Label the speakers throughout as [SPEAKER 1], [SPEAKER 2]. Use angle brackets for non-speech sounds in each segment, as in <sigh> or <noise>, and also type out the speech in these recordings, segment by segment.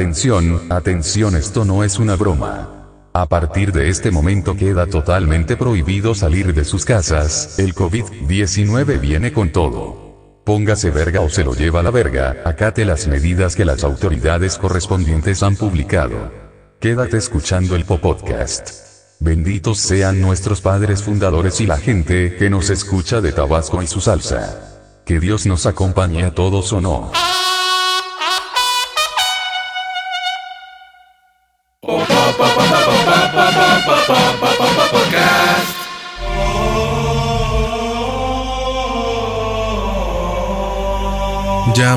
[SPEAKER 1] Atención, atención, esto no es una broma. A partir de este momento queda totalmente prohibido salir de sus casas, el COVID-19 viene con todo. Póngase verga o se lo lleva la verga, acate las medidas que las autoridades correspondientes han publicado. Quédate escuchando el Popodcast. Benditos sean nuestros padres fundadores y la gente que nos escucha de Tabasco y su salsa. Que Dios nos acompañe a todos o no.
[SPEAKER 2] Ya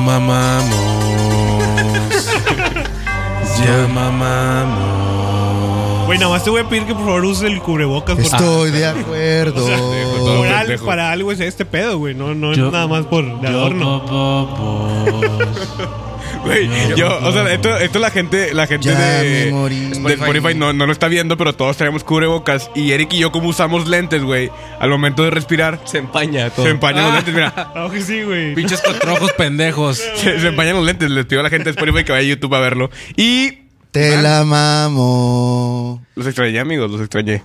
[SPEAKER 3] <laughs>
[SPEAKER 2] mamamos. ya mamamos.
[SPEAKER 3] Güey, nada más te voy a pedir que por favor uses el cubrebocas. porque- <laughs>
[SPEAKER 4] Estoy de acuerdo.
[SPEAKER 3] Ah, O sea, por al-
[SPEAKER 2] pendejo.
[SPEAKER 3] para algo es este pedo, güey. No, no
[SPEAKER 2] Yo-
[SPEAKER 3] es nada más por de adorno.
[SPEAKER 2] Güey, yo, o sea, esto, esto la gente, la gente
[SPEAKER 4] Ya
[SPEAKER 2] de,
[SPEAKER 4] me morí.
[SPEAKER 2] de Spotify, no, no lo está viendo, pero todos traemos cubrebocas. Y Eric y yo, como usamos lentes, güey, al momento de respirar,
[SPEAKER 5] Se empaña todo.
[SPEAKER 2] se empañan los lentes,
[SPEAKER 5] <laughs>
[SPEAKER 2] mira.
[SPEAKER 3] Ah, que sí, güey.
[SPEAKER 5] Pinches cotrojos pendejos.
[SPEAKER 2] Se, se empañan los lentes, les pido a la gente de Spotify que vaya a YouTube a verlo. Y
[SPEAKER 4] Te la mamo.
[SPEAKER 2] los extrañé, amigos, los extrañé.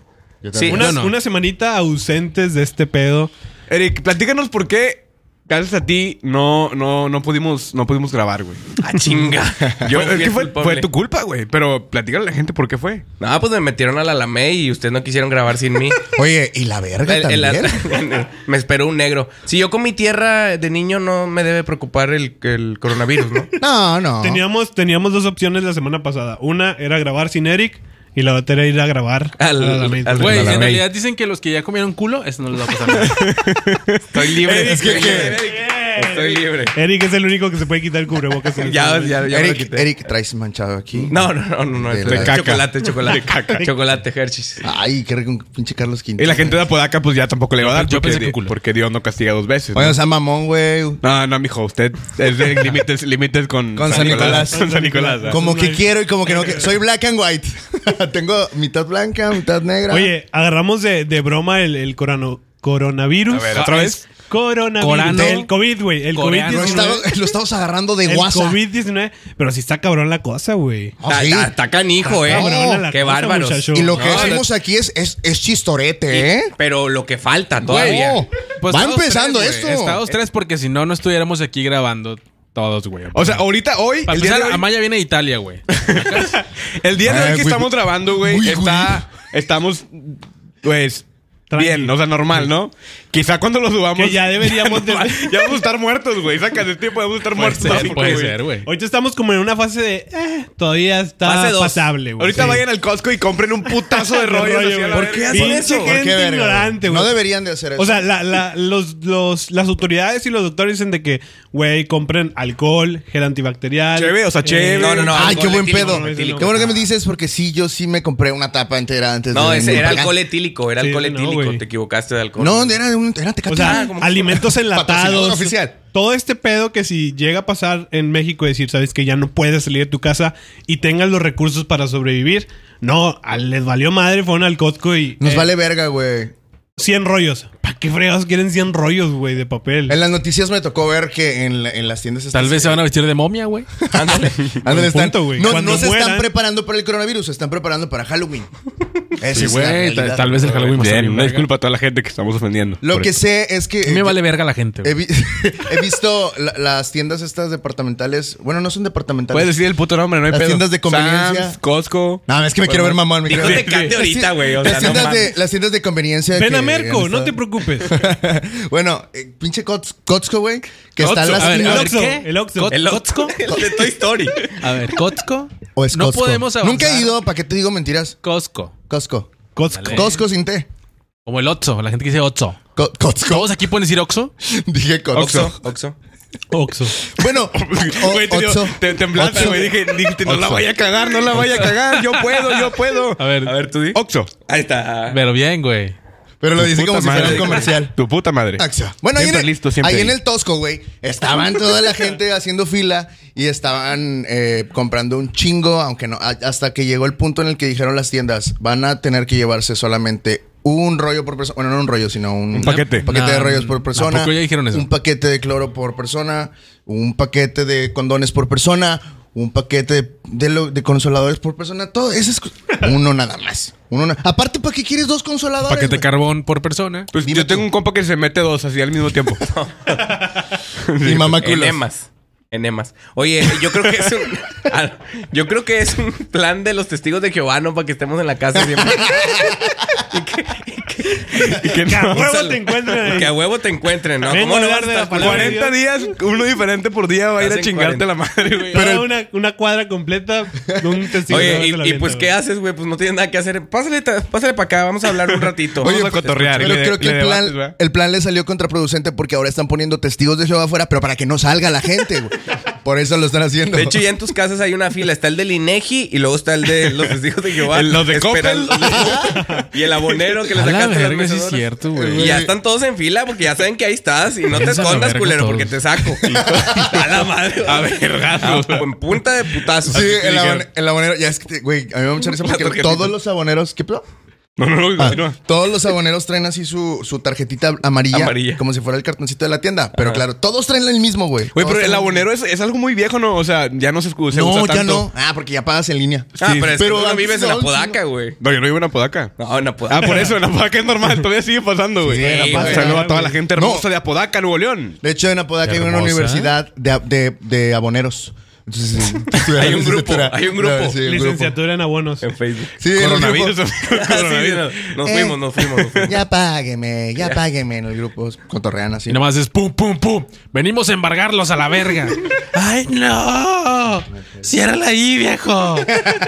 [SPEAKER 5] Sí,
[SPEAKER 3] Una,
[SPEAKER 5] yo no.
[SPEAKER 3] una semanita ausentes de este pedo.
[SPEAKER 2] Eric, platícanos por qué, gracias a ti, no, no, no pudimos, no pudimos grabar,
[SPEAKER 5] <laughs>
[SPEAKER 2] güey.
[SPEAKER 5] Ah, chinga.
[SPEAKER 2] Yo-
[SPEAKER 5] Yo fui
[SPEAKER 2] ¿qué
[SPEAKER 5] el
[SPEAKER 2] fue,
[SPEAKER 5] culpable.
[SPEAKER 2] fue tu culpa, güey. Pero platícale a la gente por qué fue.
[SPEAKER 5] No, pues me metieron a la Lamey y ustedes no quisieron grabar sin mí.
[SPEAKER 4] Oye, ¿y la verga
[SPEAKER 5] El- el-
[SPEAKER 4] también?
[SPEAKER 5] <laughs> me esperó un negro. Si yo con mi tierra de niño no me debe preocupar el, el coronavirus, ¿no?
[SPEAKER 4] No, no.
[SPEAKER 3] Teníamos, teníamos dos opciones la semana pasada. Una era grabar sin Eric y la otra era ir a grabar
[SPEAKER 5] <laughs> Al-
[SPEAKER 3] a la mente.
[SPEAKER 5] al-
[SPEAKER 6] Güey,
[SPEAKER 5] Güey,
[SPEAKER 6] en
[SPEAKER 5] güey.
[SPEAKER 6] realidad dicen que los que ya comieron culo, eso no les va a pasar nada.
[SPEAKER 5] <laughs> Estoy libre.
[SPEAKER 2] Es que- que-
[SPEAKER 5] Estoy libre.
[SPEAKER 3] Eric es el único que se puede quitar el cubrebocas. en el
[SPEAKER 5] Ya,
[SPEAKER 3] celular.
[SPEAKER 5] ya, ya me lo
[SPEAKER 4] Eric,
[SPEAKER 5] quité.
[SPEAKER 4] Eric, traes manchado aquí.
[SPEAKER 5] No, no, no, no, no.
[SPEAKER 4] De
[SPEAKER 5] esto
[SPEAKER 4] la-
[SPEAKER 5] es
[SPEAKER 2] caca.
[SPEAKER 5] Chocolate, chocolate.
[SPEAKER 2] De caca.
[SPEAKER 5] Chocolate, Hershey's.
[SPEAKER 4] Ay, qué rico, un pinche Carlos Quintana.
[SPEAKER 2] Y la gente de Apodaca, pues ya tampoco le va a dar.
[SPEAKER 6] Yo
[SPEAKER 2] porque,
[SPEAKER 6] pensé que
[SPEAKER 2] di-
[SPEAKER 6] culo.
[SPEAKER 2] porque Dios no castiga dos veces.
[SPEAKER 4] Oye,
[SPEAKER 2] ¿no?
[SPEAKER 4] no sea mamón, güey.
[SPEAKER 2] No, no, mijo, usted es de límites, límites con,
[SPEAKER 4] Con San Nicolás.
[SPEAKER 2] Con San Nicolás. ¿ah?
[SPEAKER 4] Como que
[SPEAKER 3] no-
[SPEAKER 4] quiero y como que no quiero. Soy black and white. <laughs> Tengo mitad blanca, mitad negra.
[SPEAKER 3] Oye, agarramos de, de broma el, el corano- coronavirus. Ah,
[SPEAKER 2] A ver, ¿otra vez?
[SPEAKER 3] Coronavirus.
[SPEAKER 6] Corano.
[SPEAKER 3] el COVID, güey. El
[SPEAKER 6] Coreano.
[SPEAKER 4] lo
[SPEAKER 3] COVID-19.
[SPEAKER 4] estamos, lo estamos agarrando de
[SPEAKER 3] el
[SPEAKER 4] WhatsApp.
[SPEAKER 3] COVID-19. Pero si está cabrón la cosa, güey.
[SPEAKER 4] Ah,
[SPEAKER 5] Está,
[SPEAKER 4] sí.
[SPEAKER 5] está- está canijo, eh.
[SPEAKER 3] cabrona la
[SPEAKER 5] Qué
[SPEAKER 3] cosa,
[SPEAKER 5] bárbaros.
[SPEAKER 3] muchacho.
[SPEAKER 4] Y lo que
[SPEAKER 5] No,
[SPEAKER 4] decimos aquí es, es, es chistorete, ¿eh?
[SPEAKER 5] Pero lo que falta
[SPEAKER 4] Güey,
[SPEAKER 5] todavía.
[SPEAKER 4] no. Va
[SPEAKER 6] todos
[SPEAKER 4] empezando
[SPEAKER 6] Pues tres,
[SPEAKER 4] esto.
[SPEAKER 6] güey. Estados tres, porque si no, no estuviéramos aquí grabando todos, güey.
[SPEAKER 2] O sea, ahorita, hoy,
[SPEAKER 6] para
[SPEAKER 2] el día,
[SPEAKER 6] empezar,
[SPEAKER 2] de hoy,
[SPEAKER 6] Amaya viene de Italia, güey.
[SPEAKER 2] el día de
[SPEAKER 4] Ay,
[SPEAKER 2] hoy que
[SPEAKER 4] güey.
[SPEAKER 2] estamos grabando,
[SPEAKER 4] Uy,
[SPEAKER 2] güey,
[SPEAKER 4] güey.
[SPEAKER 2] está, estamos, pues,
[SPEAKER 3] Tranqui.
[SPEAKER 2] bien, o sea, normal, ¿no? Quizá cuando lo subamos.
[SPEAKER 3] Que ya deberíamos de-
[SPEAKER 2] <laughs> ya vamos a estar muertos, güey. Sacas de este tiempo, podemos estar muertos.
[SPEAKER 6] Puede ser,
[SPEAKER 2] tampoco,
[SPEAKER 6] puede
[SPEAKER 2] güey.
[SPEAKER 6] ser, güey.
[SPEAKER 3] Ahorita estamos como en una fase de. eh, todavía está
[SPEAKER 5] Fase dos.
[SPEAKER 3] pasable, güey.
[SPEAKER 2] Ahorita
[SPEAKER 3] Sí.
[SPEAKER 2] vayan al Costco y compren un putazo de
[SPEAKER 3] De
[SPEAKER 2] rollo.
[SPEAKER 3] rollo, güey.
[SPEAKER 2] ¿Por
[SPEAKER 5] qué
[SPEAKER 2] qué
[SPEAKER 5] hacen
[SPEAKER 3] Pinche
[SPEAKER 5] eso? ¿Por
[SPEAKER 4] ¿Por
[SPEAKER 3] gente
[SPEAKER 4] qué verga,
[SPEAKER 3] ignorante,
[SPEAKER 4] güey?
[SPEAKER 3] güey.
[SPEAKER 4] No deberían de hacer eso.
[SPEAKER 3] O sea, la- la- los, los- las autoridades y los doctores dicen de que, güey, compren alcohol, gel antibacterial. eh,
[SPEAKER 2] Chévere, o sea, chévere.
[SPEAKER 5] No, no, no.
[SPEAKER 4] Ay, qué
[SPEAKER 5] alcohol
[SPEAKER 4] buen
[SPEAKER 5] etílico,
[SPEAKER 4] pedo.
[SPEAKER 3] no, ese no.
[SPEAKER 4] Qué bueno que me dices porque sí, yo sí me compré una tapa entera antes.
[SPEAKER 5] No,
[SPEAKER 4] de
[SPEAKER 5] ese
[SPEAKER 4] venir
[SPEAKER 5] era
[SPEAKER 4] para acá.
[SPEAKER 5] alcohol etílico, era
[SPEAKER 3] Sí,
[SPEAKER 5] alcohol
[SPEAKER 3] no,
[SPEAKER 5] etílico.
[SPEAKER 3] güey.
[SPEAKER 5] Te equivocaste de alcohol.
[SPEAKER 4] No, era un era
[SPEAKER 3] O
[SPEAKER 4] Tecate.
[SPEAKER 3] sea,
[SPEAKER 4] Ah, como-
[SPEAKER 3] alimentos enlatados.
[SPEAKER 4] <laughs> Patrocinador oficial.
[SPEAKER 3] Todo este pedo que si llega a pasar en México, decir, sabes que ya no puedes salir de tu casa y tengas los recursos para sobrevivir. No, a- les valió madre, fueron al Costco y.
[SPEAKER 4] Nos
[SPEAKER 3] eh,
[SPEAKER 4] vale verga, güey.
[SPEAKER 3] 100 rollos. ¿Para qué fregados quieren 100 rollos, güey, de papel?
[SPEAKER 4] En las noticias me tocó ver que en, la- en las tiendas
[SPEAKER 6] Tal vez se van a vestir de momia, güey.
[SPEAKER 5] Ándale.
[SPEAKER 4] <laughs> Ándale,
[SPEAKER 3] Buen
[SPEAKER 4] están-
[SPEAKER 3] punto, güey.
[SPEAKER 4] no,
[SPEAKER 3] Cuando
[SPEAKER 4] no se
[SPEAKER 3] mueran-
[SPEAKER 4] están preparando para el coronavirus, se están preparando para Halloween. Esa
[SPEAKER 6] Sí,
[SPEAKER 4] es la
[SPEAKER 6] güey.
[SPEAKER 4] realidad.
[SPEAKER 6] Tal, tal vez el Halloween va a
[SPEAKER 2] Bien,
[SPEAKER 6] estar
[SPEAKER 2] una
[SPEAKER 6] bien verga.
[SPEAKER 2] disculpa a toda la gente que estamos ofendiendo.
[SPEAKER 4] Lo
[SPEAKER 2] Por
[SPEAKER 4] que
[SPEAKER 2] eso.
[SPEAKER 4] sé es que.
[SPEAKER 6] A mí me
[SPEAKER 4] eh,
[SPEAKER 6] vale verga la gente,
[SPEAKER 4] He,
[SPEAKER 6] güey.
[SPEAKER 4] vi- <laughs> he visto la- las tiendas estas departamentales. Bueno, no son departamentales.
[SPEAKER 2] Puedes decir el puto nombre, no hay
[SPEAKER 4] Las
[SPEAKER 2] pedo.
[SPEAKER 4] tiendas de conveniencia.
[SPEAKER 2] Sam's, Costco.
[SPEAKER 4] No, es que me quiero ver mamón. Me
[SPEAKER 5] Dijo
[SPEAKER 4] quiero ver-
[SPEAKER 5] Tecate ahorita, güey, o
[SPEAKER 4] las,
[SPEAKER 5] sea, no
[SPEAKER 4] tiendas de,
[SPEAKER 5] mames.
[SPEAKER 4] las tiendas de conveniencia.
[SPEAKER 3] Ven
[SPEAKER 4] que
[SPEAKER 3] a Merco,
[SPEAKER 4] han
[SPEAKER 3] no
[SPEAKER 4] estado-
[SPEAKER 3] te preocupes.
[SPEAKER 4] <laughs> bueno, eh, pinche Cots- Costco, güey. Que están las
[SPEAKER 6] <laughs> A ver, a
[SPEAKER 4] tiendas.
[SPEAKER 6] ver,
[SPEAKER 3] Oxxo,
[SPEAKER 6] ¿qué?
[SPEAKER 3] el Oxxo.
[SPEAKER 6] ¿Cot-
[SPEAKER 5] El
[SPEAKER 6] ¿Cotsko?
[SPEAKER 5] <laughs> El de Toy Story.
[SPEAKER 6] A ver, ¿Cotsko?
[SPEAKER 4] O es
[SPEAKER 6] No
[SPEAKER 4] Costco.
[SPEAKER 6] podemos avanzar.
[SPEAKER 4] Nunca he ido, ¿para qué te digo mentiras?
[SPEAKER 6] Costco.
[SPEAKER 4] Costco.
[SPEAKER 3] Costco.
[SPEAKER 4] Costco sin té.
[SPEAKER 6] Como el Otso, la gente que dice Otso.
[SPEAKER 4] Co- Costco.
[SPEAKER 6] ¿Todos aquí pueden decir Oxo?
[SPEAKER 4] <laughs> Dije Costco.
[SPEAKER 5] Oxo. Oxo.
[SPEAKER 3] Oxo.
[SPEAKER 4] Bueno, o-
[SPEAKER 2] Güey, te, digo,
[SPEAKER 4] Oxxo.
[SPEAKER 2] <laughs> te temblaste,
[SPEAKER 4] Oxxo.
[SPEAKER 2] güey. Dije, dijiste, no la
[SPEAKER 4] Oxxo.
[SPEAKER 2] vaya a cagar, no la vaya a cagar. Yo puedo, yo puedo.
[SPEAKER 6] A ver.
[SPEAKER 5] A ver, tú di.
[SPEAKER 2] Oxo.
[SPEAKER 5] Ahí está.
[SPEAKER 6] Pero bien, güey.
[SPEAKER 4] Pero lo dice como si fuera un comercial.
[SPEAKER 2] Tu puta madre.
[SPEAKER 4] Axia. Bueno, ahí,
[SPEAKER 2] Siempre
[SPEAKER 4] en, el-
[SPEAKER 2] listo, siempre
[SPEAKER 4] ahí en
[SPEAKER 2] ahí.
[SPEAKER 4] el Tosco, güey, estaban toda la gente haciendo fila y estaban eh, comprando un chingo, aunque no, a- hasta que llegó el punto en el que dijeron las tiendas, van a tener que llevarse solamente un rollo por persona, bueno, no un rollo, sino un,
[SPEAKER 2] Un paquete.
[SPEAKER 6] No,
[SPEAKER 4] de rollos por persona,
[SPEAKER 6] tampoco ya dijeron eso.
[SPEAKER 4] un paquete de cloro por persona, un paquete de condones por persona, un paquete de, de lo- de consoladores por persona, todo eso es uno nada más. Uno na- Aparte, ¿para qué quieres dos consoladores?
[SPEAKER 6] Paquete
[SPEAKER 4] güey?
[SPEAKER 6] carbón por persona.
[SPEAKER 2] Pues
[SPEAKER 4] Dime
[SPEAKER 2] yo tengo
[SPEAKER 4] tú.
[SPEAKER 2] un compa que se mete dos así al
[SPEAKER 4] <laughs>
[SPEAKER 2] mismo tiempo.
[SPEAKER 4] Y mamaculos.
[SPEAKER 5] Enemas. Enemas. Oye, yo creo que es un. <laughs> al- Yo creo que es un plan de los testigos de Jehová, ¿no? Para que estemos en la casa siempre. y que, y que- y
[SPEAKER 3] Que a
[SPEAKER 5] no,
[SPEAKER 3] huevo
[SPEAKER 5] sal-
[SPEAKER 3] te encuentren ahí.
[SPEAKER 5] Que a huevo te encuentren, ¿no?
[SPEAKER 3] Vengo a
[SPEAKER 5] no
[SPEAKER 3] hablar
[SPEAKER 5] vas a
[SPEAKER 3] de la
[SPEAKER 5] estar-
[SPEAKER 3] palabra de
[SPEAKER 2] 40 días, uno diferente por día va a ir a
[SPEAKER 5] Hacen
[SPEAKER 2] chingarte
[SPEAKER 5] 40.
[SPEAKER 2] la
[SPEAKER 4] <laughs>
[SPEAKER 2] madre, güey.
[SPEAKER 3] Pero una, una cuadra completa, un testigo. de Jehová
[SPEAKER 5] Oye, y,
[SPEAKER 3] se la
[SPEAKER 5] y pues,
[SPEAKER 3] avienta,
[SPEAKER 5] ¿qué
[SPEAKER 3] güey.
[SPEAKER 5] haces, güey? Pues no tienes nada que hacer. Pásale, ta- pásale para acá, vamos a hablar un ratito.
[SPEAKER 2] Oye,
[SPEAKER 5] Vamos a
[SPEAKER 2] pues,
[SPEAKER 5] cotorrear.
[SPEAKER 2] escucha,
[SPEAKER 4] Pero
[SPEAKER 2] le-
[SPEAKER 4] creo que
[SPEAKER 2] le
[SPEAKER 4] el plan,
[SPEAKER 2] debates, ¿verdad?
[SPEAKER 4] el plan le salió contraproducente porque ahora están poniendo testigos de Jehová afuera, pero para que no salga la gente, güey. Por eso lo están haciendo.
[SPEAKER 5] De hecho, ya en tus casas hay una fila. Está el del Inegi y luego está el de los testigos de Jehová.
[SPEAKER 2] El- los de
[SPEAKER 5] Esperan- <laughs> Y el abonero que le
[SPEAKER 6] A la
[SPEAKER 5] sacaste las
[SPEAKER 6] verga, sí es
[SPEAKER 5] mesadoras.
[SPEAKER 6] cierto, güey.
[SPEAKER 5] Y ya están todos en fila porque ya saben que ahí estás y no te
[SPEAKER 6] Piensa la
[SPEAKER 5] escondas,
[SPEAKER 6] verga
[SPEAKER 5] culero,
[SPEAKER 6] todos.
[SPEAKER 5] porque te saco. <laughs> A la madre. A ver, En punta de putazo.
[SPEAKER 4] <laughs> Sí, el, abone- el abonero, ya es que, te- güey, a mí me da mucha risa porque
[SPEAKER 5] La tarjetita.
[SPEAKER 4] todos los aboneros, ¿qué pedo?
[SPEAKER 2] No, no, no,
[SPEAKER 4] Ah,
[SPEAKER 2] no.
[SPEAKER 4] todos los aboneros traen así su, su tarjetita amarilla,
[SPEAKER 5] Amarilla.
[SPEAKER 4] como si fuera el cartoncito de la tienda. Pero claro, todos traen el mismo, güey.
[SPEAKER 2] Güey,
[SPEAKER 4] Todos
[SPEAKER 2] pero el
[SPEAKER 4] traen-
[SPEAKER 2] abonero es, es algo muy viejo, ¿no? O sea, ya no se, escu- se usa
[SPEAKER 4] No,
[SPEAKER 2] tanto.
[SPEAKER 4] ya no. Ah, porque ya pagas en línea.
[SPEAKER 5] Ah,
[SPEAKER 2] Sí,
[SPEAKER 5] pero
[SPEAKER 4] pero
[SPEAKER 5] es que tú no
[SPEAKER 4] antes
[SPEAKER 5] vives en
[SPEAKER 4] no,
[SPEAKER 5] Apodaca, güey.
[SPEAKER 2] No, yo no vivo en Apodaca.
[SPEAKER 5] No, en Apodaca.
[SPEAKER 2] Ah, por eso, en Apodaca
[SPEAKER 4] <laughs>
[SPEAKER 2] es normal. Todavía sigue pasando, güey.
[SPEAKER 5] Sí,
[SPEAKER 2] Saludos
[SPEAKER 5] güey.
[SPEAKER 2] a
[SPEAKER 3] Ah,
[SPEAKER 2] toda la gente
[SPEAKER 4] No.
[SPEAKER 2] hermosa de Apodaca, Nuevo León.
[SPEAKER 4] De hecho, en Apodaca hay una
[SPEAKER 5] ¿eh?
[SPEAKER 6] Hermosa.
[SPEAKER 4] universidad de, de- de aboneros. Entonces,
[SPEAKER 5] <laughs>
[SPEAKER 4] estudiar
[SPEAKER 5] Hay un grupo,
[SPEAKER 4] licenciatura.
[SPEAKER 5] hay un grupo.
[SPEAKER 4] sí, un grupo.
[SPEAKER 3] Licenciatura en abonos.
[SPEAKER 2] Eh,
[SPEAKER 5] En Facebook.
[SPEAKER 4] Sí, en el
[SPEAKER 2] Coronavirus.
[SPEAKER 4] grupo.
[SPEAKER 3] <laughs>
[SPEAKER 6] <laughs>
[SPEAKER 2] Coronavirus.
[SPEAKER 5] Sí, Nos
[SPEAKER 3] Eh.
[SPEAKER 5] fuimos, nos fuimos. nos fuimos.
[SPEAKER 4] Eh, Ya págueme,
[SPEAKER 5] <laughs>
[SPEAKER 4] ya págueme en el grupo. Cotorrean así.
[SPEAKER 6] Y nomás es pum, pum, pum. Venimos a embargarlos a la verga. ¡Ay, no! Ciérrala
[SPEAKER 2] <laughs>
[SPEAKER 6] ahí, viejo. Oh,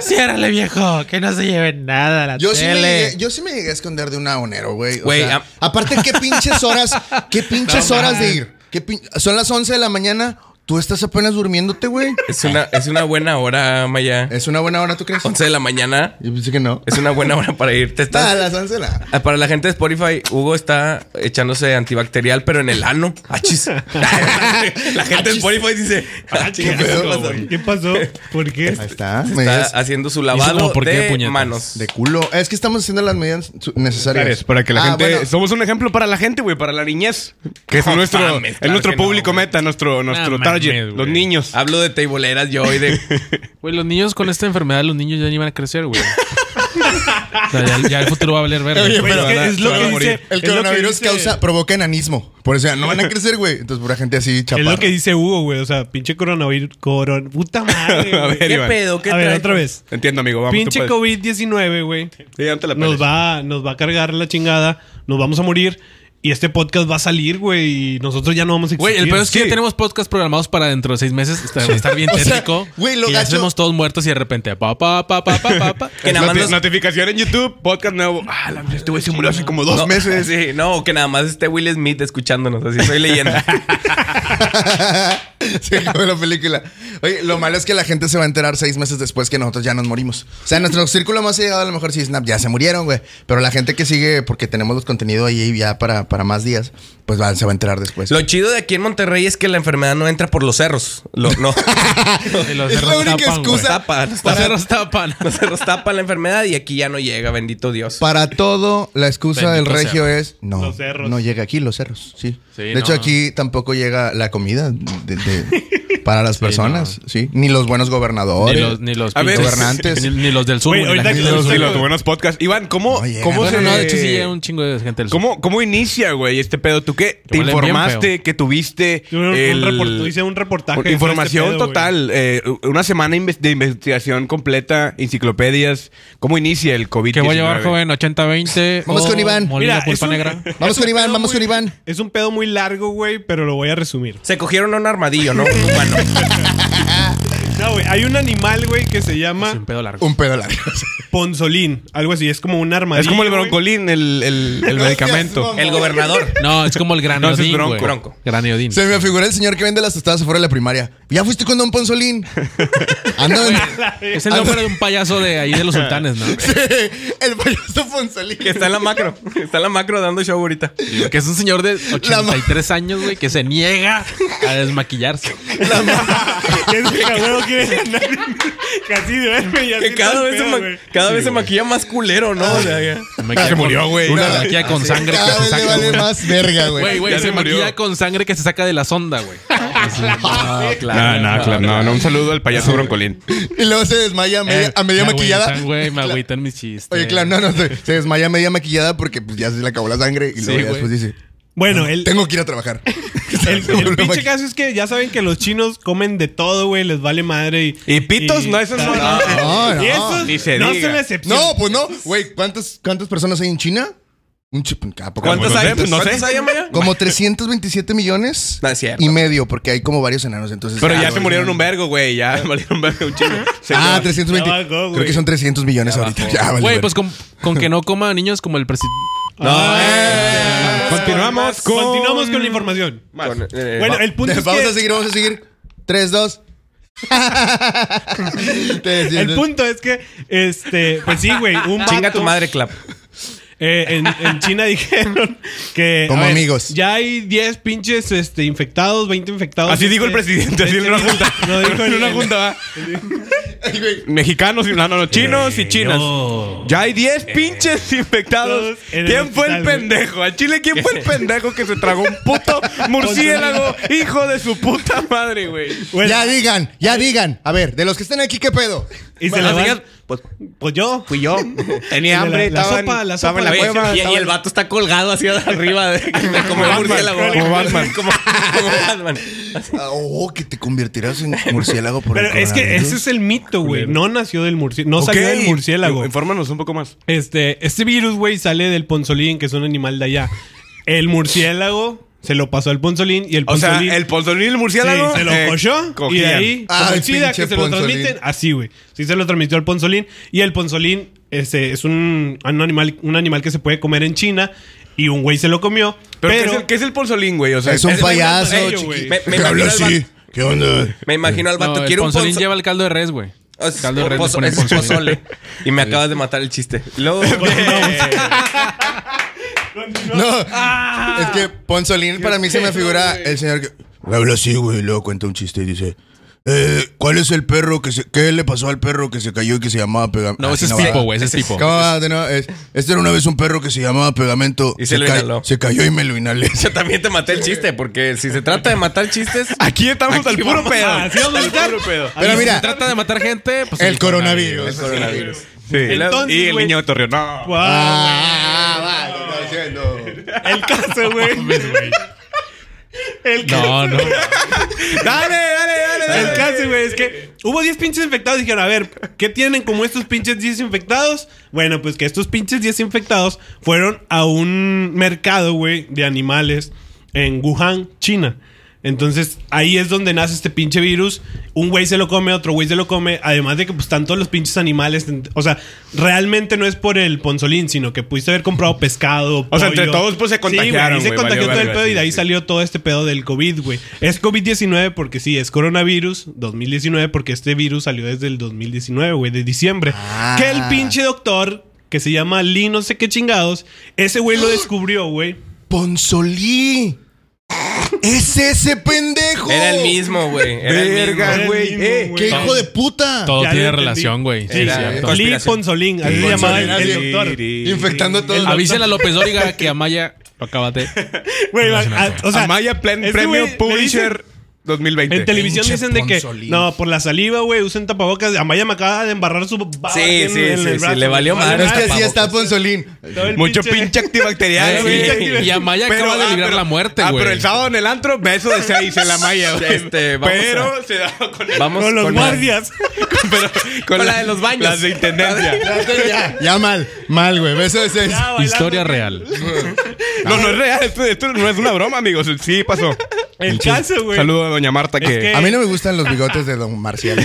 [SPEAKER 6] Ciérrale, viejo. Que no se lleven nada a la
[SPEAKER 4] Yo sí, me
[SPEAKER 6] tele.
[SPEAKER 4] llegué, yo sí me llegué a esconder de un abonero, güey. O
[SPEAKER 5] Güey,
[SPEAKER 4] sea,
[SPEAKER 5] am-
[SPEAKER 4] aparte, qué pinches
[SPEAKER 5] <laughs>
[SPEAKER 4] horas, qué pinches
[SPEAKER 6] No
[SPEAKER 4] horas de
[SPEAKER 6] mames.
[SPEAKER 4] ir. ¿Qué pin- Son las 11 de la mañana, tú estás apenas durmiéndote, güey.
[SPEAKER 5] Es una, es una buena hora, Maya.
[SPEAKER 4] ¿Es una buena hora, tú crees?
[SPEAKER 5] 11 de la mañana.
[SPEAKER 4] Yo pensé que no.
[SPEAKER 5] Es una buena hora para irte.
[SPEAKER 4] Está a
[SPEAKER 5] Estás,
[SPEAKER 4] las 11 de la...
[SPEAKER 5] Ah, Para la gente de Spotify, Hugo está echándose antibacterial, pero en el ano. Achis. <laughs> la gente de Spotify dice:
[SPEAKER 2] <laughs>
[SPEAKER 3] Ah,
[SPEAKER 5] "Achis,
[SPEAKER 3] qué
[SPEAKER 5] ¿qué
[SPEAKER 3] asco,
[SPEAKER 5] pasó?".
[SPEAKER 3] güey. ¿Qué pasó? ¿Por qué?
[SPEAKER 4] Ahí está.
[SPEAKER 5] Está
[SPEAKER 4] medidas
[SPEAKER 5] haciendo su lavado
[SPEAKER 6] como, "¿Por qué,
[SPEAKER 5] de
[SPEAKER 6] puñetas?".
[SPEAKER 5] manos.
[SPEAKER 4] de culo. Es que estamos haciendo las medidas su- necesarias.
[SPEAKER 2] Para que la
[SPEAKER 4] Ah,
[SPEAKER 2] gente.
[SPEAKER 4] bueno,
[SPEAKER 2] Somos un ejemplo para la gente, güey, para la niñez. Que es
[SPEAKER 5] No
[SPEAKER 2] nuestro,
[SPEAKER 5] mames,
[SPEAKER 2] es
[SPEAKER 5] claro
[SPEAKER 2] nuestro
[SPEAKER 5] que no,
[SPEAKER 2] público
[SPEAKER 5] güey.
[SPEAKER 2] meta, nuestro, nuestro
[SPEAKER 6] No
[SPEAKER 2] target,
[SPEAKER 6] mames,
[SPEAKER 2] los
[SPEAKER 6] güey.
[SPEAKER 2] niños.
[SPEAKER 5] Hablo de teiboleras yo y de.
[SPEAKER 6] Güey, los niños con esta enfermedad, los niños ya ni van a crecer, güey. o sea, ya, ya el futuro va a valer verga.
[SPEAKER 4] Oye, pero-
[SPEAKER 6] Van a-
[SPEAKER 3] es lo
[SPEAKER 6] van a
[SPEAKER 3] que
[SPEAKER 6] morir.
[SPEAKER 3] dice-
[SPEAKER 4] El
[SPEAKER 3] es lo que
[SPEAKER 4] coronavirus
[SPEAKER 3] dice-
[SPEAKER 4] causa, provoca enanismo. Por eso ya no van a crecer, güey. Entonces, pura gente así
[SPEAKER 3] Es
[SPEAKER 4] chaparra.
[SPEAKER 3] lo que dice Hugo, güey. O sea, pinche coronavirus. Coron... Puta madre.
[SPEAKER 2] <laughs> A
[SPEAKER 3] güey.
[SPEAKER 2] ver,
[SPEAKER 5] ¿Qué
[SPEAKER 2] Iván.
[SPEAKER 5] pedo? ¿Qué
[SPEAKER 3] a ver,
[SPEAKER 5] traes?
[SPEAKER 3] otra vez.
[SPEAKER 2] Entiendo, amigo. Vamos,
[SPEAKER 3] Pinche
[SPEAKER 2] tú puedes.
[SPEAKER 3] COVID-19, güey.
[SPEAKER 2] Sí, ya no te la
[SPEAKER 3] Nos
[SPEAKER 2] peles.
[SPEAKER 3] va, nos va a cargar la chingada. Nos vamos a morir. Y este podcast va a salir, güey. Y nosotros ya no vamos a existir.
[SPEAKER 6] Güey, el peor es que
[SPEAKER 2] Sí.
[SPEAKER 6] ya tenemos podcast programados para dentro de seis meses. Está, va a estar bien
[SPEAKER 4] O sea,
[SPEAKER 6] tétrico.
[SPEAKER 4] güey, lo
[SPEAKER 6] y ya
[SPEAKER 4] gacho-
[SPEAKER 6] hacemos todos muertos y de repente. Pa, pa, pa, pa, pa, pa,
[SPEAKER 4] <laughs>
[SPEAKER 6] pa.
[SPEAKER 5] Que nada más
[SPEAKER 2] Noti-
[SPEAKER 5] nos-
[SPEAKER 2] Notificación en YouTube, podcast nuevo. Ah, la este güey se murió hace como dos
[SPEAKER 5] no,
[SPEAKER 2] meses.
[SPEAKER 5] Sí, no, que nada más esté Will Smith escuchándonos. Así soy leyenda.
[SPEAKER 4] <laughs> Sí, como la película. Oye, lo malo es que la gente se va a enterar seis meses después que nosotros ya nos morimos. O sea, nuestro círculo más llegado a lo mejor sí, Snap, ya se murieron, güey. Pero la gente que sigue, porque tenemos los contenidos ahí ya para, para más días, pues va- se va a enterar después.
[SPEAKER 5] Lo chido de aquí en Monterrey es que la enfermedad no entra por los cerros. Lo-
[SPEAKER 6] <laughs>
[SPEAKER 5] no.
[SPEAKER 6] Y los
[SPEAKER 4] Ah, es la
[SPEAKER 6] cerros
[SPEAKER 4] única
[SPEAKER 6] tapan, güey.
[SPEAKER 4] excusa.
[SPEAKER 5] Tapa, los
[SPEAKER 6] Los
[SPEAKER 5] cerros-
[SPEAKER 6] cerros tapan.
[SPEAKER 5] los cerros tapan la enfermedad y aquí ya no llega, bendito Dios.
[SPEAKER 4] Para todo, la excusa
[SPEAKER 6] Bendito
[SPEAKER 4] del regio es no.
[SPEAKER 3] Los cerros.
[SPEAKER 4] No llega aquí los cerros, sí.
[SPEAKER 6] Sí,
[SPEAKER 4] de
[SPEAKER 6] no.
[SPEAKER 4] hecho, aquí tampoco llega la comida
[SPEAKER 3] <laughs>
[SPEAKER 4] de- de- para las personas, sí. Ni los buenos
[SPEAKER 6] Ni
[SPEAKER 4] gobernadores.
[SPEAKER 6] los, ni los
[SPEAKER 2] A ver,
[SPEAKER 6] pinches-
[SPEAKER 4] gobernantes.
[SPEAKER 6] Ni, ni los del sur.
[SPEAKER 3] Güey,
[SPEAKER 6] güey, la
[SPEAKER 3] ahorita
[SPEAKER 6] gente
[SPEAKER 3] que-
[SPEAKER 6] del sur.
[SPEAKER 2] Sí, los buenos podcasts. Iván, ¿cómo,
[SPEAKER 4] No llega.
[SPEAKER 2] cómo
[SPEAKER 6] Bueno,
[SPEAKER 2] se-
[SPEAKER 6] no, de hecho sí llega un chingo de gente del sur.
[SPEAKER 2] ¿Cómo, ¿Cómo inicia, güey, este pedo? ¿Tú qué? ¿Te
[SPEAKER 6] huelen bien
[SPEAKER 2] informaste?
[SPEAKER 6] feo.
[SPEAKER 2] ¿Que tuviste?
[SPEAKER 3] Yo un- un
[SPEAKER 2] el-
[SPEAKER 3] report- hice un reportaje de
[SPEAKER 2] Información
[SPEAKER 3] todo este pedo,
[SPEAKER 2] total. eh, una semana inves- de investigación completa, enciclopedias. ¿Cómo inicia el COVID?
[SPEAKER 6] ¿Qué voy a llevar, joven? ¿80-20?
[SPEAKER 4] Vamos
[SPEAKER 6] o
[SPEAKER 4] con Iván.
[SPEAKER 6] molida
[SPEAKER 3] Mira,
[SPEAKER 6] pulpa
[SPEAKER 3] es un- <laughs>
[SPEAKER 6] negra.
[SPEAKER 4] Vamos
[SPEAKER 3] Es
[SPEAKER 4] con
[SPEAKER 3] un
[SPEAKER 4] Iván,
[SPEAKER 3] pedo
[SPEAKER 4] vamos
[SPEAKER 3] muy-
[SPEAKER 4] con Iván.
[SPEAKER 3] Es un pedo muy largo, güey, pero lo voy a resumir.
[SPEAKER 5] Se cogieron a un armadillo, ¿no? Un humano.
[SPEAKER 3] No, güey, hay un animal, güey, que se
[SPEAKER 6] Es un
[SPEAKER 3] llama
[SPEAKER 6] pedo largo.
[SPEAKER 4] Un pedo largo. <laughs>
[SPEAKER 3] ponzolín, algo así, es como un armadillo.
[SPEAKER 2] Es como el
[SPEAKER 3] güey.
[SPEAKER 2] broncolín, el, el- el
[SPEAKER 4] Dios,
[SPEAKER 2] medicamento.
[SPEAKER 4] mamá.
[SPEAKER 5] El gobernador.
[SPEAKER 6] No, es como el
[SPEAKER 2] No, ese es
[SPEAKER 6] graniodín,
[SPEAKER 2] bronco.
[SPEAKER 6] güey.
[SPEAKER 5] Bronco.
[SPEAKER 6] Graniodín.
[SPEAKER 4] Se me figura el señor que vende las tostadas afuera de la primaria. Ya fuiste con Don Ponzolín.
[SPEAKER 3] <laughs>
[SPEAKER 4] Anda, <laughs> ven-
[SPEAKER 6] Es
[SPEAKER 4] Ah,
[SPEAKER 6] el nombre de un payaso de ahí de los sultanes, ¿no?
[SPEAKER 4] el payaso Ponzolín.
[SPEAKER 5] Que está en la macro. Está en la macro dando show ahorita.
[SPEAKER 6] Que es un señor de 83 años, güey, que se niega a desmaquillarse.
[SPEAKER 3] <laughs>
[SPEAKER 4] <laughs>
[SPEAKER 3] Es que, güey, quiere ganar. <laughs> Casi duerme y así
[SPEAKER 5] Que cada
[SPEAKER 3] todo el
[SPEAKER 5] vez, se,
[SPEAKER 3] pedo,
[SPEAKER 5] ma-
[SPEAKER 3] güey.
[SPEAKER 5] cada vez se maquilla más culero, ¿no? O sea, ya-
[SPEAKER 6] Me queda
[SPEAKER 2] Se
[SPEAKER 6] con-
[SPEAKER 2] murió, güey.
[SPEAKER 6] Una
[SPEAKER 2] Nada.
[SPEAKER 6] maquilla con sangre que
[SPEAKER 4] Cada
[SPEAKER 6] se
[SPEAKER 4] vez le
[SPEAKER 6] saca.
[SPEAKER 4] vale
[SPEAKER 6] güey.
[SPEAKER 4] más verga,
[SPEAKER 6] Güey,
[SPEAKER 4] güey.
[SPEAKER 6] güey,
[SPEAKER 2] Ya
[SPEAKER 6] se
[SPEAKER 2] se murió.
[SPEAKER 6] maquilla con sangre que se saca de la
[SPEAKER 4] <laughs>
[SPEAKER 6] sonda, güey.
[SPEAKER 5] No,
[SPEAKER 2] No,
[SPEAKER 5] claro.
[SPEAKER 2] no, claro, no, no, un saludo al payaso Broncolín.
[SPEAKER 4] Y luego se desmaya a media, a media
[SPEAKER 6] Me
[SPEAKER 4] maquillada.
[SPEAKER 6] agüitan, Güey, me agüitan mis chistes.
[SPEAKER 4] Oye, claro, no, no, se, se desmaya media maquillada porque pues, ya se le acabó la sangre y luego
[SPEAKER 6] Sí,
[SPEAKER 4] ya
[SPEAKER 6] güey.
[SPEAKER 4] después dice,
[SPEAKER 3] Bueno, el,
[SPEAKER 4] tengo que ir a trabajar.
[SPEAKER 3] el-
[SPEAKER 4] <laughs> Se volvió
[SPEAKER 3] el pinche
[SPEAKER 4] maqui-
[SPEAKER 3] caso es que ya saben que los chinos comen de todo, güey, les vale madre y...
[SPEAKER 2] Y pitos, no, esos no, no. <laughs>
[SPEAKER 4] No, no.
[SPEAKER 3] Y esos
[SPEAKER 2] Ni se
[SPEAKER 3] no
[SPEAKER 2] diga.
[SPEAKER 3] son la excepción.
[SPEAKER 4] No, pues no. Güey, ¿cuántas, ¿cuántas personas hay en China? Un chip, ¿a poco?
[SPEAKER 5] ¿Cuántos
[SPEAKER 2] No sé,
[SPEAKER 5] hay?
[SPEAKER 2] pues, no sé.
[SPEAKER 5] ¿Cuántos hay, Amaya?
[SPEAKER 4] Como 327 millones
[SPEAKER 5] No es cierto.
[SPEAKER 4] y medio, porque hay como varios enanos, entonces...
[SPEAKER 2] Pero ya
[SPEAKER 4] güey.
[SPEAKER 2] se murieron un vergo, güey. Ya <laughs> murieron un vergo un chingo. Se
[SPEAKER 4] Ah,
[SPEAKER 2] quedó-
[SPEAKER 4] 320.
[SPEAKER 3] Ya bajó, güey.
[SPEAKER 4] Creo que son 300 millones ahorita. Ya, vale,
[SPEAKER 6] Güey,
[SPEAKER 4] verga.
[SPEAKER 6] pues con, con que no coma niños como el presidente.
[SPEAKER 2] Continuamos con.
[SPEAKER 3] Continuamos con la información.
[SPEAKER 5] Con- eh,
[SPEAKER 3] Bueno,
[SPEAKER 5] va-
[SPEAKER 3] el
[SPEAKER 4] <laughs>
[SPEAKER 3] punto es
[SPEAKER 4] vamos
[SPEAKER 3] que...
[SPEAKER 4] a seguir, vamos a seguir. 3, <laughs> 2.
[SPEAKER 3] El punto es que, este, pues sí, güey,
[SPEAKER 2] <laughs>
[SPEAKER 3] un
[SPEAKER 5] Chinga
[SPEAKER 3] vato,
[SPEAKER 5] tu madre, Clap.
[SPEAKER 3] eh, en, en China <laughs> dijeron que... a
[SPEAKER 4] Como amigos.
[SPEAKER 3] Ya hay 10 pinches este, infectados, 20 infectados.
[SPEAKER 2] Así dijo el
[SPEAKER 3] Este,
[SPEAKER 2] presidente, así en una
[SPEAKER 3] este,
[SPEAKER 2] junta.
[SPEAKER 3] <laughs> No, dijo Este
[SPEAKER 2] en una
[SPEAKER 3] el-
[SPEAKER 2] junta, va. Mexicanos y no, no, no, chinos y chinas. Ya hay 10 pinches infectados.
[SPEAKER 3] Eh, En el
[SPEAKER 2] ¿Quién fue el
[SPEAKER 3] hospital, güey.
[SPEAKER 2] pendejo? ¿Al Chile quién fue el pendejo que se tragó un
[SPEAKER 3] <laughs>
[SPEAKER 2] puto murciélago? Hijo de su puta madre, güey.
[SPEAKER 3] Bueno,
[SPEAKER 4] Ya digan, ya digan. A ver, de los que están aquí, ¿qué pedo?
[SPEAKER 3] y se
[SPEAKER 5] Bueno,
[SPEAKER 3] le van-
[SPEAKER 5] digan, pues
[SPEAKER 3] Pues yo.
[SPEAKER 5] fui yo. Tenía
[SPEAKER 3] La-
[SPEAKER 5] hambre,
[SPEAKER 3] la
[SPEAKER 5] estaba en-
[SPEAKER 3] sopa, la
[SPEAKER 5] estaba
[SPEAKER 3] sopa,
[SPEAKER 5] en la
[SPEAKER 3] la
[SPEAKER 5] cueva,
[SPEAKER 3] sopa.
[SPEAKER 5] y, y el vato está colgado hacia arriba de, como el murciélago.
[SPEAKER 2] Como Batman.
[SPEAKER 5] <laughs> Como, como Batman.
[SPEAKER 4] Ah, Oh, que te convertirás en murciélago por
[SPEAKER 3] Pero
[SPEAKER 4] el
[SPEAKER 3] es que ese
[SPEAKER 4] coronavirus.
[SPEAKER 3] es el mito, güey. No nació del murciélago. No salió del
[SPEAKER 2] Ok,
[SPEAKER 3] murciélago.
[SPEAKER 2] Infórmanos un poco más.
[SPEAKER 3] Este, este virus, güey, sale del ponzolín, que es un animal de allá. El murciélago se lo pasó al ponzolín y el
[SPEAKER 2] O sea,
[SPEAKER 3] ponzolín.
[SPEAKER 2] el ponzolín y el murciélago.
[SPEAKER 3] Sí, se lo
[SPEAKER 2] eh,
[SPEAKER 3] cochó y de
[SPEAKER 2] cogían.
[SPEAKER 3] ahí
[SPEAKER 4] Ah,
[SPEAKER 3] como
[SPEAKER 4] el
[SPEAKER 3] el SIDA
[SPEAKER 4] pinche
[SPEAKER 3] que se lo
[SPEAKER 4] Ponzolín.
[SPEAKER 3] transmiten así güey sí se lo transmitió al ponzolín y el ponzolín este, es un, un animal un animal que se puede comer en China y un güey se lo comió
[SPEAKER 2] Pero,
[SPEAKER 3] pero,
[SPEAKER 2] ¿qué, es el,
[SPEAKER 3] <laughs>
[SPEAKER 2] qué es el ponzolín, güey? O sea,
[SPEAKER 4] Es un
[SPEAKER 2] es-
[SPEAKER 4] payaso,
[SPEAKER 3] ello,
[SPEAKER 4] chiquito.
[SPEAKER 3] güey.
[SPEAKER 5] Me, me
[SPEAKER 4] Que
[SPEAKER 5] imagino
[SPEAKER 4] habla
[SPEAKER 5] al vato,
[SPEAKER 4] así. ¿Qué onda?
[SPEAKER 5] me imagino al
[SPEAKER 6] No,
[SPEAKER 5] vato.
[SPEAKER 6] el
[SPEAKER 5] quiero un
[SPEAKER 6] Ponzolín
[SPEAKER 5] ponzo-
[SPEAKER 6] lleva el caldo de res, güey.
[SPEAKER 5] o sea,
[SPEAKER 6] caldo de res,
[SPEAKER 5] pozo-
[SPEAKER 6] ponen
[SPEAKER 5] es
[SPEAKER 6] ponzolín.
[SPEAKER 5] pozole.
[SPEAKER 2] <laughs>
[SPEAKER 5] Y me acabas de matar el chiste. Luego,
[SPEAKER 4] No.
[SPEAKER 3] Ah.
[SPEAKER 4] Es que Ponzolín para mí se me figura el señor que. Habla así, güey. y Luego cuenta un chiste y dice. eh, ¿Cuál es el perro que se. ¿Qué le pasó al perro que se cayó y que se llamaba Pegamento?
[SPEAKER 6] No, ese es Pipo, güey, ese es Pipo.
[SPEAKER 4] ¿Cómo va? De nuevo, es- este era una vez un perro que se llamaba Pegamento.
[SPEAKER 5] Y se lo
[SPEAKER 4] ca-
[SPEAKER 5] inhaló.
[SPEAKER 4] se cayó y me lo
[SPEAKER 5] <laughs>
[SPEAKER 4] inhalé.
[SPEAKER 5] yo también te maté el chiste, porque si se trata de matar chistes,
[SPEAKER 2] Aquí Ah, estamos al puro
[SPEAKER 5] vamos a-
[SPEAKER 2] pedo.
[SPEAKER 3] así vamos a
[SPEAKER 2] Al
[SPEAKER 3] estar.
[SPEAKER 2] puro pedo.
[SPEAKER 4] Pero
[SPEAKER 6] Y si
[SPEAKER 4] mira,
[SPEAKER 6] se trata de matar gente, pues.
[SPEAKER 4] el coronavirus. El coronavirus.
[SPEAKER 2] Sí. Y luego-
[SPEAKER 3] Entonces,
[SPEAKER 2] y el
[SPEAKER 3] güey-
[SPEAKER 2] niño de Torreón. No.
[SPEAKER 3] Wow,
[SPEAKER 4] Ah, va, lo está diciendo.
[SPEAKER 3] el caso güey el caso
[SPEAKER 6] No, no.
[SPEAKER 2] Dale, dale, dale.
[SPEAKER 3] El caso, güey, es que hubo 10 pinches infectados y dijeron, a ver, ¿qué tienen como estos pinches 10 infectados? Bueno, pues que estos pinches 10 infectados fueron a un mercado, güey, de animales en Wuhan, China. Entonces, ahí es donde nace este pinche virus. Un güey se lo come, otro güey se lo come. Además de que, pues, están todos los pinches animales. en- O sea, realmente no es por el ponzolín, sino que pudiste haber comprado pescado.
[SPEAKER 2] O sea,
[SPEAKER 3] pollo.
[SPEAKER 2] entre todos, pues, se
[SPEAKER 3] Sí, güey,
[SPEAKER 2] contagiaron,
[SPEAKER 3] ahí se
[SPEAKER 2] güey,
[SPEAKER 3] contagió
[SPEAKER 2] valió
[SPEAKER 3] todo el
[SPEAKER 2] verga,
[SPEAKER 3] pedo y de ahí
[SPEAKER 2] sí, sí.
[SPEAKER 3] salió salió todo este pedo del COVID, güey. Es COVID-19 porque sí, es coronavirus 2019 porque este virus salió desde el 2019, güey, de diciembre.
[SPEAKER 4] Ah.
[SPEAKER 3] Que el pinche doctor, que se llama Lee no sé qué chingados, ese güey
[SPEAKER 6] <gasps>
[SPEAKER 3] lo descubrió, güey.
[SPEAKER 4] Ponzolí. Es ese pendejo.
[SPEAKER 5] era el mismo, güey. Era el mismo.
[SPEAKER 2] Verga, güey.
[SPEAKER 3] mismo,
[SPEAKER 2] eh.
[SPEAKER 3] güey.
[SPEAKER 4] ¡Qué hijo de puta!
[SPEAKER 6] Todo
[SPEAKER 3] Ya
[SPEAKER 6] Oh, tiene
[SPEAKER 3] lo entendí.
[SPEAKER 6] relación, güey. Sí,
[SPEAKER 5] Era-
[SPEAKER 6] sí,
[SPEAKER 5] eh,
[SPEAKER 6] todo.
[SPEAKER 5] Conspiración.
[SPEAKER 3] Lee Ponzolín, así se llamaba el, el
[SPEAKER 4] Ponzolín,
[SPEAKER 3] doctor.
[SPEAKER 4] Infectando todo.
[SPEAKER 6] Avisen a López Dóriga que Amaya lo acabate.
[SPEAKER 3] Güey, a- a- o sea,
[SPEAKER 2] Amaya Plan
[SPEAKER 3] ese
[SPEAKER 2] Premio
[SPEAKER 3] güey le
[SPEAKER 2] Publisher
[SPEAKER 3] dicen-
[SPEAKER 2] 2020.
[SPEAKER 3] En televisión
[SPEAKER 4] Pinche
[SPEAKER 3] dicen de que
[SPEAKER 4] Ponzolín.
[SPEAKER 3] no, por la saliva, güey, usen tapabocas. Amaya me acaba de embarrar su baba
[SPEAKER 5] Sí,
[SPEAKER 3] aquí en-
[SPEAKER 5] sí,
[SPEAKER 3] en
[SPEAKER 5] sí,
[SPEAKER 3] el
[SPEAKER 5] sí,
[SPEAKER 3] brazo,
[SPEAKER 5] le valió
[SPEAKER 3] güey.
[SPEAKER 5] madre. este
[SPEAKER 4] Es que así
[SPEAKER 5] Tapabocas.
[SPEAKER 4] está Ponzolín.
[SPEAKER 3] Todo el
[SPEAKER 2] Mucho pinche
[SPEAKER 6] Sí,
[SPEAKER 2] antibacterial, güey.
[SPEAKER 6] y Amaya acaba de librar la muerte,
[SPEAKER 2] Ah,
[SPEAKER 6] güey.
[SPEAKER 2] pero el sábado en el antro, beso de seis en la
[SPEAKER 5] <laughs>
[SPEAKER 2] malla, güey.
[SPEAKER 5] Este, vamos
[SPEAKER 2] pero
[SPEAKER 5] a-
[SPEAKER 2] se da <laughs> con, el-
[SPEAKER 5] Vamos
[SPEAKER 3] Con los
[SPEAKER 5] la-
[SPEAKER 3] guardias.
[SPEAKER 2] pero-
[SPEAKER 5] con la de los baños.
[SPEAKER 2] Las de
[SPEAKER 5] <laughs>
[SPEAKER 2] intendencia.
[SPEAKER 4] Ya, ya mal, mal, güey. Beso de seis.
[SPEAKER 3] Ya, bailando.
[SPEAKER 6] Historia real.
[SPEAKER 2] no, no es real. Esto, esto no es una broma, amigos. Sí pasó.
[SPEAKER 3] El caso, güey.
[SPEAKER 2] Saludo a doña Marta que...
[SPEAKER 3] que-
[SPEAKER 4] A mí no me gustan los bigotes de Don
[SPEAKER 5] <laughs>
[SPEAKER 4] Marcial.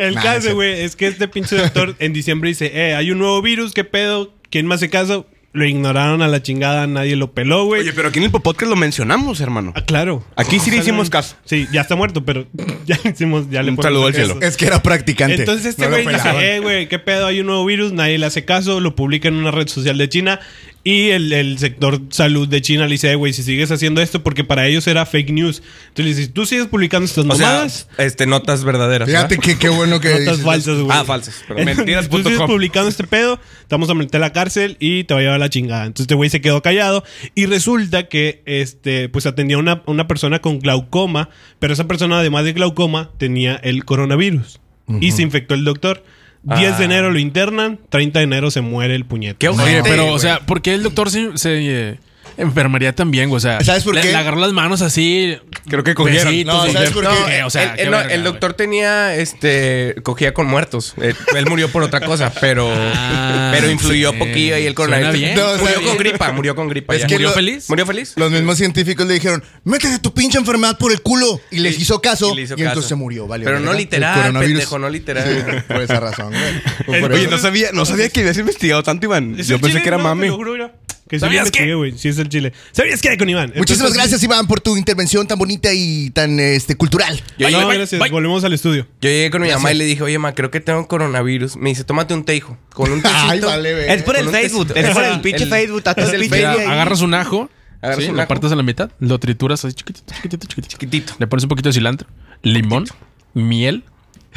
[SPEAKER 3] El
[SPEAKER 4] Nah,
[SPEAKER 3] caso,
[SPEAKER 4] ese-
[SPEAKER 3] güey, es que este pinche doctor en diciembre dice, eh, hay un nuevo virus, ¿qué pedo? ¿Quién más hace caso? Lo ignoraron a la chingada, nadie lo peló, güey.
[SPEAKER 2] Oye, pero aquí en el podcast lo mencionamos, hermano.
[SPEAKER 3] Ah, claro.
[SPEAKER 2] Aquí sí le
[SPEAKER 3] O sea,
[SPEAKER 2] hicimos
[SPEAKER 3] no-
[SPEAKER 2] caso.
[SPEAKER 3] Sí, ya está muerto, pero <laughs> ya le hicimos, ya le
[SPEAKER 2] Un
[SPEAKER 3] ponemos
[SPEAKER 2] saludo al
[SPEAKER 3] caso.
[SPEAKER 2] cielo.
[SPEAKER 4] Es que era practicante.
[SPEAKER 3] Entonces este
[SPEAKER 4] No lo
[SPEAKER 3] güey dice,
[SPEAKER 4] pelaban.
[SPEAKER 3] eh, güey, ¿qué pedo? Hay un nuevo virus, nadie le hace caso, lo publica en una red social de China Y el, el sector salud de China le dice, "Eh, güey, si sigues haciendo esto, porque para ellos era fake news. Entonces le dice, tú sigues publicando estas
[SPEAKER 5] O sea,
[SPEAKER 3] mamadas.
[SPEAKER 5] este, notas verdaderas.
[SPEAKER 4] Fíjate
[SPEAKER 5] ¿verdad?
[SPEAKER 4] que qué bueno que.
[SPEAKER 3] Notas
[SPEAKER 4] dices-
[SPEAKER 3] falsas, güey.
[SPEAKER 5] Ah, falsas. perdón.
[SPEAKER 3] Mentiras. Tú sigues publicando este pedo, te vamos a meter a la cárcel y te va a llevar a la chingada. Entonces este güey se quedó callado y resulta que este pues atendía a una, una persona con glaucoma, pero esa persona además de glaucoma tenía el coronavirus y se infectó el doctor. 10 de
[SPEAKER 5] Ah.
[SPEAKER 3] enero lo internan, 30 de enero se muere el puñete.
[SPEAKER 5] Qué
[SPEAKER 6] Oye,
[SPEAKER 5] ojete,
[SPEAKER 6] pero, o
[SPEAKER 5] güey.
[SPEAKER 6] sea, ¿por qué el doctor se, se, eh, enfermaría también, güey? O sea,
[SPEAKER 4] ¿Sabes por
[SPEAKER 6] le,
[SPEAKER 4] qué?
[SPEAKER 6] le agarró las manos así.
[SPEAKER 5] Creo que cogieron.
[SPEAKER 6] besitos,
[SPEAKER 4] No,
[SPEAKER 6] y-
[SPEAKER 4] ¿sabes por qué?
[SPEAKER 6] eh, O sea,
[SPEAKER 5] el,
[SPEAKER 6] qué
[SPEAKER 5] el- no,
[SPEAKER 6] verga,
[SPEAKER 5] el
[SPEAKER 6] güey.
[SPEAKER 5] doctor tenía, este, cogía con muertos. Eh, él murió por otra cosa, pero,
[SPEAKER 6] Ah,
[SPEAKER 5] pero influyó
[SPEAKER 6] sí.
[SPEAKER 5] poquillo ahí el
[SPEAKER 6] Suena
[SPEAKER 5] coronavirus.
[SPEAKER 6] bien.
[SPEAKER 4] No, o sea, eh,
[SPEAKER 5] murió con gripa, murió con gripa.
[SPEAKER 4] Es
[SPEAKER 5] ya.
[SPEAKER 4] que
[SPEAKER 5] ¿Murió
[SPEAKER 4] lo-
[SPEAKER 5] feliz? ¿Murió feliz?
[SPEAKER 4] Los mismos científicos le dijeron, métete tu pinche enfermedad por el culo. Y les
[SPEAKER 5] Y-
[SPEAKER 4] hizo caso.
[SPEAKER 5] y
[SPEAKER 4] Y,
[SPEAKER 5] le hizo caso.
[SPEAKER 4] entonces se murió, vale.
[SPEAKER 5] Pero no literal, pendejo, no literal.
[SPEAKER 4] por esa razón, güey. Fue por
[SPEAKER 2] Oye,
[SPEAKER 4] eso.
[SPEAKER 2] no sabía, no sabía que habías investigado tanto, Iván.
[SPEAKER 3] Es
[SPEAKER 2] Yo
[SPEAKER 3] el
[SPEAKER 2] pensé
[SPEAKER 3] chile,
[SPEAKER 2] que era
[SPEAKER 3] no,
[SPEAKER 2] mami.
[SPEAKER 3] te lo juro, mira. Que
[SPEAKER 6] ¿Sabías
[SPEAKER 3] ¿Sabías
[SPEAKER 6] qué?
[SPEAKER 3] qué? güey? Sí, es el chile. ¿Sabías qué con Iván?
[SPEAKER 4] Muchísimas
[SPEAKER 3] Entonces,
[SPEAKER 4] gracias, Iván, por tu intervención tan bonita y tan este, cultural.
[SPEAKER 5] Yo,
[SPEAKER 3] no,
[SPEAKER 5] llegué,
[SPEAKER 3] gracias.
[SPEAKER 6] bye.
[SPEAKER 3] Volvemos al estudio.
[SPEAKER 5] yo llegué con mi mamá y le dije, oye, ma, creo que tengo coronavirus. Me dice, tómate un teijo.
[SPEAKER 4] <laughs>
[SPEAKER 5] Con un tecito.
[SPEAKER 4] Ay, vale, ve.
[SPEAKER 7] Es por el
[SPEAKER 5] Con un
[SPEAKER 7] Facebook.
[SPEAKER 5] tecito.
[SPEAKER 7] Es por
[SPEAKER 5] El-
[SPEAKER 7] el pinche
[SPEAKER 5] el-
[SPEAKER 7] Facebook. Está todo
[SPEAKER 5] es
[SPEAKER 7] el
[SPEAKER 5] el
[SPEAKER 7] pinche
[SPEAKER 5] Facebook.
[SPEAKER 7] día ahí.
[SPEAKER 6] Agarras un ajo,
[SPEAKER 5] Agarras
[SPEAKER 6] sí,
[SPEAKER 5] un
[SPEAKER 6] lo
[SPEAKER 5] ajo.
[SPEAKER 6] partes a la mitad, lo trituras así chiquitito, chiquitito, chiquitito,
[SPEAKER 5] Chiquitito.
[SPEAKER 6] Le pones un poquito de cilantro, limón, miel,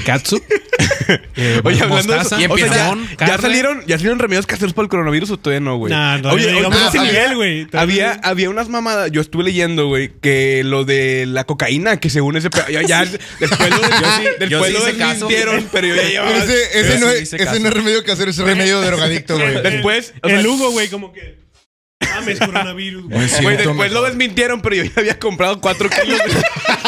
[SPEAKER 6] katsu.
[SPEAKER 2] Oye, hablando de eso,
[SPEAKER 6] mostaza,
[SPEAKER 5] y
[SPEAKER 2] o sea,
[SPEAKER 5] empieza-
[SPEAKER 2] ya,
[SPEAKER 6] jamón,
[SPEAKER 2] ya
[SPEAKER 6] carne.
[SPEAKER 2] salieron, ya salieron remedios caseros para el coronavirus o todavía no, güey.
[SPEAKER 3] Nah, todavía
[SPEAKER 2] oye,
[SPEAKER 3] no
[SPEAKER 2] oye,
[SPEAKER 3] llegamos
[SPEAKER 2] pero
[SPEAKER 3] a ese
[SPEAKER 2] sí,
[SPEAKER 3] nivel, güey. Todavía-
[SPEAKER 2] Había, había unas mamadas, yo estuve leyendo, güey, que lo de la cocaína, que según ese pe- ya, ya después lo,
[SPEAKER 5] yo
[SPEAKER 2] después
[SPEAKER 5] sí
[SPEAKER 2] lo
[SPEAKER 5] hice caso.
[SPEAKER 2] desmintieron, pero yo ya llevaba-
[SPEAKER 4] Ese, ese
[SPEAKER 5] Pero
[SPEAKER 4] no
[SPEAKER 5] sí
[SPEAKER 4] es,
[SPEAKER 5] hice
[SPEAKER 4] ese
[SPEAKER 5] caso.
[SPEAKER 4] no es remedio casero, es remedio de drogadicto, güey.
[SPEAKER 2] después, o sea,
[SPEAKER 3] El Hugo, güey, como que. Mames, coronavirus, güey.
[SPEAKER 2] Güey, después lo desmintieron, pero yo ya había comprado cuatro kilos.
[SPEAKER 5] <laughs>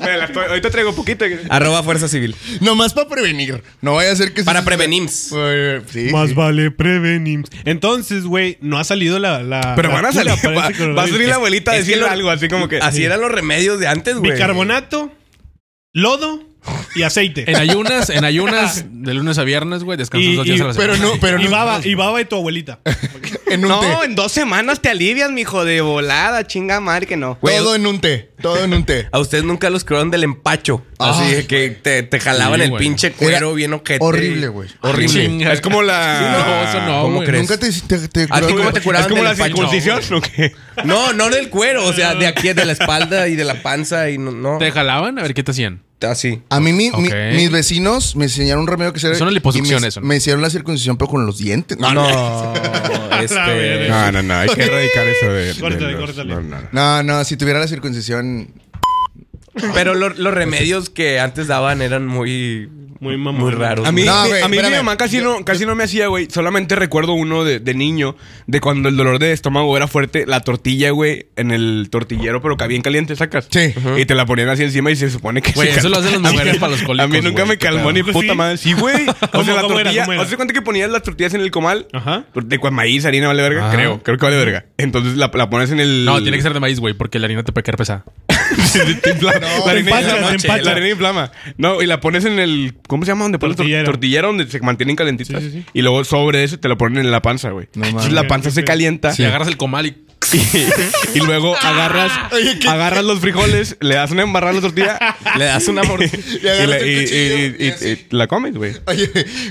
[SPEAKER 2] Me la estoy- ahorita traigo poquito.
[SPEAKER 5] Arroba Fuerza Civil.
[SPEAKER 4] Nomás para prevenir. No vaya a ser que...
[SPEAKER 5] Para
[SPEAKER 4] se-
[SPEAKER 5] prevenims.
[SPEAKER 4] Eh, Sí.
[SPEAKER 3] Más vale prevenir. Entonces, güey, no ha salido la. la
[SPEAKER 2] Pero
[SPEAKER 3] la
[SPEAKER 2] van a
[SPEAKER 3] cura
[SPEAKER 2] salir.
[SPEAKER 3] para
[SPEAKER 2] Va,
[SPEAKER 3] este coronavirus.
[SPEAKER 2] va a salir la abuelita a
[SPEAKER 5] Es que
[SPEAKER 2] decirle
[SPEAKER 5] lo-
[SPEAKER 2] algo así como que.
[SPEAKER 5] Así eran los remedios de antes, güey.
[SPEAKER 3] Bicarbonato, lodo y aceite.
[SPEAKER 6] En ayunas, en ayunas, de lunes a viernes, güey, descansas
[SPEAKER 3] Y-
[SPEAKER 6] dos días
[SPEAKER 3] y-
[SPEAKER 6] a la semana.
[SPEAKER 4] Pero no, pero
[SPEAKER 3] y,
[SPEAKER 4] no.
[SPEAKER 3] baba, y baba de tu abuelita.
[SPEAKER 4] En un té.
[SPEAKER 7] No, en dos semanas te alivias, mijo, de volada, chinga madre que no.
[SPEAKER 4] Todo en un té. Todo en un té.
[SPEAKER 5] A ustedes nunca los crearon del empacho.
[SPEAKER 4] Ah.
[SPEAKER 5] así de que te, te jalaban
[SPEAKER 6] Sí,
[SPEAKER 5] el
[SPEAKER 6] güey.
[SPEAKER 5] pinche cuero bien ojete.
[SPEAKER 4] horrible, güey.
[SPEAKER 5] Horrible.
[SPEAKER 6] Chinga.
[SPEAKER 2] Es como la.
[SPEAKER 6] Sí, no, eso no,
[SPEAKER 5] ¿Cómo
[SPEAKER 6] güey.
[SPEAKER 5] crees?
[SPEAKER 4] Nunca te... te, te
[SPEAKER 5] ¿A ti cómo te curaban
[SPEAKER 2] Es como
[SPEAKER 5] del
[SPEAKER 2] la
[SPEAKER 5] empacho?
[SPEAKER 2] circuncisión, ¿o qué?
[SPEAKER 5] No, no del cuero, o sea, de aquí, de la espalda y de la panza y no. no.
[SPEAKER 6] ¿Te jalaban? A ver qué te hacían.
[SPEAKER 5] Así.
[SPEAKER 4] A mí mi- mi-
[SPEAKER 6] Ok.
[SPEAKER 4] mis vecinos me enseñaron un remedio que se
[SPEAKER 6] Eso no es
[SPEAKER 4] y
[SPEAKER 6] liposucción,
[SPEAKER 4] me,
[SPEAKER 6] eso, ¿no?
[SPEAKER 4] Me hicieron la circuncisión pero con los dientes. No, no.
[SPEAKER 5] No,
[SPEAKER 3] La
[SPEAKER 5] este.
[SPEAKER 3] verga.
[SPEAKER 2] No, no, no. Hay que erradicar eso de. de
[SPEAKER 3] Córtale,
[SPEAKER 2] los-
[SPEAKER 3] córtale.
[SPEAKER 2] no, no, no.
[SPEAKER 4] No, no, si tuviera la circuncisión
[SPEAKER 5] Pero lo- los remedios que antes daban eran muy.
[SPEAKER 3] Muy mamón.
[SPEAKER 5] Muy raros.
[SPEAKER 2] A mí,
[SPEAKER 4] No,
[SPEAKER 2] mi-
[SPEAKER 4] güey,
[SPEAKER 2] a mí mi
[SPEAKER 4] espérame.
[SPEAKER 2] mamá casi no, casi no me hacía, güey. Solamente recuerdo uno de, de niño, de cuando el dolor de estómago era fuerte, la tortilla, güey, en el tortillero, pero que bien caliente sacas.
[SPEAKER 4] Sí.
[SPEAKER 2] Y te la ponían así encima y se supone que.
[SPEAKER 6] Güey,
[SPEAKER 2] se
[SPEAKER 6] eso lo
[SPEAKER 2] calma.
[SPEAKER 6] hacen las mujeres para los cólicos.
[SPEAKER 2] A mí nunca
[SPEAKER 6] güey,
[SPEAKER 2] me
[SPEAKER 6] qué
[SPEAKER 2] calmó
[SPEAKER 6] pedo.
[SPEAKER 2] ni
[SPEAKER 3] Pues
[SPEAKER 2] puta
[SPEAKER 3] sí.
[SPEAKER 2] madre.
[SPEAKER 3] <laughs>
[SPEAKER 2] Sí, güey. O
[SPEAKER 3] ¿Cómo,
[SPEAKER 2] sea, la
[SPEAKER 3] cómo era,
[SPEAKER 2] tortilla.
[SPEAKER 3] cómo era?
[SPEAKER 2] O sea, cuenta que ponías las tortillas en el comal.
[SPEAKER 3] Ajá.
[SPEAKER 2] De con maíz, harina, vale verga.
[SPEAKER 6] Ajá.
[SPEAKER 2] Creo, creo que vale verga. Entonces la, la pones en el.
[SPEAKER 6] No, tiene que ser de maíz, güey, porque la harina te puede quedar pesada.
[SPEAKER 2] Te inflama. la,
[SPEAKER 3] te
[SPEAKER 2] harina
[SPEAKER 3] empacha,
[SPEAKER 2] inflama,
[SPEAKER 3] te
[SPEAKER 2] che,
[SPEAKER 3] empacha.
[SPEAKER 2] la harina inflama. No, y la pones en el. ¿Cómo se llama? Donde pones tortillera,
[SPEAKER 3] Tortillero.
[SPEAKER 2] tortillera donde se mantienen calentitas.
[SPEAKER 3] Sí, sí, sí.
[SPEAKER 2] Y luego sobre eso te lo ponen en la panza, güey. Entonces la panza se calienta.
[SPEAKER 6] Si agarras el comal y.
[SPEAKER 2] Y, y luego agarras, agarras los frijoles, le das una embarrada a la tortilla
[SPEAKER 5] Le das
[SPEAKER 2] <laughs>
[SPEAKER 5] un amor.
[SPEAKER 2] y,
[SPEAKER 4] agarras
[SPEAKER 2] la-
[SPEAKER 4] el
[SPEAKER 2] y-
[SPEAKER 4] cuchillo,
[SPEAKER 2] y- y-
[SPEAKER 4] y así.
[SPEAKER 2] y la comes, güey.
[SPEAKER 4] Oye,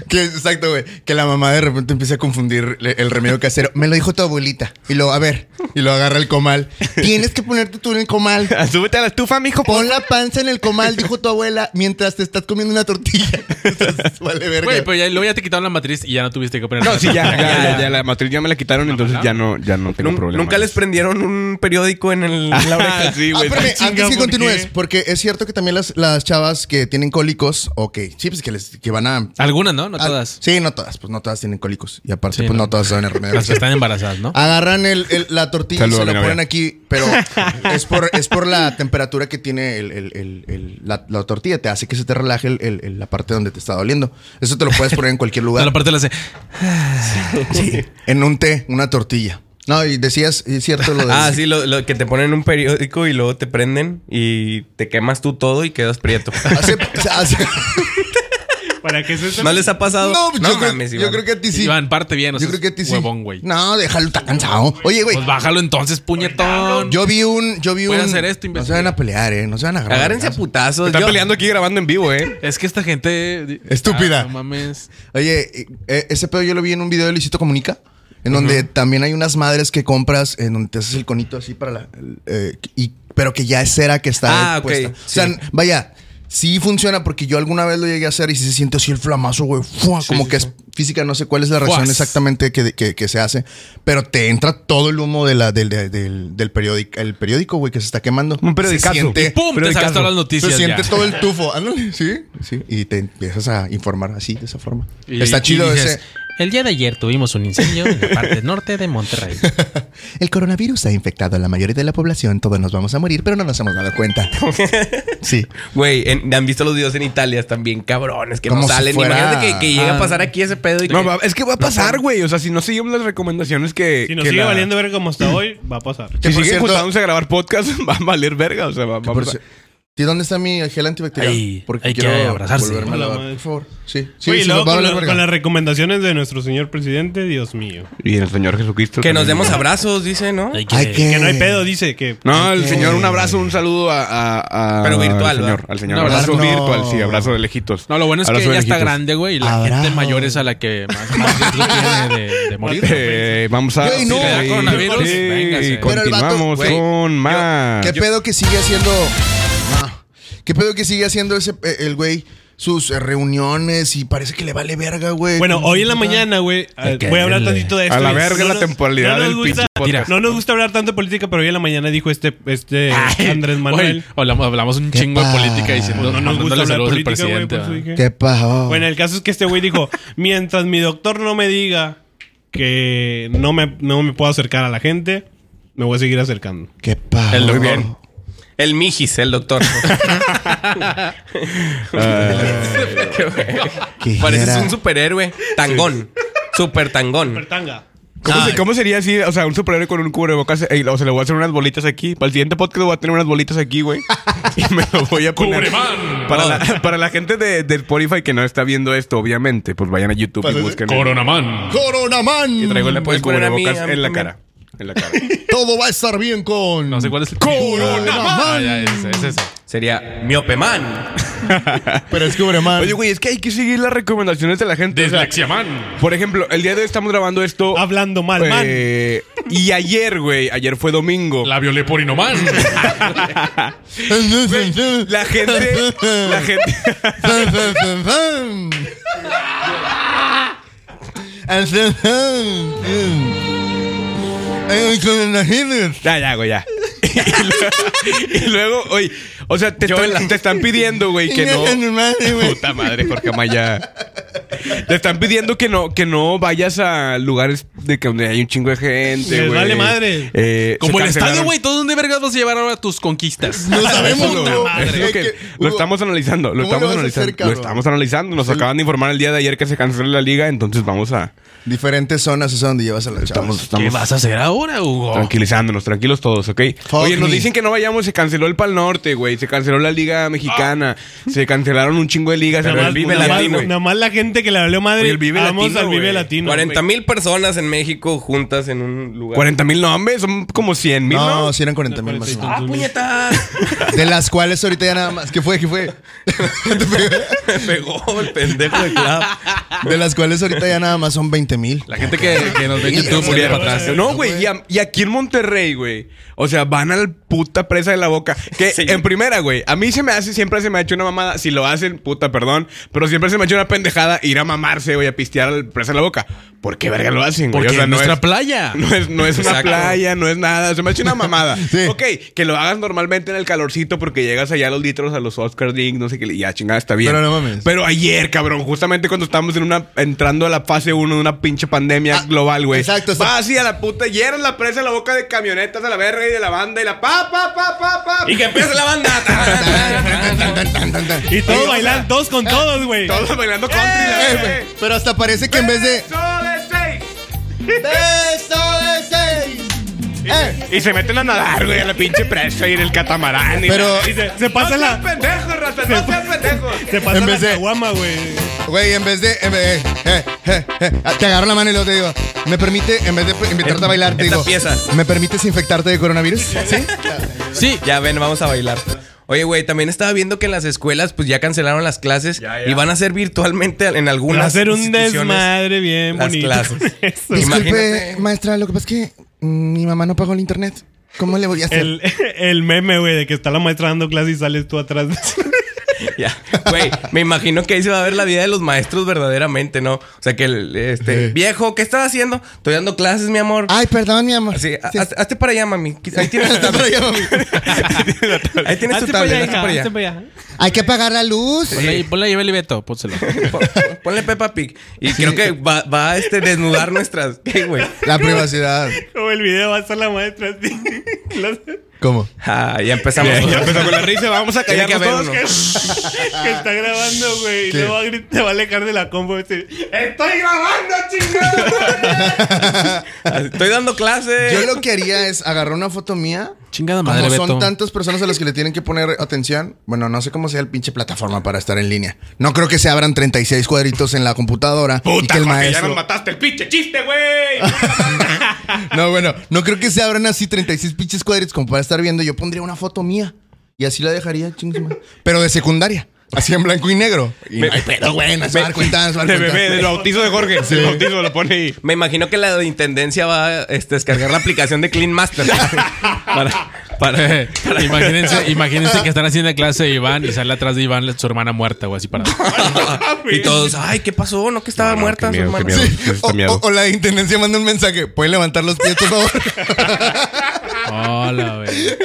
[SPEAKER 4] que exacto, güey. Que la mamá de repente empieza a confundir le- el remedio casero. Me lo dijo tu abuelita. Y lo, a ver, y lo agarra el comal. Tienes que ponerte tú en el comal.
[SPEAKER 2] <laughs> Súbete a la estufa, mijo.
[SPEAKER 4] Pon la panza en el comal, dijo tu abuela, mientras te estás comiendo una tortilla. <laughs> Entonces, vale verga.
[SPEAKER 6] Güey, pues, pero ya, luego ya te quitaron la matriz y ya no tuviste que poner.
[SPEAKER 2] No, sí, <laughs> ya, ya, ya, ya, La matriz ya me la quitaron, entonces ya no, ya no tengo
[SPEAKER 5] Nun-
[SPEAKER 2] problema.
[SPEAKER 5] Nunca
[SPEAKER 2] <laughs>
[SPEAKER 5] les prendieron un periódico en, el, en la oreja.
[SPEAKER 2] sí,
[SPEAKER 4] Ah,
[SPEAKER 2] güey.
[SPEAKER 4] espérame,
[SPEAKER 3] chinga,
[SPEAKER 4] antes que
[SPEAKER 3] ¿por
[SPEAKER 4] continúes,
[SPEAKER 3] qué?
[SPEAKER 4] porque es cierto que también las, las chavas que tienen cólicos, o que sí, pues que, les, que van a.
[SPEAKER 6] Algunas, ¿no? No
[SPEAKER 4] a-
[SPEAKER 6] todas.
[SPEAKER 4] Ah, Sí, no todas, pues no todas tienen cólicos. Y aparte,
[SPEAKER 6] Sí,
[SPEAKER 4] pues
[SPEAKER 6] no.
[SPEAKER 4] no, todas saben el remedio
[SPEAKER 6] <laughs> Las que
[SPEAKER 4] casero.
[SPEAKER 6] están embarazadas,
[SPEAKER 4] Ah,
[SPEAKER 6] ¿no?
[SPEAKER 4] Agarran el, el- la tortilla
[SPEAKER 2] Saludos,
[SPEAKER 4] y se
[SPEAKER 2] mi
[SPEAKER 4] la
[SPEAKER 2] novia.
[SPEAKER 4] ponen aquí, pero es por, es por la temperatura que tiene el- el- el- el- la, la tortilla. Te hace que se te relaje el- el- el- la parte donde te está doliendo. Eso te lo puedes poner en cualquier
[SPEAKER 6] No,
[SPEAKER 4] lugar.
[SPEAKER 6] <laughs> la parte la hace.
[SPEAKER 4] en un té, una tortilla. No, y decías, y es cierto lo de...
[SPEAKER 5] <laughs> Ah, sí, lo, lo que te ponen un periódico y luego te prenden y te quemas tú todo y quedas prieto.
[SPEAKER 4] Hace- hace-
[SPEAKER 3] ¿Para qué es eso?
[SPEAKER 5] ¿No les ha pasado?
[SPEAKER 4] no, yo, creo,
[SPEAKER 5] mames,
[SPEAKER 4] yo
[SPEAKER 5] Iván.
[SPEAKER 4] creo que a ti sí.
[SPEAKER 6] Iván, parte bien. O
[SPEAKER 4] yo
[SPEAKER 6] sea,
[SPEAKER 4] creo que a ti sí.
[SPEAKER 6] Huevón, güey.
[SPEAKER 4] No, déjalo, está cansado. Oye, güey.
[SPEAKER 6] Pues bájalo entonces, puñetón.
[SPEAKER 4] Yo vi un... Yo vi un
[SPEAKER 6] Voy a hacer esto,
[SPEAKER 4] no se
[SPEAKER 6] imbécil.
[SPEAKER 4] van a pelear, ¿eh? No se van a agarrar.
[SPEAKER 5] Agárrense a putazos.
[SPEAKER 2] Están
[SPEAKER 5] Yo-
[SPEAKER 2] peleando aquí grabando en vivo, eh.
[SPEAKER 6] Es que esta gente.
[SPEAKER 4] Estúpida.
[SPEAKER 6] Ah, no mames.
[SPEAKER 4] eh, Oye, eh, ese pedo yo lo vi en un video de Luisito Comunica. en donde también hay unas madres que compras, en donde te haces el conito así para la. el, eh, y, pero que ya es cera que está
[SPEAKER 5] Ah, ok,
[SPEAKER 4] puesta. O sea,
[SPEAKER 5] sí.
[SPEAKER 4] vaya, sí funciona porque yo alguna vez lo llegué a hacer y sí se siente así el flamazo, güey. ¡fua! como que es física, no sé cuál es la reacción
[SPEAKER 5] Fuas.
[SPEAKER 4] exactamente que, que- que se hace, pero te entra todo el humo de la, del, de- del, del periódico, el periódico, güey, que se está quemando.
[SPEAKER 2] Un
[SPEAKER 4] periódico
[SPEAKER 2] periodicazo.
[SPEAKER 4] siente,
[SPEAKER 6] ¡Pum! Te sacas todas las
[SPEAKER 4] se
[SPEAKER 6] noticias.
[SPEAKER 4] siente
[SPEAKER 6] ya.
[SPEAKER 4] todo el tufo. Ándale, sí, sí. Y te empiezas a informar así, de esa forma.
[SPEAKER 6] Y-
[SPEAKER 4] Está
[SPEAKER 6] y
[SPEAKER 4] chido
[SPEAKER 6] dices,
[SPEAKER 4] ese.
[SPEAKER 6] El día de ayer tuvimos un incendio en la parte norte de
[SPEAKER 4] <laughs>
[SPEAKER 6] Monterrey.
[SPEAKER 4] El coronavirus ha infectado a la mayoría de la población. Todos nos vamos a morir, pero no nos hemos dado
[SPEAKER 6] <laughs>
[SPEAKER 4] cuenta. Sí.
[SPEAKER 5] <laughs> Güey, en- han visto los videos en Italia, están bien cabrones, que
[SPEAKER 4] Como
[SPEAKER 5] no
[SPEAKER 4] si
[SPEAKER 5] salen.
[SPEAKER 4] fuera-
[SPEAKER 5] Imagínate que, que llega
[SPEAKER 4] Ah.
[SPEAKER 5] a pasar aquí ese pedo y
[SPEAKER 2] No,
[SPEAKER 5] que-
[SPEAKER 2] va- es que va a pasar, güey. O sea, si no seguimos las recomendaciones que.
[SPEAKER 3] Si nos
[SPEAKER 2] que Mm.
[SPEAKER 3] sigue
[SPEAKER 2] la-
[SPEAKER 3] valiendo ver como hasta hoy, va a pasar.
[SPEAKER 4] Que
[SPEAKER 2] Si
[SPEAKER 4] por
[SPEAKER 2] siguen
[SPEAKER 4] cierto-
[SPEAKER 2] juntándose a grabar podcast, <laughs> va a valer verga. O sea, va-
[SPEAKER 4] Por
[SPEAKER 2] vamos
[SPEAKER 4] si-
[SPEAKER 2] a-
[SPEAKER 4] ¿Y dónde está mi gel antibacterial?
[SPEAKER 6] Ahí, hay que abrazarse.
[SPEAKER 4] volverme a
[SPEAKER 3] Hola,
[SPEAKER 4] lavar,
[SPEAKER 3] madre.
[SPEAKER 4] por favor. Sí, sí,
[SPEAKER 3] Sí, Oye, y
[SPEAKER 4] sí,
[SPEAKER 3] luego
[SPEAKER 4] nos va
[SPEAKER 3] con,
[SPEAKER 4] a valer
[SPEAKER 3] la-
[SPEAKER 4] verga.
[SPEAKER 3] con las recomendaciones de nuestro señor presidente, Dios mío.
[SPEAKER 2] Y el Señor Jesucristo.
[SPEAKER 5] que nos
[SPEAKER 2] también.
[SPEAKER 5] demos abrazos, dice, ¿no?
[SPEAKER 6] Hay
[SPEAKER 4] Hay que-
[SPEAKER 3] Que no
[SPEAKER 2] Eh.
[SPEAKER 3] hay pedo, dice que.
[SPEAKER 2] No, el Señor, un abrazo, un saludo a. a- a-
[SPEAKER 5] Pero virtual,
[SPEAKER 2] Al Señor.
[SPEAKER 5] ¿verdad?
[SPEAKER 2] Al señor.
[SPEAKER 6] Un
[SPEAKER 2] abrazo
[SPEAKER 4] abrazo.
[SPEAKER 2] virtual, sí, abrazo de lejitos.
[SPEAKER 6] No, lo bueno es que
[SPEAKER 2] Abrazo de
[SPEAKER 6] ya está
[SPEAKER 2] lejitos.
[SPEAKER 6] grande, güey, y la gente
[SPEAKER 4] Abrazo.
[SPEAKER 6] mayor es a la que
[SPEAKER 4] <laughs>
[SPEAKER 6] más, más riesgo tiene de, de morir.
[SPEAKER 2] Eh, vamos a.
[SPEAKER 4] Güey, no.
[SPEAKER 2] Sí,
[SPEAKER 4] Le da
[SPEAKER 2] sí,
[SPEAKER 6] coronavirus,
[SPEAKER 2] sí,
[SPEAKER 6] véngase.
[SPEAKER 2] y
[SPEAKER 4] Pero el vato,
[SPEAKER 2] continuamos
[SPEAKER 4] güey,
[SPEAKER 2] con más.
[SPEAKER 4] ¿Qué pedo que sigue haciendo? Ah, ¿Qué pedo que sigue haciendo ese eh, el güey sus eh, reuniones y parece que le vale verga, güey?
[SPEAKER 3] Bueno, hoy en la
[SPEAKER 4] Ah.
[SPEAKER 3] mañana, güey,
[SPEAKER 6] Hay que
[SPEAKER 3] voy a hablar
[SPEAKER 6] darle.
[SPEAKER 3] tantito de esto.
[SPEAKER 2] A la
[SPEAKER 3] güey.
[SPEAKER 2] verga la
[SPEAKER 3] nos-
[SPEAKER 2] temporalidad
[SPEAKER 3] nos
[SPEAKER 2] del
[SPEAKER 3] gusta-
[SPEAKER 2] pinche podcast.
[SPEAKER 3] No nos gusta hablar tanto de política, pero hoy en la mañana dijo este,
[SPEAKER 2] <laughs>
[SPEAKER 6] <laughs>
[SPEAKER 3] este
[SPEAKER 6] Ay,
[SPEAKER 3] Andrés
[SPEAKER 6] güey,
[SPEAKER 3] Manuel.
[SPEAKER 6] hablamos, hablamos un chingo de
[SPEAKER 4] pa-
[SPEAKER 6] política diciendo,
[SPEAKER 3] no nos gusta
[SPEAKER 6] mandándole
[SPEAKER 3] hablar de
[SPEAKER 6] saludos al
[SPEAKER 3] política, güey,
[SPEAKER 6] presidente.
[SPEAKER 3] por eso
[SPEAKER 2] ah.
[SPEAKER 6] ¿verdad?
[SPEAKER 3] dije.
[SPEAKER 4] ¿Qué pasó?
[SPEAKER 3] Bueno, el caso es que este güey dijo, mientras mi doctor no me diga que no me, no me puedo acercar a la gente, me voy a seguir acercando.
[SPEAKER 4] ¿Qué pasó?
[SPEAKER 5] El doctor. El Mijis, el doctor. <laughs> Qué güey. Pareces
[SPEAKER 4] era?
[SPEAKER 5] un superhéroe. Tangón. Super tangón. Ah,
[SPEAKER 3] Supertanga.
[SPEAKER 2] ¿Cómo, se-
[SPEAKER 5] Ay.
[SPEAKER 2] cómo sería así? O sea, un superhéroe con un cubrebocas. ey, o sea, le voy a hacer unas bolitas aquí. Para el siguiente podcast voy a tener unas bolitas aquí,
[SPEAKER 5] <laughs>
[SPEAKER 2] güey. y me lo voy a poner.
[SPEAKER 6] ¡Cubreman!
[SPEAKER 2] Para la, para la gente de, del Spotify que no está viendo esto, obviamente, pues vayan a YouTube
[SPEAKER 4] Pásale.
[SPEAKER 2] y busquen.
[SPEAKER 6] Coronaman.
[SPEAKER 4] Coronaman.
[SPEAKER 2] Y traigo el, el
[SPEAKER 5] Puedes poner Mm, a mí,
[SPEAKER 2] cubrebocas
[SPEAKER 5] a mí
[SPEAKER 2] en la
[SPEAKER 5] también.
[SPEAKER 2] cara. En la
[SPEAKER 5] <laughs>
[SPEAKER 2] cara.
[SPEAKER 4] Todo va a estar bien con.
[SPEAKER 6] No sé cuál es el...
[SPEAKER 4] Coronaman.
[SPEAKER 6] Ah, ya, ese, ese, ese.
[SPEAKER 5] Sería miopeman.
[SPEAKER 4] Pero es que, hombre, man.
[SPEAKER 2] Oye, güey, es que hay que seguir las recomendaciones de la gente. o sea,
[SPEAKER 6] Deslexiaman.
[SPEAKER 2] por ejemplo, el día de hoy estamos grabando esto.
[SPEAKER 3] Hablando mal, man.
[SPEAKER 2] eh, y ayer, güey, ayer fue domingo.
[SPEAKER 6] Labio leporinoman.
[SPEAKER 2] La gente, la gente,
[SPEAKER 5] <laughs>
[SPEAKER 2] Ya, ya,
[SPEAKER 4] <laughs>
[SPEAKER 2] güey, ya. y, lu- y luego, oye, o sea, te, están, te están pidiendo, güey,
[SPEAKER 4] <laughs>
[SPEAKER 2] que no. Puta madre, Jorge Amaya. Te están pidiendo que no, que no vayas a lugares de que donde hay un chingo de gente.
[SPEAKER 3] Les
[SPEAKER 2] güey.
[SPEAKER 3] vale madre.
[SPEAKER 2] Eh,
[SPEAKER 6] Como
[SPEAKER 2] se
[SPEAKER 6] el estadio,
[SPEAKER 2] cancelaron-
[SPEAKER 6] güey. ¿Todos dónde vergas vas a llevar ahora tus conquistas?
[SPEAKER 4] No
[SPEAKER 2] Eso
[SPEAKER 4] sabemos,
[SPEAKER 2] es lo-
[SPEAKER 4] güey.
[SPEAKER 2] es lo
[SPEAKER 4] Es
[SPEAKER 2] que-
[SPEAKER 4] que,
[SPEAKER 2] lo
[SPEAKER 4] Hugo,
[SPEAKER 2] estamos analizando,
[SPEAKER 4] ¿cómo
[SPEAKER 2] lo
[SPEAKER 4] le vas
[SPEAKER 2] estamos
[SPEAKER 4] a hacer,
[SPEAKER 2] analizando, lo
[SPEAKER 4] cabrón?
[SPEAKER 2] estamos analizando. Nos
[SPEAKER 4] Sí.
[SPEAKER 2] acaban de informar el día de ayer que se canceló la liga, entonces vamos a
[SPEAKER 4] Diferentes zonas es a donde llevas a la chava.
[SPEAKER 2] estamos,
[SPEAKER 6] ¿Qué
[SPEAKER 2] estamos
[SPEAKER 6] vas a hacer ahora, Hugo?
[SPEAKER 2] Tranquilizándonos, tranquilos todos, ¿ok?
[SPEAKER 4] Oh. Fuck
[SPEAKER 2] Oye, nos
[SPEAKER 4] me.
[SPEAKER 2] dicen que no vayamos, se canceló el Pal Norte, güey, se canceló la Liga Mexicana,
[SPEAKER 4] Ah.
[SPEAKER 2] se cancelaron un chingo de ligas,
[SPEAKER 3] Nada
[SPEAKER 2] pero
[SPEAKER 3] más,
[SPEAKER 2] el Vive
[SPEAKER 3] nada más-
[SPEAKER 2] Latino, güey.
[SPEAKER 3] nada más la gente que le habló madre.
[SPEAKER 2] Oye, el Vive
[SPEAKER 3] vamos
[SPEAKER 2] Latino,
[SPEAKER 3] al Vive
[SPEAKER 2] güey.
[SPEAKER 3] Latino.
[SPEAKER 5] 40 mil personas en México juntas en un lugar.
[SPEAKER 2] 40 mil no, hombre, son como 100 mil, ¿no?
[SPEAKER 4] No, si eran 40 mil más. o menos.
[SPEAKER 5] ¡Ah, puñetas!
[SPEAKER 4] De las cuales ahorita ya nada más. ¿Qué fue? ¿Qué fue?
[SPEAKER 5] Me pegó el pendejo de club.
[SPEAKER 4] De las cuales ahorita ya nada más son 20 mil.
[SPEAKER 6] La gente que, que nos ve en
[SPEAKER 4] Sí,
[SPEAKER 6] YouTube
[SPEAKER 4] ya,
[SPEAKER 6] murió
[SPEAKER 4] ya,
[SPEAKER 6] para atrás.
[SPEAKER 2] No, güey, y, a- y aquí en Monterrey, güey. O sea, van al puta presa de la boca. Que
[SPEAKER 5] Sí.
[SPEAKER 2] en primera, güey, a mí se me hace, siempre se me ha hecho una mamada. Si lo hacen, puta, perdón. Pero siempre se me ha hecho una pendejada ir a mamarse, güey, a pistear al presa de la boca. ¿Por qué verga lo hacen, güey?
[SPEAKER 6] Porque
[SPEAKER 2] O sea,
[SPEAKER 6] en
[SPEAKER 2] no
[SPEAKER 6] nuestra
[SPEAKER 2] es- <laughs>
[SPEAKER 6] playa.
[SPEAKER 2] No es, no es una
[SPEAKER 5] Exacto.
[SPEAKER 2] playa, no es nada. Se me ha hecho una mamada.
[SPEAKER 4] <laughs> Sí.
[SPEAKER 2] Ok, que lo hagas normalmente en el calorcito porque llegas allá a los litros, a los Oscar Ding, no sé qué. y Ya, chingada, está bien.
[SPEAKER 4] Pero no mames.
[SPEAKER 2] Pero ayer, cabrón, justamente cuando estábamos en una, entrando a la fase 1 de una pinche pandemia
[SPEAKER 4] Ah,
[SPEAKER 2] global, güey.
[SPEAKER 4] exacto, exacto.
[SPEAKER 2] Va así a la puta, llenan la presa en la boca de camionetas a la verga y de la banda y la pa, pa, pa, pa, pa.
[SPEAKER 5] Y que empiece la <laughs> banda.
[SPEAKER 3] Y todos
[SPEAKER 4] Oye, o
[SPEAKER 3] bailan,
[SPEAKER 4] sea,
[SPEAKER 3] todos con todos, güey.
[SPEAKER 2] <laughs> Todos bailando country, la
[SPEAKER 4] eh,
[SPEAKER 2] verga.
[SPEAKER 4] güey, Pero hasta parece que en vez de.
[SPEAKER 2] Beso de
[SPEAKER 4] ¡Beso de seis! Eh,
[SPEAKER 2] seis. Y se meten a nadar, güey, a la pinche presa y en el catamarán. y-
[SPEAKER 4] Pero,
[SPEAKER 3] Y se, se pasa
[SPEAKER 2] no
[SPEAKER 3] la.
[SPEAKER 2] sean pendejos, raza, no sean <laughs> pendejos.
[SPEAKER 3] Se pasa
[SPEAKER 4] En
[SPEAKER 3] la
[SPEAKER 4] vez de-
[SPEAKER 3] caguama, güey.
[SPEAKER 4] güey, en vez de. en vez- eh, eh, eh, eh, te agarro la mano y luego te digo, ¿me permite, en vez de invitarte a bailar, te
[SPEAKER 5] Esta
[SPEAKER 4] digo,
[SPEAKER 5] pieza. <laughs>
[SPEAKER 4] ¿me permites infectarte de coronavirus? Sí.
[SPEAKER 6] Sí,
[SPEAKER 5] Ya ven, vamos a bailar. Oye, güey, también estaba viendo que en las escuelas pues ya cancelaron las clases
[SPEAKER 2] Ya, ya.
[SPEAKER 5] y van a ser virtualmente en algunas
[SPEAKER 3] Va a ser un
[SPEAKER 5] instituciones
[SPEAKER 3] desmadre bien
[SPEAKER 5] las
[SPEAKER 3] bonito. <laughs>
[SPEAKER 5] clases.
[SPEAKER 3] Eso.
[SPEAKER 4] Disculpe,
[SPEAKER 5] Imagínate.
[SPEAKER 4] maestra, lo que pasa es que mm, mi mamá no pagó el internet. ¿Cómo le voy a hacer?
[SPEAKER 3] El, <laughs> el meme, güey, de que está la maestra dando clase y sales tú atrás. <laughs>
[SPEAKER 5] Ya, güey, me imagino que ahí se va a ver la vida de los maestros verdaderamente, ¿no? O sea, que el este, viejo, ¿qué estás haciendo? Estoy dando clases, mi amor.
[SPEAKER 4] Ay, perdón, mi amor.
[SPEAKER 5] Así,
[SPEAKER 4] Sí.
[SPEAKER 5] ha- hazte- hazte para allá, mami. <laughs>
[SPEAKER 2] <laughs>
[SPEAKER 5] Ahí tienes tu
[SPEAKER 4] Hazte para
[SPEAKER 5] tablet.
[SPEAKER 4] allá, mami.
[SPEAKER 5] Ahí tienes tu tablet, hazte para allá.
[SPEAKER 4] Hay que apagar la luz.
[SPEAKER 6] Ponle, ahí- ponle ahí Beli Beto, <laughs> pónselo.
[SPEAKER 5] Pon- Ponle Peppa Pig. Y creo que va, va a este, desnudar nuestras. <laughs> ¿Qué, güey?
[SPEAKER 4] La privacidad.
[SPEAKER 3] Como el video va a estar la maestra así. <laughs> clase,
[SPEAKER 4] ¿Cómo?
[SPEAKER 5] Ah, ya empezamos.
[SPEAKER 2] Ya empezó con la risa, vamos a
[SPEAKER 5] Tiene
[SPEAKER 2] callar
[SPEAKER 5] que haber uno.
[SPEAKER 2] todos.
[SPEAKER 3] <laughs> que está grabando, güey. Y
[SPEAKER 4] ¿Qué?
[SPEAKER 3] luego va a gritar- te va a alejar de la combo. y dice, ¡Estoy grabando, chingada!
[SPEAKER 5] Ah, Estoy dando
[SPEAKER 2] Eh.
[SPEAKER 5] clases.
[SPEAKER 4] Yo lo que haría es agarrar una foto mía.
[SPEAKER 6] Chingada
[SPEAKER 4] Como
[SPEAKER 6] madre,
[SPEAKER 4] son
[SPEAKER 6] Beto.
[SPEAKER 4] tantas personas a las que le tienen que poner atención, bueno, no sé cómo sea el pinche plataforma para estar en línea. No creo que se abran 36 cuadritos en la computadora y que el
[SPEAKER 2] Jorge,
[SPEAKER 4] maestro.
[SPEAKER 2] mataste el pinche chiste, <laughs> güey.
[SPEAKER 4] No, bueno, no creo que se abran así 36 pinches cuadritos como para estar viendo. Yo pondría una foto mía y así la dejaría, chingue su madre. Pero de secundaria, así en blanco y negro. Y no hay pedo, güey, no se va a dar cuenta, no se va a
[SPEAKER 2] De
[SPEAKER 4] dar
[SPEAKER 2] bebé, del
[SPEAKER 4] cuenta.
[SPEAKER 2] bautizo de Jorge. El bautizo lo pone ahí.
[SPEAKER 5] Me imagino que la de intendencia va a este, descargar la aplicación de Clean Master. <laughs> para, para, para-
[SPEAKER 6] imagínense, imagínense que están haciendo clase de Iván y sale atrás de Iván su hermana muerta o así para.
[SPEAKER 5] <laughs> y todos, ay, ¿qué pasó? ¿No que estaba
[SPEAKER 2] No, no,
[SPEAKER 5] muerta
[SPEAKER 2] qué
[SPEAKER 5] su
[SPEAKER 2] miedo,
[SPEAKER 5] hermana?"
[SPEAKER 2] qué miedo.
[SPEAKER 4] Sí,
[SPEAKER 6] este
[SPEAKER 2] Está
[SPEAKER 4] o-
[SPEAKER 2] miedo.
[SPEAKER 4] o- o la intendencia manda un mensaje. ¿Pueden levantar los pies, por favor?
[SPEAKER 6] Hola, güey.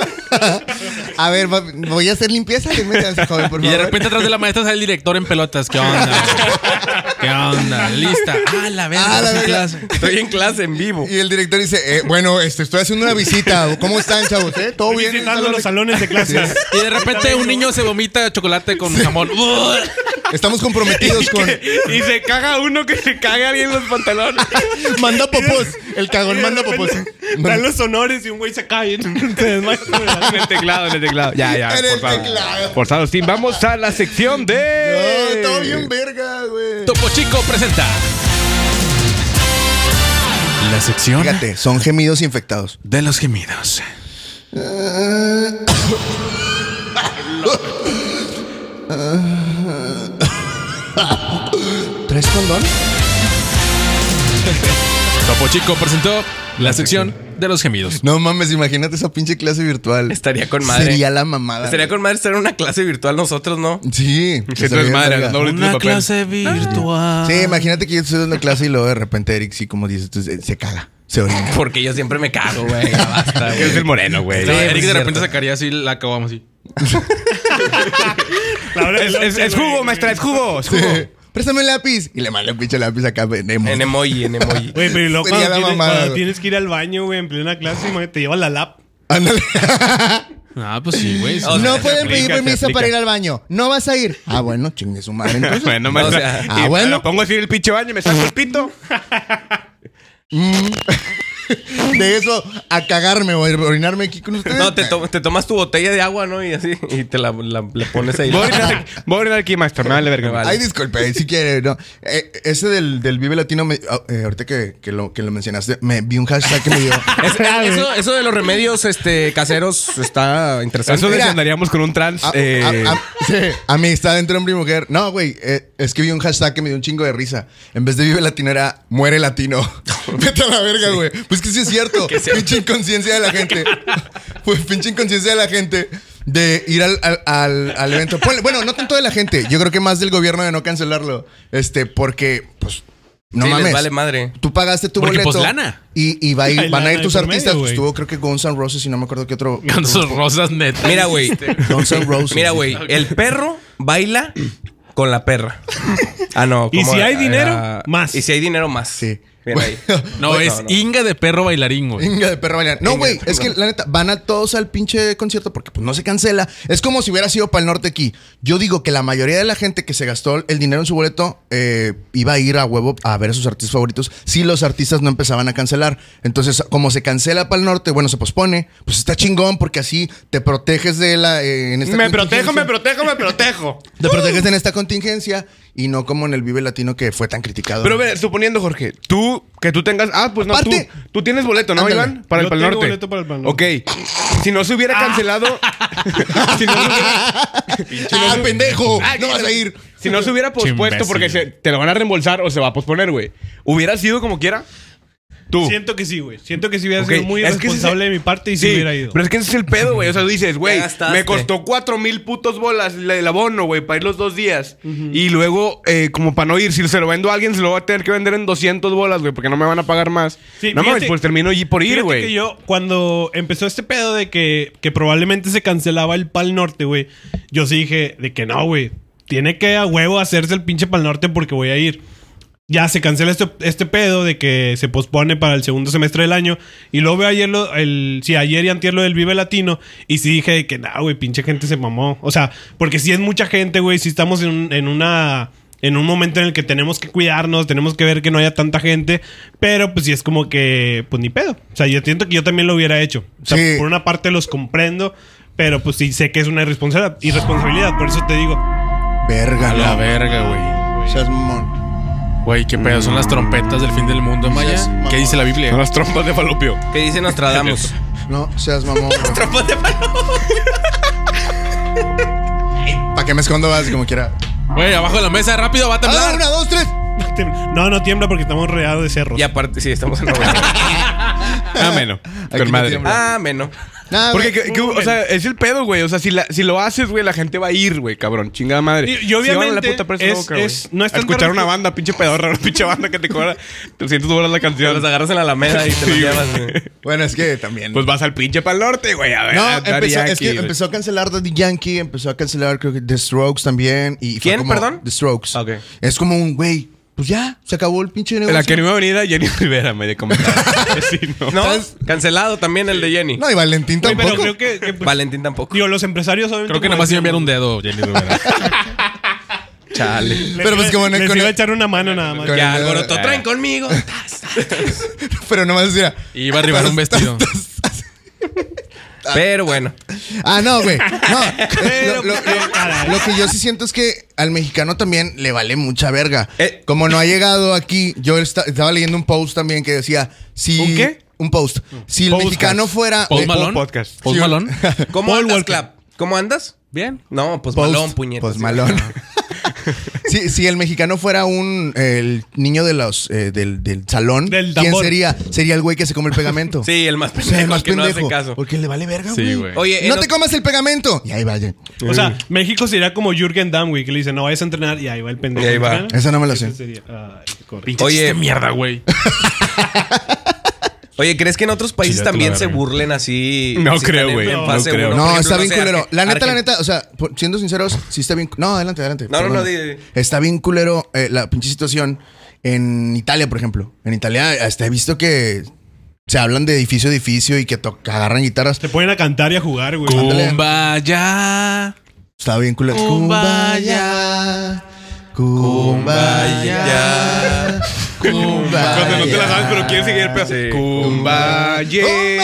[SPEAKER 4] A ver, papi, voy a hacer limpieza. Déjeme, joven, por
[SPEAKER 6] Y de
[SPEAKER 4] favor.
[SPEAKER 6] repente atrás de la maestra sale el director en pelotas. ¿Qué onda? güey? ¿Qué onda? Lista. Ah, la verga.
[SPEAKER 4] Ah, la
[SPEAKER 6] hace
[SPEAKER 4] verga.
[SPEAKER 6] clase.
[SPEAKER 5] Estoy en clase en vivo.
[SPEAKER 4] Y el director dice, eh, bueno, este, estoy haciendo una visita. ¿Cómo están, chavos? ¿Eh? ¿Todo bien? en el
[SPEAKER 3] Visitando
[SPEAKER 4] salón?
[SPEAKER 3] los salones de clases.
[SPEAKER 6] Y de repente un niño se vomita chocolate con jamón.
[SPEAKER 2] <laughs>
[SPEAKER 6] ¡Ugh!
[SPEAKER 4] Estamos comprometidos con...
[SPEAKER 2] Y se caga uno que se caga alguien en los pantalones.
[SPEAKER 4] Manda popos. El cagón manda popos.
[SPEAKER 3] Dan los honores y un güey se cae. Se desmaya.
[SPEAKER 2] en el teclado, en el teclado. Ya, ya.
[SPEAKER 4] En el
[SPEAKER 2] forzado.
[SPEAKER 4] teclado.
[SPEAKER 2] Forzado, sí. Vamos a la sección de.
[SPEAKER 4] No, todo bien verga, güey.
[SPEAKER 6] Topo Chico presenta. La sección
[SPEAKER 4] Fíjate, son gemidos infectados.
[SPEAKER 6] de los gemidos.
[SPEAKER 4] <laughs> ¿Tres condón?
[SPEAKER 6] Topo Chico presentó la sección de los gemidos. Eh,
[SPEAKER 4] <laughs> No mames, imagínate esa pinche clase virtual.
[SPEAKER 5] Estaría con madre.
[SPEAKER 4] Sería la mamada.
[SPEAKER 5] Estaría
[SPEAKER 4] güey.
[SPEAKER 5] con madre estar en una clase virtual nosotros, ¿no? <laughs>
[SPEAKER 4] Sí.
[SPEAKER 2] Que tú
[SPEAKER 4] estaría
[SPEAKER 2] eres madre,
[SPEAKER 4] verga.
[SPEAKER 2] no doble de papel.
[SPEAKER 6] virtual.
[SPEAKER 4] Sí, imagínate que yo estoy dando clase y luego de repente Eric sí, como dices, tú, se se caga, se
[SPEAKER 5] <laughs>
[SPEAKER 4] orina.
[SPEAKER 5] Porque yo siempre me cago, güey. Ya basta, güey.
[SPEAKER 2] Es el moreno, güey.
[SPEAKER 6] No, Eric de
[SPEAKER 5] cierto.
[SPEAKER 6] repente sacaría así la acabamos así.
[SPEAKER 3] La hora del
[SPEAKER 2] Es, es-
[SPEAKER 3] lonche,
[SPEAKER 2] es
[SPEAKER 3] güey.
[SPEAKER 2] jugo, maestra, es jugo. Es jugo.
[SPEAKER 4] Préstame el lápiz. Y le manda el pinche lápiz acá. Venemos.
[SPEAKER 5] En em- emoji, en emoji.
[SPEAKER 6] <laughs>
[SPEAKER 3] Güey, pero y luego
[SPEAKER 4] Sería
[SPEAKER 3] cuando,
[SPEAKER 4] la
[SPEAKER 3] tienes,
[SPEAKER 4] mamada,
[SPEAKER 3] cuando
[SPEAKER 4] güey.
[SPEAKER 3] tienes que ir al baño, güey, en plena clase, güey, te lleva la lap.
[SPEAKER 5] <laughs>
[SPEAKER 4] Ándale.
[SPEAKER 6] Ah, pues sí, güey. sí.
[SPEAKER 5] O
[SPEAKER 4] <laughs>
[SPEAKER 5] sea,
[SPEAKER 4] no
[SPEAKER 5] se
[SPEAKER 4] pueden
[SPEAKER 2] aplica,
[SPEAKER 4] pedir
[SPEAKER 2] se
[SPEAKER 4] permiso
[SPEAKER 2] aplica.
[SPEAKER 4] para ir al baño. No vas a ir. Ah, bueno, chingue su
[SPEAKER 5] <laughs>
[SPEAKER 4] madre. Entonces,
[SPEAKER 2] Bueno,
[SPEAKER 5] No, o
[SPEAKER 2] maestra.
[SPEAKER 5] sea,
[SPEAKER 4] ah,
[SPEAKER 2] y
[SPEAKER 4] bueno.
[SPEAKER 2] Me lo pongo así en el pinche baño y me saco el pito.
[SPEAKER 4] de eso a cagarme o a orinarme aquí con
[SPEAKER 6] pues,
[SPEAKER 4] ustedes.
[SPEAKER 5] No, te, to- te tomas tu botella de agua, ¿no? Y así, y te la, la- le pones ahí.
[SPEAKER 2] Voy a orinar aquí- voy a orinar aquí, maestro. Me vale verga.
[SPEAKER 4] Ay, disculpe, si quiere, no. Eh, ese del, del Vive Latino, me- ah, eh, ahorita que, que lo, que lo mencionaste, me vi un hashtag que me dio.
[SPEAKER 5] Es- es- eso, eso de los remedios este, caseros está interesante.
[SPEAKER 2] Eso de
[SPEAKER 4] Mira.
[SPEAKER 2] si andaríamos con un trans.
[SPEAKER 4] A-
[SPEAKER 2] eh,
[SPEAKER 4] a- a- Ah, sí, amistad entre hombre y mujer. No, güey, eh, es que vi un hashtag que me dio un chingo de risa. En vez de vive latino era muere latino. Vete a la verga, güey. Pues que sí es cierto. Pinche inconsciencia de la gente. pues pinche inconsciencia de la gente de ir al, al- al- al evento. Ponle- bueno, no tanto de la gente. Yo creo que más del gobierno de no cancelarlo. Este, porque, pues, no
[SPEAKER 5] Sí, les
[SPEAKER 4] mames.
[SPEAKER 5] vale madre.
[SPEAKER 4] Tú pagaste tu
[SPEAKER 6] Porque,
[SPEAKER 4] boleto.
[SPEAKER 6] pues, lana.
[SPEAKER 4] Y, y va a ir-
[SPEAKER 3] Ay,
[SPEAKER 4] van a
[SPEAKER 3] lana
[SPEAKER 4] ir
[SPEAKER 3] de
[SPEAKER 4] tus
[SPEAKER 3] por medio,
[SPEAKER 4] artistas. Pues,
[SPEAKER 3] güey.
[SPEAKER 4] estuvo creo que Guns N' Roses y no me acuerdo qué otro.
[SPEAKER 6] <laughs> Con sus rosas netas.
[SPEAKER 5] Mira, güey.
[SPEAKER 4] Guns N' Roses.
[SPEAKER 5] Mira, güey. El perro baila con la perra. Ah, no.
[SPEAKER 3] Y
[SPEAKER 5] ¿cómo
[SPEAKER 3] si
[SPEAKER 5] era?
[SPEAKER 3] hay dinero,
[SPEAKER 5] Era-
[SPEAKER 3] más.
[SPEAKER 5] Y si hay dinero, más.
[SPEAKER 4] Sí.
[SPEAKER 2] <laughs>
[SPEAKER 5] Bien ahí.
[SPEAKER 6] No, es Inga de perro bailarín, güey.
[SPEAKER 4] Inga de perro bailar. No, güey, es que la neta, van a todos al pinche concierto porque pues no se cancela. Es como si hubiera sido para el norte aquí. Yo digo que la mayoría de la gente que se gastó el dinero en su boleto eh, iba a ir a huevo a ver a sus artistas favoritos si los artistas no empezaban a cancelar. Entonces, como se cancela para el norte, bueno, se pospone, pues está chingón porque así te proteges de la... eh, en esta contingencia.
[SPEAKER 2] me protejo, me protejo, me protejo. <laughs>
[SPEAKER 4] Te proteges en esta contingencia y no como en el Vive Latino que fue tan criticado.
[SPEAKER 2] Pero a ver, suponiendo, Jorge, tú Que tú tengas. Ah, pues no,
[SPEAKER 4] Aparte-
[SPEAKER 2] tú, tú tienes boleto, ¿no,
[SPEAKER 4] Ándale.
[SPEAKER 2] Iván? Para el
[SPEAKER 3] Yo
[SPEAKER 2] Pal
[SPEAKER 3] tengo
[SPEAKER 2] Norte.
[SPEAKER 3] boleto para el Pal Norte.
[SPEAKER 2] Ok. Si no se hubiera cancelado. <laughs> si, no se hubiera,
[SPEAKER 4] <laughs> ¡Ah, pendejo! ¡No vas a ir!
[SPEAKER 2] si no se hubiera pospuesto,
[SPEAKER 6] Chimbécil.
[SPEAKER 2] porque se- te lo van a reembolsar o se va a posponer, güey. Hubiera sido como quiera. Tú.
[SPEAKER 3] Siento que sí, güey. Siento que sí hubiera
[SPEAKER 2] Ok,
[SPEAKER 3] sido muy
[SPEAKER 2] es que ese es
[SPEAKER 3] irresponsable
[SPEAKER 2] el-
[SPEAKER 3] de mi parte y sí, hubiera ido.
[SPEAKER 2] Pero es que ese es el pedo, güey. O sea, dices, güey,
[SPEAKER 5] Ya gastaste.
[SPEAKER 2] me costó cuatro mil putos bolas la- el abono, güey, para ir los dos días. Y luego, eh, como para no ir, si se lo vendo a alguien, se lo voy a tener que vender en 200 bolas, güey, porque no me van a pagar más.
[SPEAKER 3] Sí,
[SPEAKER 2] no mames,
[SPEAKER 3] fíjate-
[SPEAKER 2] pues termino y por ir,
[SPEAKER 3] Fíjate que
[SPEAKER 2] güey.
[SPEAKER 3] yo, cuando empezó este pedo de que, que probablemente se cancelaba el Pal Norte, güey, yo sí dije de que no, güey. Tiene que a huevo hacerse el pinche Pal Norte porque voy a ir. Ya se cancela este, este pedo de que se pospone para el segundo semestre del año. Y luego veo ayer lo, el. Sí, ayer y antier lo del Vive Latino. Y sí dije de que no, güey, pinche gente se mamó. O sea, porque si es mucha gente, güey. Si estamos en, un- en una. En un momento en el que tenemos que cuidarnos, tenemos que ver que no haya tanta gente. Pero pues sí es como que. Pues ni pedo. O sea, yo siento que yo también lo hubiera hecho. O sea,
[SPEAKER 4] Sí.
[SPEAKER 3] por una parte los comprendo. Pero pues sí sé que es una irresponsa- irresponsabilidad. Por eso te digo. <laughs>
[SPEAKER 4] Verga,
[SPEAKER 6] A la
[SPEAKER 4] la
[SPEAKER 6] verga, güey.
[SPEAKER 4] Seas mamón.
[SPEAKER 6] Güey, qué pedo. Son las <laughs> trompetas del fin del mundo,
[SPEAKER 4] Seas
[SPEAKER 6] Maya.
[SPEAKER 4] mamón.
[SPEAKER 6] ¿Qué dice la Biblia?
[SPEAKER 2] las trompas de falopio.
[SPEAKER 5] ¿Qué dice
[SPEAKER 6] <laughs>
[SPEAKER 5] Nostradamus?
[SPEAKER 4] No, seas mamón.
[SPEAKER 5] Trompas de palo.
[SPEAKER 4] ¿Para qué me escondo vas? Como quiera.
[SPEAKER 6] Güey, abajo de la mesa, rápido, va a
[SPEAKER 4] ¡Ah,
[SPEAKER 6] temblar.
[SPEAKER 4] una, dos, tres!
[SPEAKER 3] No, no tiembla porque estamos rodeados de cerros.
[SPEAKER 5] Y aparte, sí, estamos en
[SPEAKER 6] <laughs>
[SPEAKER 5] la
[SPEAKER 2] Ah, menos.
[SPEAKER 4] Aquí
[SPEAKER 2] Con
[SPEAKER 4] me
[SPEAKER 2] madre.
[SPEAKER 4] tiembla.
[SPEAKER 5] Ah, menos.
[SPEAKER 4] Nada,
[SPEAKER 2] Porque,
[SPEAKER 4] güey.
[SPEAKER 2] que- que- o sea, es el pedo, güey. O sea, si, la- si lo haces, güey, la gente va a ir, güey, cabrón. Chingada madre.
[SPEAKER 3] Y- y obviamente
[SPEAKER 2] Si van a la puta presa
[SPEAKER 3] es-
[SPEAKER 2] loca, güey.
[SPEAKER 3] es- no es
[SPEAKER 2] a
[SPEAKER 3] tanta
[SPEAKER 2] escuchar una
[SPEAKER 3] respo-
[SPEAKER 2] banda, pinche pedorra, <laughs> una pinche banda que te cobra 300 dólares la
[SPEAKER 5] Te
[SPEAKER 2] canción.
[SPEAKER 5] los agarras en la alameda y te los
[SPEAKER 2] Sí,
[SPEAKER 5] llevas.
[SPEAKER 2] güey.
[SPEAKER 5] güey.
[SPEAKER 4] Bueno, es que también.
[SPEAKER 2] Pues vas al pinche pal norte, güey. A ver,
[SPEAKER 4] No,
[SPEAKER 2] a Daddy
[SPEAKER 4] empezó,
[SPEAKER 2] Yankee,
[SPEAKER 4] es que
[SPEAKER 2] güey.
[SPEAKER 4] empezó a cancelar Daddy Yankee, empezó a cancelar creo que The Strokes también. Y fue
[SPEAKER 5] ¿Quién,
[SPEAKER 4] como-
[SPEAKER 5] perdón?
[SPEAKER 4] The Strokes.
[SPEAKER 5] Ok.
[SPEAKER 4] Es como un, güey, pues ya, se acabó el pinche negocio.
[SPEAKER 2] La que no iba a venir era Jenny Rivera, me de comentar.
[SPEAKER 5] <laughs>
[SPEAKER 2] Sí, no.
[SPEAKER 5] No,
[SPEAKER 4] ¿Sabes?
[SPEAKER 5] cancelado también el de Jenny.
[SPEAKER 4] No, y Valentín
[SPEAKER 3] Güey,
[SPEAKER 4] tampoco.
[SPEAKER 3] Pero creo que, que, pues,
[SPEAKER 5] Valentín tampoco.
[SPEAKER 3] digo, los empresarios obviamente,
[SPEAKER 6] Creo que
[SPEAKER 3] como
[SPEAKER 6] nada más iba a
[SPEAKER 3] decían,
[SPEAKER 6] enviar un dedo, Jenny Rivera.
[SPEAKER 4] <laughs>
[SPEAKER 5] Chale.
[SPEAKER 3] les
[SPEAKER 4] Pero, pues,
[SPEAKER 3] iba-
[SPEAKER 4] como en el-
[SPEAKER 3] les
[SPEAKER 4] con
[SPEAKER 3] iba a
[SPEAKER 4] el-
[SPEAKER 3] echar una mano nada más.
[SPEAKER 4] con
[SPEAKER 5] Ya,
[SPEAKER 4] el-
[SPEAKER 5] alboroto.
[SPEAKER 4] Ah.
[SPEAKER 5] Traen conmigo. Tas, tas, tas.
[SPEAKER 4] Pero nomás decía.
[SPEAKER 6] Y iba a arribar un vestido.
[SPEAKER 5] <laughs> Pero bueno.
[SPEAKER 4] Ah, no, güey. No. Lo, lo- lo- lo que yo sí siento es que al mexicano también le vale mucha verga.
[SPEAKER 5] Eh.
[SPEAKER 4] Como no ha llegado aquí, yo esta- estaba leyendo un post también que decía: si,
[SPEAKER 2] ¿Un qué?
[SPEAKER 4] Un post. Si el
[SPEAKER 2] Podcast.
[SPEAKER 4] mexicano fuera.
[SPEAKER 6] Post
[SPEAKER 4] eh,
[SPEAKER 6] Malone.
[SPEAKER 2] podcast.
[SPEAKER 6] Post
[SPEAKER 4] Sí,
[SPEAKER 6] <laughs> Malone.
[SPEAKER 5] ¿Cómo
[SPEAKER 3] Paul
[SPEAKER 5] andas,
[SPEAKER 3] Walker.
[SPEAKER 5] Clap? ¿Cómo andas? Bien. No, pues
[SPEAKER 4] Post-
[SPEAKER 5] malón, puñetas.
[SPEAKER 4] Post Malone. <laughs> si, si el mexicano fuera un el niño de los eh, del, del salón,
[SPEAKER 3] Del
[SPEAKER 4] ¿quién
[SPEAKER 3] tambor.
[SPEAKER 4] sería? Sería el güey que se come el pegamento.
[SPEAKER 5] Sí, el más
[SPEAKER 4] O sea,
[SPEAKER 5] pendejo,
[SPEAKER 4] el más
[SPEAKER 5] el que
[SPEAKER 4] pendejo.
[SPEAKER 5] no hace caso.
[SPEAKER 4] Porque le vale verga,
[SPEAKER 6] Sí,
[SPEAKER 4] güey.
[SPEAKER 6] güey.
[SPEAKER 5] Oye,
[SPEAKER 4] no
[SPEAKER 5] en
[SPEAKER 4] te
[SPEAKER 5] ot-
[SPEAKER 4] comas el pegamento. Y ahí vaya.
[SPEAKER 3] O
[SPEAKER 4] Mm.
[SPEAKER 3] sea, México sería como Jürgen Damm, güey, que le dice, no vayas a entrenar y ahí va el pendejo.
[SPEAKER 5] Y ahí va.
[SPEAKER 3] ¿Entrena?
[SPEAKER 4] Esa no me la sé.
[SPEAKER 3] Ese sería- ay, corre.
[SPEAKER 5] Oye,
[SPEAKER 6] mierda, güey.
[SPEAKER 5] <laughs> Oye, ¿crees que en otros países
[SPEAKER 6] Chíllate la
[SPEAKER 5] también se
[SPEAKER 6] verga.
[SPEAKER 5] burlen así?
[SPEAKER 2] No
[SPEAKER 5] si están
[SPEAKER 2] creo,
[SPEAKER 5] en-
[SPEAKER 2] güey.
[SPEAKER 5] en
[SPEAKER 2] No,
[SPEAKER 5] fase
[SPEAKER 2] no creo.
[SPEAKER 5] uno?
[SPEAKER 4] No,
[SPEAKER 5] Por ejemplo,
[SPEAKER 4] está bien
[SPEAKER 5] sé,
[SPEAKER 4] culero.
[SPEAKER 5] Argen-
[SPEAKER 4] La neta, la
[SPEAKER 5] Argen-
[SPEAKER 4] neta, o sea, por- siendo sinceros, sí está bien. No, adelante, adelante.
[SPEAKER 5] No, no,
[SPEAKER 4] perdón.
[SPEAKER 5] no, di, di.
[SPEAKER 4] Está bien culero eh, la pinche situación en Italia, por ejemplo. En Italia, hasta he visto que se hablan de edificio a edificio y que to- que agarran guitarras.
[SPEAKER 3] Se ponen a cantar y a jugar, güey.
[SPEAKER 4] Ándale.
[SPEAKER 6] Kumbaya.
[SPEAKER 4] Está bien culero.
[SPEAKER 6] Kumbaya.
[SPEAKER 4] Kumbaya. Kumbaya.
[SPEAKER 2] Cuando no te la sabes, pero quieres seguir el pedo.
[SPEAKER 5] Sí.
[SPEAKER 2] Cumbaye.
[SPEAKER 4] Así,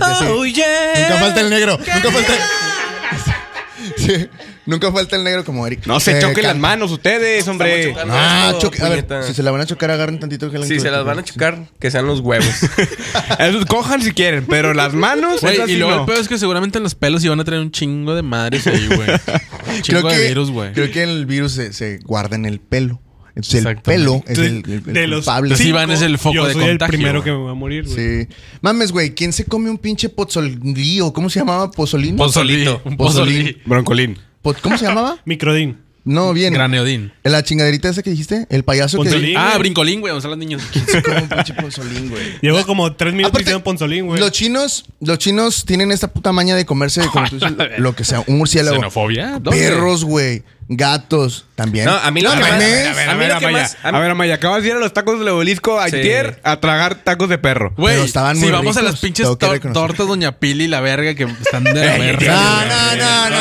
[SPEAKER 4] así. Este Nunca falta el negro. Nunca falta. <laughs> Sí, Nunca falta el negro como Eric.
[SPEAKER 2] No se
[SPEAKER 4] Eh,
[SPEAKER 2] choquen
[SPEAKER 4] can-
[SPEAKER 2] las manos ustedes, hombre.
[SPEAKER 5] Estamos chocando
[SPEAKER 4] Ah,
[SPEAKER 5] esto,
[SPEAKER 4] choque. A ver,
[SPEAKER 5] puñeta.
[SPEAKER 4] si se la van a chocar, agarren tantito que la
[SPEAKER 5] Sí, se las van a chocar, que sean los huevos.
[SPEAKER 2] <laughs> Eso, Cojan si quieren, pero las manos.
[SPEAKER 6] Güey,
[SPEAKER 2] esas
[SPEAKER 6] y
[SPEAKER 2] sí
[SPEAKER 6] luego
[SPEAKER 2] no.
[SPEAKER 6] el peor es que seguramente en los pelos iban a traer un chingo de madres ahí, <laughs> güey. Un
[SPEAKER 4] Creo
[SPEAKER 6] chingo
[SPEAKER 4] que,
[SPEAKER 6] de virus, güey.
[SPEAKER 4] creo que el virus se, se guarda en el pelo. Entonces el
[SPEAKER 6] Exactamente.
[SPEAKER 4] pelo es el, el- el
[SPEAKER 3] De los
[SPEAKER 4] culpable.
[SPEAKER 6] Entonces,
[SPEAKER 3] cinco,
[SPEAKER 6] Iván es el foco
[SPEAKER 3] yo
[SPEAKER 6] de
[SPEAKER 3] soy el
[SPEAKER 6] contagio,
[SPEAKER 3] primero
[SPEAKER 6] güey.
[SPEAKER 3] que me va a morir, güey.
[SPEAKER 4] Sí. Mames, güey, ¿quién se come un pinche pozolío? ¿Cómo se llamaba? ¿Pozolín?
[SPEAKER 6] Pozolito. Un pozolí.
[SPEAKER 2] Broncolín.
[SPEAKER 4] Po- ¿Cómo se llamaba?
[SPEAKER 3] Microdin.
[SPEAKER 4] No, bien.
[SPEAKER 6] Graneodín.
[SPEAKER 4] La chingaderita esa que dijiste, el payaso
[SPEAKER 3] Ponzolín.
[SPEAKER 4] que
[SPEAKER 6] Ah, brincolín, güey. Vamos a los niños.
[SPEAKER 4] se come un pinche pozolín, güey.
[SPEAKER 3] Llevo como tres minutos
[SPEAKER 4] Aparte,
[SPEAKER 3] diciendo Ponzolín, güey.
[SPEAKER 4] Los chinos, los chinos tienen esta puta maña de comerse como tú dices, lo- lo que sea, un murciélago.
[SPEAKER 6] Xenofobia. ¿Dónde?
[SPEAKER 4] Perros, güey, gatos, también.
[SPEAKER 5] No, a mí lo que más-
[SPEAKER 4] mames.
[SPEAKER 2] A ver,
[SPEAKER 5] A
[SPEAKER 2] a
[SPEAKER 5] mí
[SPEAKER 2] ver,
[SPEAKER 5] lo que
[SPEAKER 2] Amaya.
[SPEAKER 5] más- a
[SPEAKER 2] A
[SPEAKER 5] mí-
[SPEAKER 2] ver, Amaya, acabas de ir a los tacos del obelisco ayer a tragar tacos de perro.
[SPEAKER 6] Güey,
[SPEAKER 4] Pero estaban
[SPEAKER 6] si
[SPEAKER 4] muy
[SPEAKER 6] vamos a
[SPEAKER 4] ricos,
[SPEAKER 6] las pinches
[SPEAKER 4] tengo que
[SPEAKER 6] tor-
[SPEAKER 4] reconocer.
[SPEAKER 6] tortas Doña Pili, la verga, que están de la verga.
[SPEAKER 4] No,
[SPEAKER 6] güey.
[SPEAKER 4] no, no, no, no,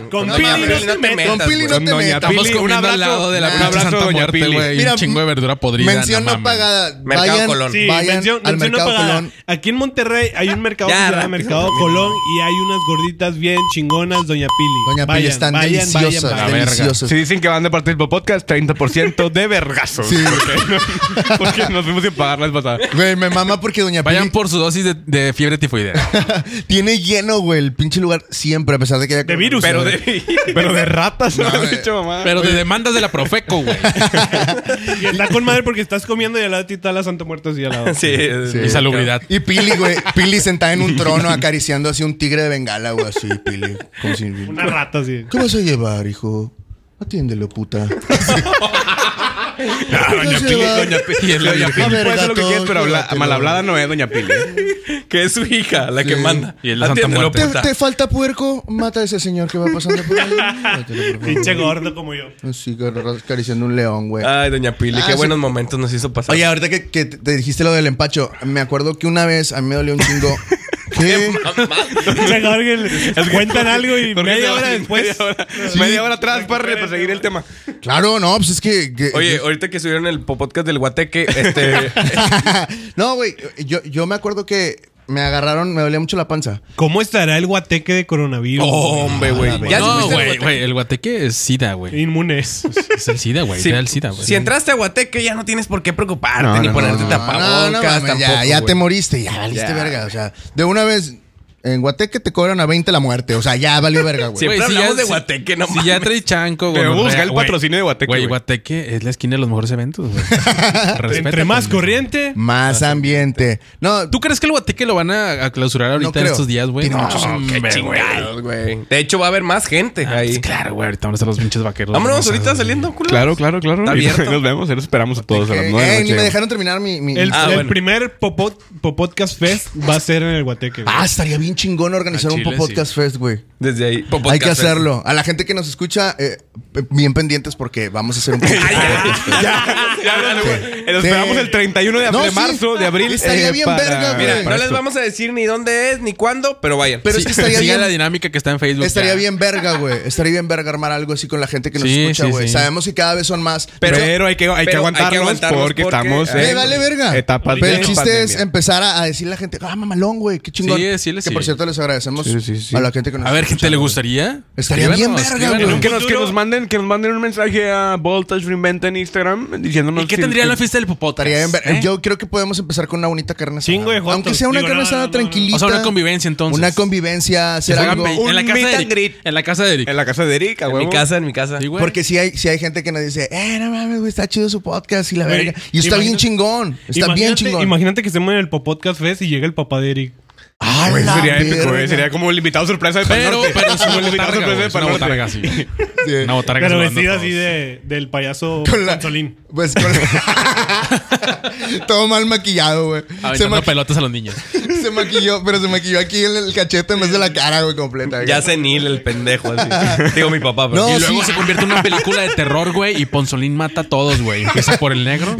[SPEAKER 4] no.
[SPEAKER 3] Con
[SPEAKER 4] No
[SPEAKER 3] Pili
[SPEAKER 4] mames,
[SPEAKER 3] no te metas,
[SPEAKER 4] Con Pili no
[SPEAKER 2] güey.
[SPEAKER 4] te
[SPEAKER 2] Doña
[SPEAKER 4] metas.
[SPEAKER 6] Estamos
[SPEAKER 2] Pili, un
[SPEAKER 6] comiendo al
[SPEAKER 2] abrazo.
[SPEAKER 6] lado de la
[SPEAKER 4] Un
[SPEAKER 6] pinche
[SPEAKER 2] abrazo,
[SPEAKER 6] Santa
[SPEAKER 2] Doña
[SPEAKER 6] Muerte,
[SPEAKER 2] Pili.
[SPEAKER 6] güey. y
[SPEAKER 4] Mira,
[SPEAKER 6] Un chingo de verdura podrida.
[SPEAKER 4] Mención no
[SPEAKER 6] mames.
[SPEAKER 4] pagada.
[SPEAKER 5] Mercado
[SPEAKER 4] vayan,
[SPEAKER 5] Colón.
[SPEAKER 3] Sí,
[SPEAKER 4] vayan
[SPEAKER 3] mención-
[SPEAKER 4] al
[SPEAKER 3] mención no
[SPEAKER 4] Mercado
[SPEAKER 3] pagada.
[SPEAKER 4] Colón.
[SPEAKER 3] Aquí en Monterrey hay un mercado
[SPEAKER 5] Ya,
[SPEAKER 3] que se llama
[SPEAKER 5] rápido,
[SPEAKER 3] Mercado Colón y hay unas gorditas bien chingonas, Doña Pili.
[SPEAKER 4] Doña Pili,
[SPEAKER 3] Vayan,
[SPEAKER 4] están
[SPEAKER 3] vayan, vayan,
[SPEAKER 4] deliciosas. más
[SPEAKER 6] la verga.
[SPEAKER 4] deliciosas.
[SPEAKER 2] Si dicen que van de parte del podcast, 30% de vergazos.
[SPEAKER 4] Sí.
[SPEAKER 2] <laughs> Porque, no- porque nos fuimos sin pagar la vez pasada.
[SPEAKER 4] Güey, me mama porque Doña
[SPEAKER 6] Vayan
[SPEAKER 4] Pili
[SPEAKER 6] por su dosis de, de fiebre tifoidea.
[SPEAKER 4] <laughs> tiene lleno, güey, el pinche lugar siempre, a pesar de que haya...
[SPEAKER 3] De virus. <laughs>
[SPEAKER 2] Pero de, pero de ratas, no,
[SPEAKER 4] No,
[SPEAKER 2] has
[SPEAKER 4] eh.
[SPEAKER 2] dicho mamá.
[SPEAKER 6] Pero de demandas de la Profeco, güey.
[SPEAKER 3] <laughs> Y está con madre porque estás comiendo y al lado de ti está la Santa Muerte así al
[SPEAKER 2] <laughs>
[SPEAKER 3] lado.
[SPEAKER 4] Sí.
[SPEAKER 6] Y salubridad.
[SPEAKER 4] Y Pili, güey, Pili sentada
[SPEAKER 2] <laughs>
[SPEAKER 4] en un trono acariciando así un tigre de bengala, güey, así, Pili. Como si...
[SPEAKER 3] Una rata
[SPEAKER 4] <laughs>
[SPEAKER 3] así.
[SPEAKER 4] ¿Qué vas a llevar, hijo? Atiéndelo, puta.
[SPEAKER 2] <laughs> Ah, Doña Pili, Doña Pili.
[SPEAKER 6] Y es la
[SPEAKER 2] Doña
[SPEAKER 6] Virgen.
[SPEAKER 2] Pili puede hacer
[SPEAKER 4] Vergatón,
[SPEAKER 2] lo que quieras, pero habla-
[SPEAKER 4] llévatelo.
[SPEAKER 2] mal hablada no es Doña Pili. ¿eh?
[SPEAKER 5] Que es su hija la que
[SPEAKER 4] Sí.
[SPEAKER 5] manda.
[SPEAKER 6] Y es la Santa
[SPEAKER 5] Atiéndelo,
[SPEAKER 6] Muerte.
[SPEAKER 4] ¿Te,
[SPEAKER 5] puta.
[SPEAKER 4] te falta puerco? Mata a ese señor que va pasando por ahí. Mátelo, por
[SPEAKER 3] Pinche
[SPEAKER 4] favor.
[SPEAKER 3] gordo como yo.
[SPEAKER 4] Así, agarra- acariciando un león, güey.
[SPEAKER 5] Ay, doña Pili,
[SPEAKER 4] Ah,
[SPEAKER 5] qué
[SPEAKER 4] sí.
[SPEAKER 5] buenos momentos nos hizo pasar.
[SPEAKER 4] Oye, ahorita que, que te dijiste lo del empacho, me acuerdo que una vez a mí me dolió un
[SPEAKER 2] <laughs>
[SPEAKER 4] chingo. ¿Qué?
[SPEAKER 3] Pinche gordo que le- cuentan algo y
[SPEAKER 2] Porque
[SPEAKER 3] media
[SPEAKER 2] no,
[SPEAKER 3] hora
[SPEAKER 2] media
[SPEAKER 3] después.
[SPEAKER 2] hora- Media hora atrás para, re- para seguir el tema.
[SPEAKER 4] Claro, no, pues es que. que-
[SPEAKER 5] Oye, ahorita que subieron el po- podcast del Guateque,
[SPEAKER 4] <laughs>
[SPEAKER 5] este.
[SPEAKER 4] no, güey, yo, yo me acuerdo que me agarraron, me dolía mucho la panza.
[SPEAKER 3] ¿Cómo estará el guateque de coronavirus?
[SPEAKER 4] Oh,
[SPEAKER 5] hombre, güey. Ya sí
[SPEAKER 6] No,
[SPEAKER 5] fuiste al
[SPEAKER 6] güey,
[SPEAKER 5] Guateque.
[SPEAKER 6] güey. El guateque es SIDA, güey.
[SPEAKER 3] Inmunes.
[SPEAKER 6] Es el SIDA, güey.
[SPEAKER 5] Si,
[SPEAKER 6] Era el SIDA, güey.
[SPEAKER 5] si entraste a Guateque, ya no tienes por qué preocuparte
[SPEAKER 2] No,
[SPEAKER 5] ni
[SPEAKER 2] no,
[SPEAKER 5] ponerte
[SPEAKER 4] No,
[SPEAKER 5] tapabocas.
[SPEAKER 4] no, no, mames,
[SPEAKER 5] tampoco,
[SPEAKER 4] ya, ya
[SPEAKER 5] güey.
[SPEAKER 4] te moriste, ya valiste
[SPEAKER 5] Ya.
[SPEAKER 4] verga. O sea, de una vez, en Guateque te cobran a 20 la muerte. O sea, ya valió verga, güey.
[SPEAKER 5] Siempre
[SPEAKER 6] Güey, si
[SPEAKER 5] hablamos
[SPEAKER 6] ya-
[SPEAKER 5] de Guateque, no
[SPEAKER 6] Si
[SPEAKER 5] mames.
[SPEAKER 6] ya trae chanco,
[SPEAKER 2] Te
[SPEAKER 6] güey.
[SPEAKER 2] voy a buscar el
[SPEAKER 6] Güey,
[SPEAKER 2] patrocinio de Guateque,
[SPEAKER 6] Güey,
[SPEAKER 2] güey.
[SPEAKER 6] Guateque es la esquina de los mejores eventos, güey.
[SPEAKER 3] Entre
[SPEAKER 6] Respeta,
[SPEAKER 3] más
[SPEAKER 6] pendejo.
[SPEAKER 3] corriente.
[SPEAKER 4] Más ambiente. No,
[SPEAKER 6] ¿Tú crees que el Guateque lo van a, a clausurar
[SPEAKER 4] no
[SPEAKER 6] ahorita en
[SPEAKER 4] creo.
[SPEAKER 6] estos días, güey?
[SPEAKER 4] Tiene muchos-
[SPEAKER 6] hombre, güey.
[SPEAKER 5] Chingados, güey. De hecho, va a haber más gente
[SPEAKER 6] Pues
[SPEAKER 5] ahí.
[SPEAKER 6] claro, güey. Ahorita van a ser los pinches vaqueros.
[SPEAKER 5] Vámonos
[SPEAKER 6] O sea,
[SPEAKER 5] ahorita saliendo, culo.
[SPEAKER 2] Claro, claro, claro.
[SPEAKER 5] Está
[SPEAKER 2] Y
[SPEAKER 5] abierto.
[SPEAKER 2] Nos vemos, <laughs> ahí los esperamos a todos a las
[SPEAKER 4] eh,
[SPEAKER 2] nueve de la
[SPEAKER 4] eh, ni
[SPEAKER 2] noche.
[SPEAKER 4] me dejaron terminar mi. mi-
[SPEAKER 3] El,
[SPEAKER 5] Ah,
[SPEAKER 3] el
[SPEAKER 5] bueno.
[SPEAKER 3] primer Popot- Popodcast Fest va a ser en el Guateque. güey.
[SPEAKER 4] Ah, estaría bien chingón organizar
[SPEAKER 6] Al
[SPEAKER 4] un
[SPEAKER 6] chile,
[SPEAKER 4] podcast fest, güey.
[SPEAKER 5] Desde ahí.
[SPEAKER 4] Hay que
[SPEAKER 2] ¿eh?
[SPEAKER 4] hacerlo. A la gente que nos escucha, eh, p- bien pendientes porque vamos a
[SPEAKER 2] <laughs>
[SPEAKER 4] hacer un podcast. <laughs>
[SPEAKER 2] Ya, ya, güey. Nos
[SPEAKER 4] Sí.
[SPEAKER 2] esperamos el 31 de,
[SPEAKER 4] No,
[SPEAKER 2] de
[SPEAKER 4] sí.
[SPEAKER 2] marzo, de abril.
[SPEAKER 4] Estaría
[SPEAKER 2] eh,
[SPEAKER 4] bien
[SPEAKER 2] para-
[SPEAKER 4] verga, güey.
[SPEAKER 5] Mira, no
[SPEAKER 2] para
[SPEAKER 5] les
[SPEAKER 2] esto.
[SPEAKER 5] vamos a decir ni dónde es ni cuándo, pero vayan.
[SPEAKER 4] Pero es
[SPEAKER 6] sí,
[SPEAKER 4] que estaría
[SPEAKER 6] <laughs> siga
[SPEAKER 4] bien.
[SPEAKER 6] la dinámica que está en Facebook.
[SPEAKER 4] Estaría
[SPEAKER 6] ya.
[SPEAKER 4] bien verga, güey. Estaría bien verga armar algo así con la gente que nos
[SPEAKER 6] Sí,
[SPEAKER 4] escucha,
[SPEAKER 6] sí,
[SPEAKER 4] güey.
[SPEAKER 6] sí.
[SPEAKER 4] Sabemos que cada vez son más.
[SPEAKER 2] Pero,
[SPEAKER 5] Pero-
[SPEAKER 2] hay que, hay
[SPEAKER 5] pero
[SPEAKER 2] que
[SPEAKER 5] hay que
[SPEAKER 2] aguantarnos,
[SPEAKER 5] aguantarnos
[SPEAKER 2] porque,
[SPEAKER 5] porque-
[SPEAKER 2] estamos
[SPEAKER 5] Eh,
[SPEAKER 4] Me vale verga.
[SPEAKER 2] etapas
[SPEAKER 4] Pero
[SPEAKER 2] de
[SPEAKER 4] el chiste
[SPEAKER 2] pandemia.
[SPEAKER 4] es empezar a, a decirle a la gente, ah, mamalón, güey, qué chingón.
[SPEAKER 6] Sí, sí, le-
[SPEAKER 4] que
[SPEAKER 6] sí.
[SPEAKER 4] por cierto les agradecemos
[SPEAKER 2] Sí, sí, sí.
[SPEAKER 4] a la gente que nos
[SPEAKER 6] A ver, gente, ¿le
[SPEAKER 4] escucha,
[SPEAKER 6] gustaría?
[SPEAKER 4] Estaría bien verga,
[SPEAKER 6] escríbanos.
[SPEAKER 4] güey.
[SPEAKER 2] Que nos, que nos manden, que nos manden un mensaje a Voltage Reinvent en Instagram diciéindonos.
[SPEAKER 6] ¿Y qué
[SPEAKER 2] si-
[SPEAKER 6] tendría la fiesta del popota?
[SPEAKER 4] Estaría bien verga. Yo creo que podemos empezar con una bonita carne asada.
[SPEAKER 3] ¿Eh? Chingo de jotos.
[SPEAKER 4] Aunque sea una
[SPEAKER 3] Digo,
[SPEAKER 4] carne
[SPEAKER 3] no,
[SPEAKER 4] asada
[SPEAKER 3] no, no, no.
[SPEAKER 4] tranquilita.
[SPEAKER 6] O sea, una convivencia entonces.
[SPEAKER 4] Una convivencia, hacer algo.
[SPEAKER 6] en la
[SPEAKER 2] Un
[SPEAKER 6] casa
[SPEAKER 2] meet
[SPEAKER 6] de
[SPEAKER 2] and
[SPEAKER 6] Eric. En la casa de Eric.
[SPEAKER 2] En la casa de Erika,
[SPEAKER 5] En
[SPEAKER 2] güey.
[SPEAKER 5] mi casa, en mi casa.
[SPEAKER 6] Sí, güey.
[SPEAKER 4] Porque si hay, si hay gente que nos dice, eh, no mames, güey, está chido su podcast y la
[SPEAKER 3] Güey,
[SPEAKER 4] verga. Y está bien
[SPEAKER 3] imagínate-
[SPEAKER 4] chingón. Está bien
[SPEAKER 3] Imagínate-
[SPEAKER 4] chingón.
[SPEAKER 3] Imagínate que estemos en el Popodcast Fest y llega el papá de Eric.
[SPEAKER 4] Ah,
[SPEAKER 2] Güey,
[SPEAKER 4] la
[SPEAKER 2] sería épico, güey.
[SPEAKER 4] verga.
[SPEAKER 2] Sería como el invitado sorpresa de
[SPEAKER 6] pero,
[SPEAKER 2] Panorte.
[SPEAKER 6] pero es
[SPEAKER 2] Como <laughs>
[SPEAKER 6] una
[SPEAKER 2] el invitado
[SPEAKER 6] botarga,
[SPEAKER 2] sorpresa
[SPEAKER 6] güey,
[SPEAKER 2] de
[SPEAKER 6] es una
[SPEAKER 2] Panorte.
[SPEAKER 6] botarga así.
[SPEAKER 4] Sí.
[SPEAKER 6] Una botarga
[SPEAKER 3] Pero
[SPEAKER 6] saludando a
[SPEAKER 3] vestido
[SPEAKER 6] todos.
[SPEAKER 3] así de, del payaso
[SPEAKER 4] Con la-
[SPEAKER 3] Consolín.
[SPEAKER 4] Pues con la- <laughs> Todo mal maquillado, güey. Se,
[SPEAKER 6] Aventando
[SPEAKER 4] ma-
[SPEAKER 6] pelotas a los niños.
[SPEAKER 4] se maquilló, pero se maquilló aquí en el cachete en vez de la cara, güey, completa. güey.
[SPEAKER 5] Ya senil el pendejo.
[SPEAKER 2] <laughs>
[SPEAKER 5] Así. Digo mi papá, pero.
[SPEAKER 4] No,
[SPEAKER 6] y luego
[SPEAKER 4] Oh, sí.
[SPEAKER 6] se convierte en una película de terror, güey, y Ponzolín mata a todos, güey. Empieza por el negro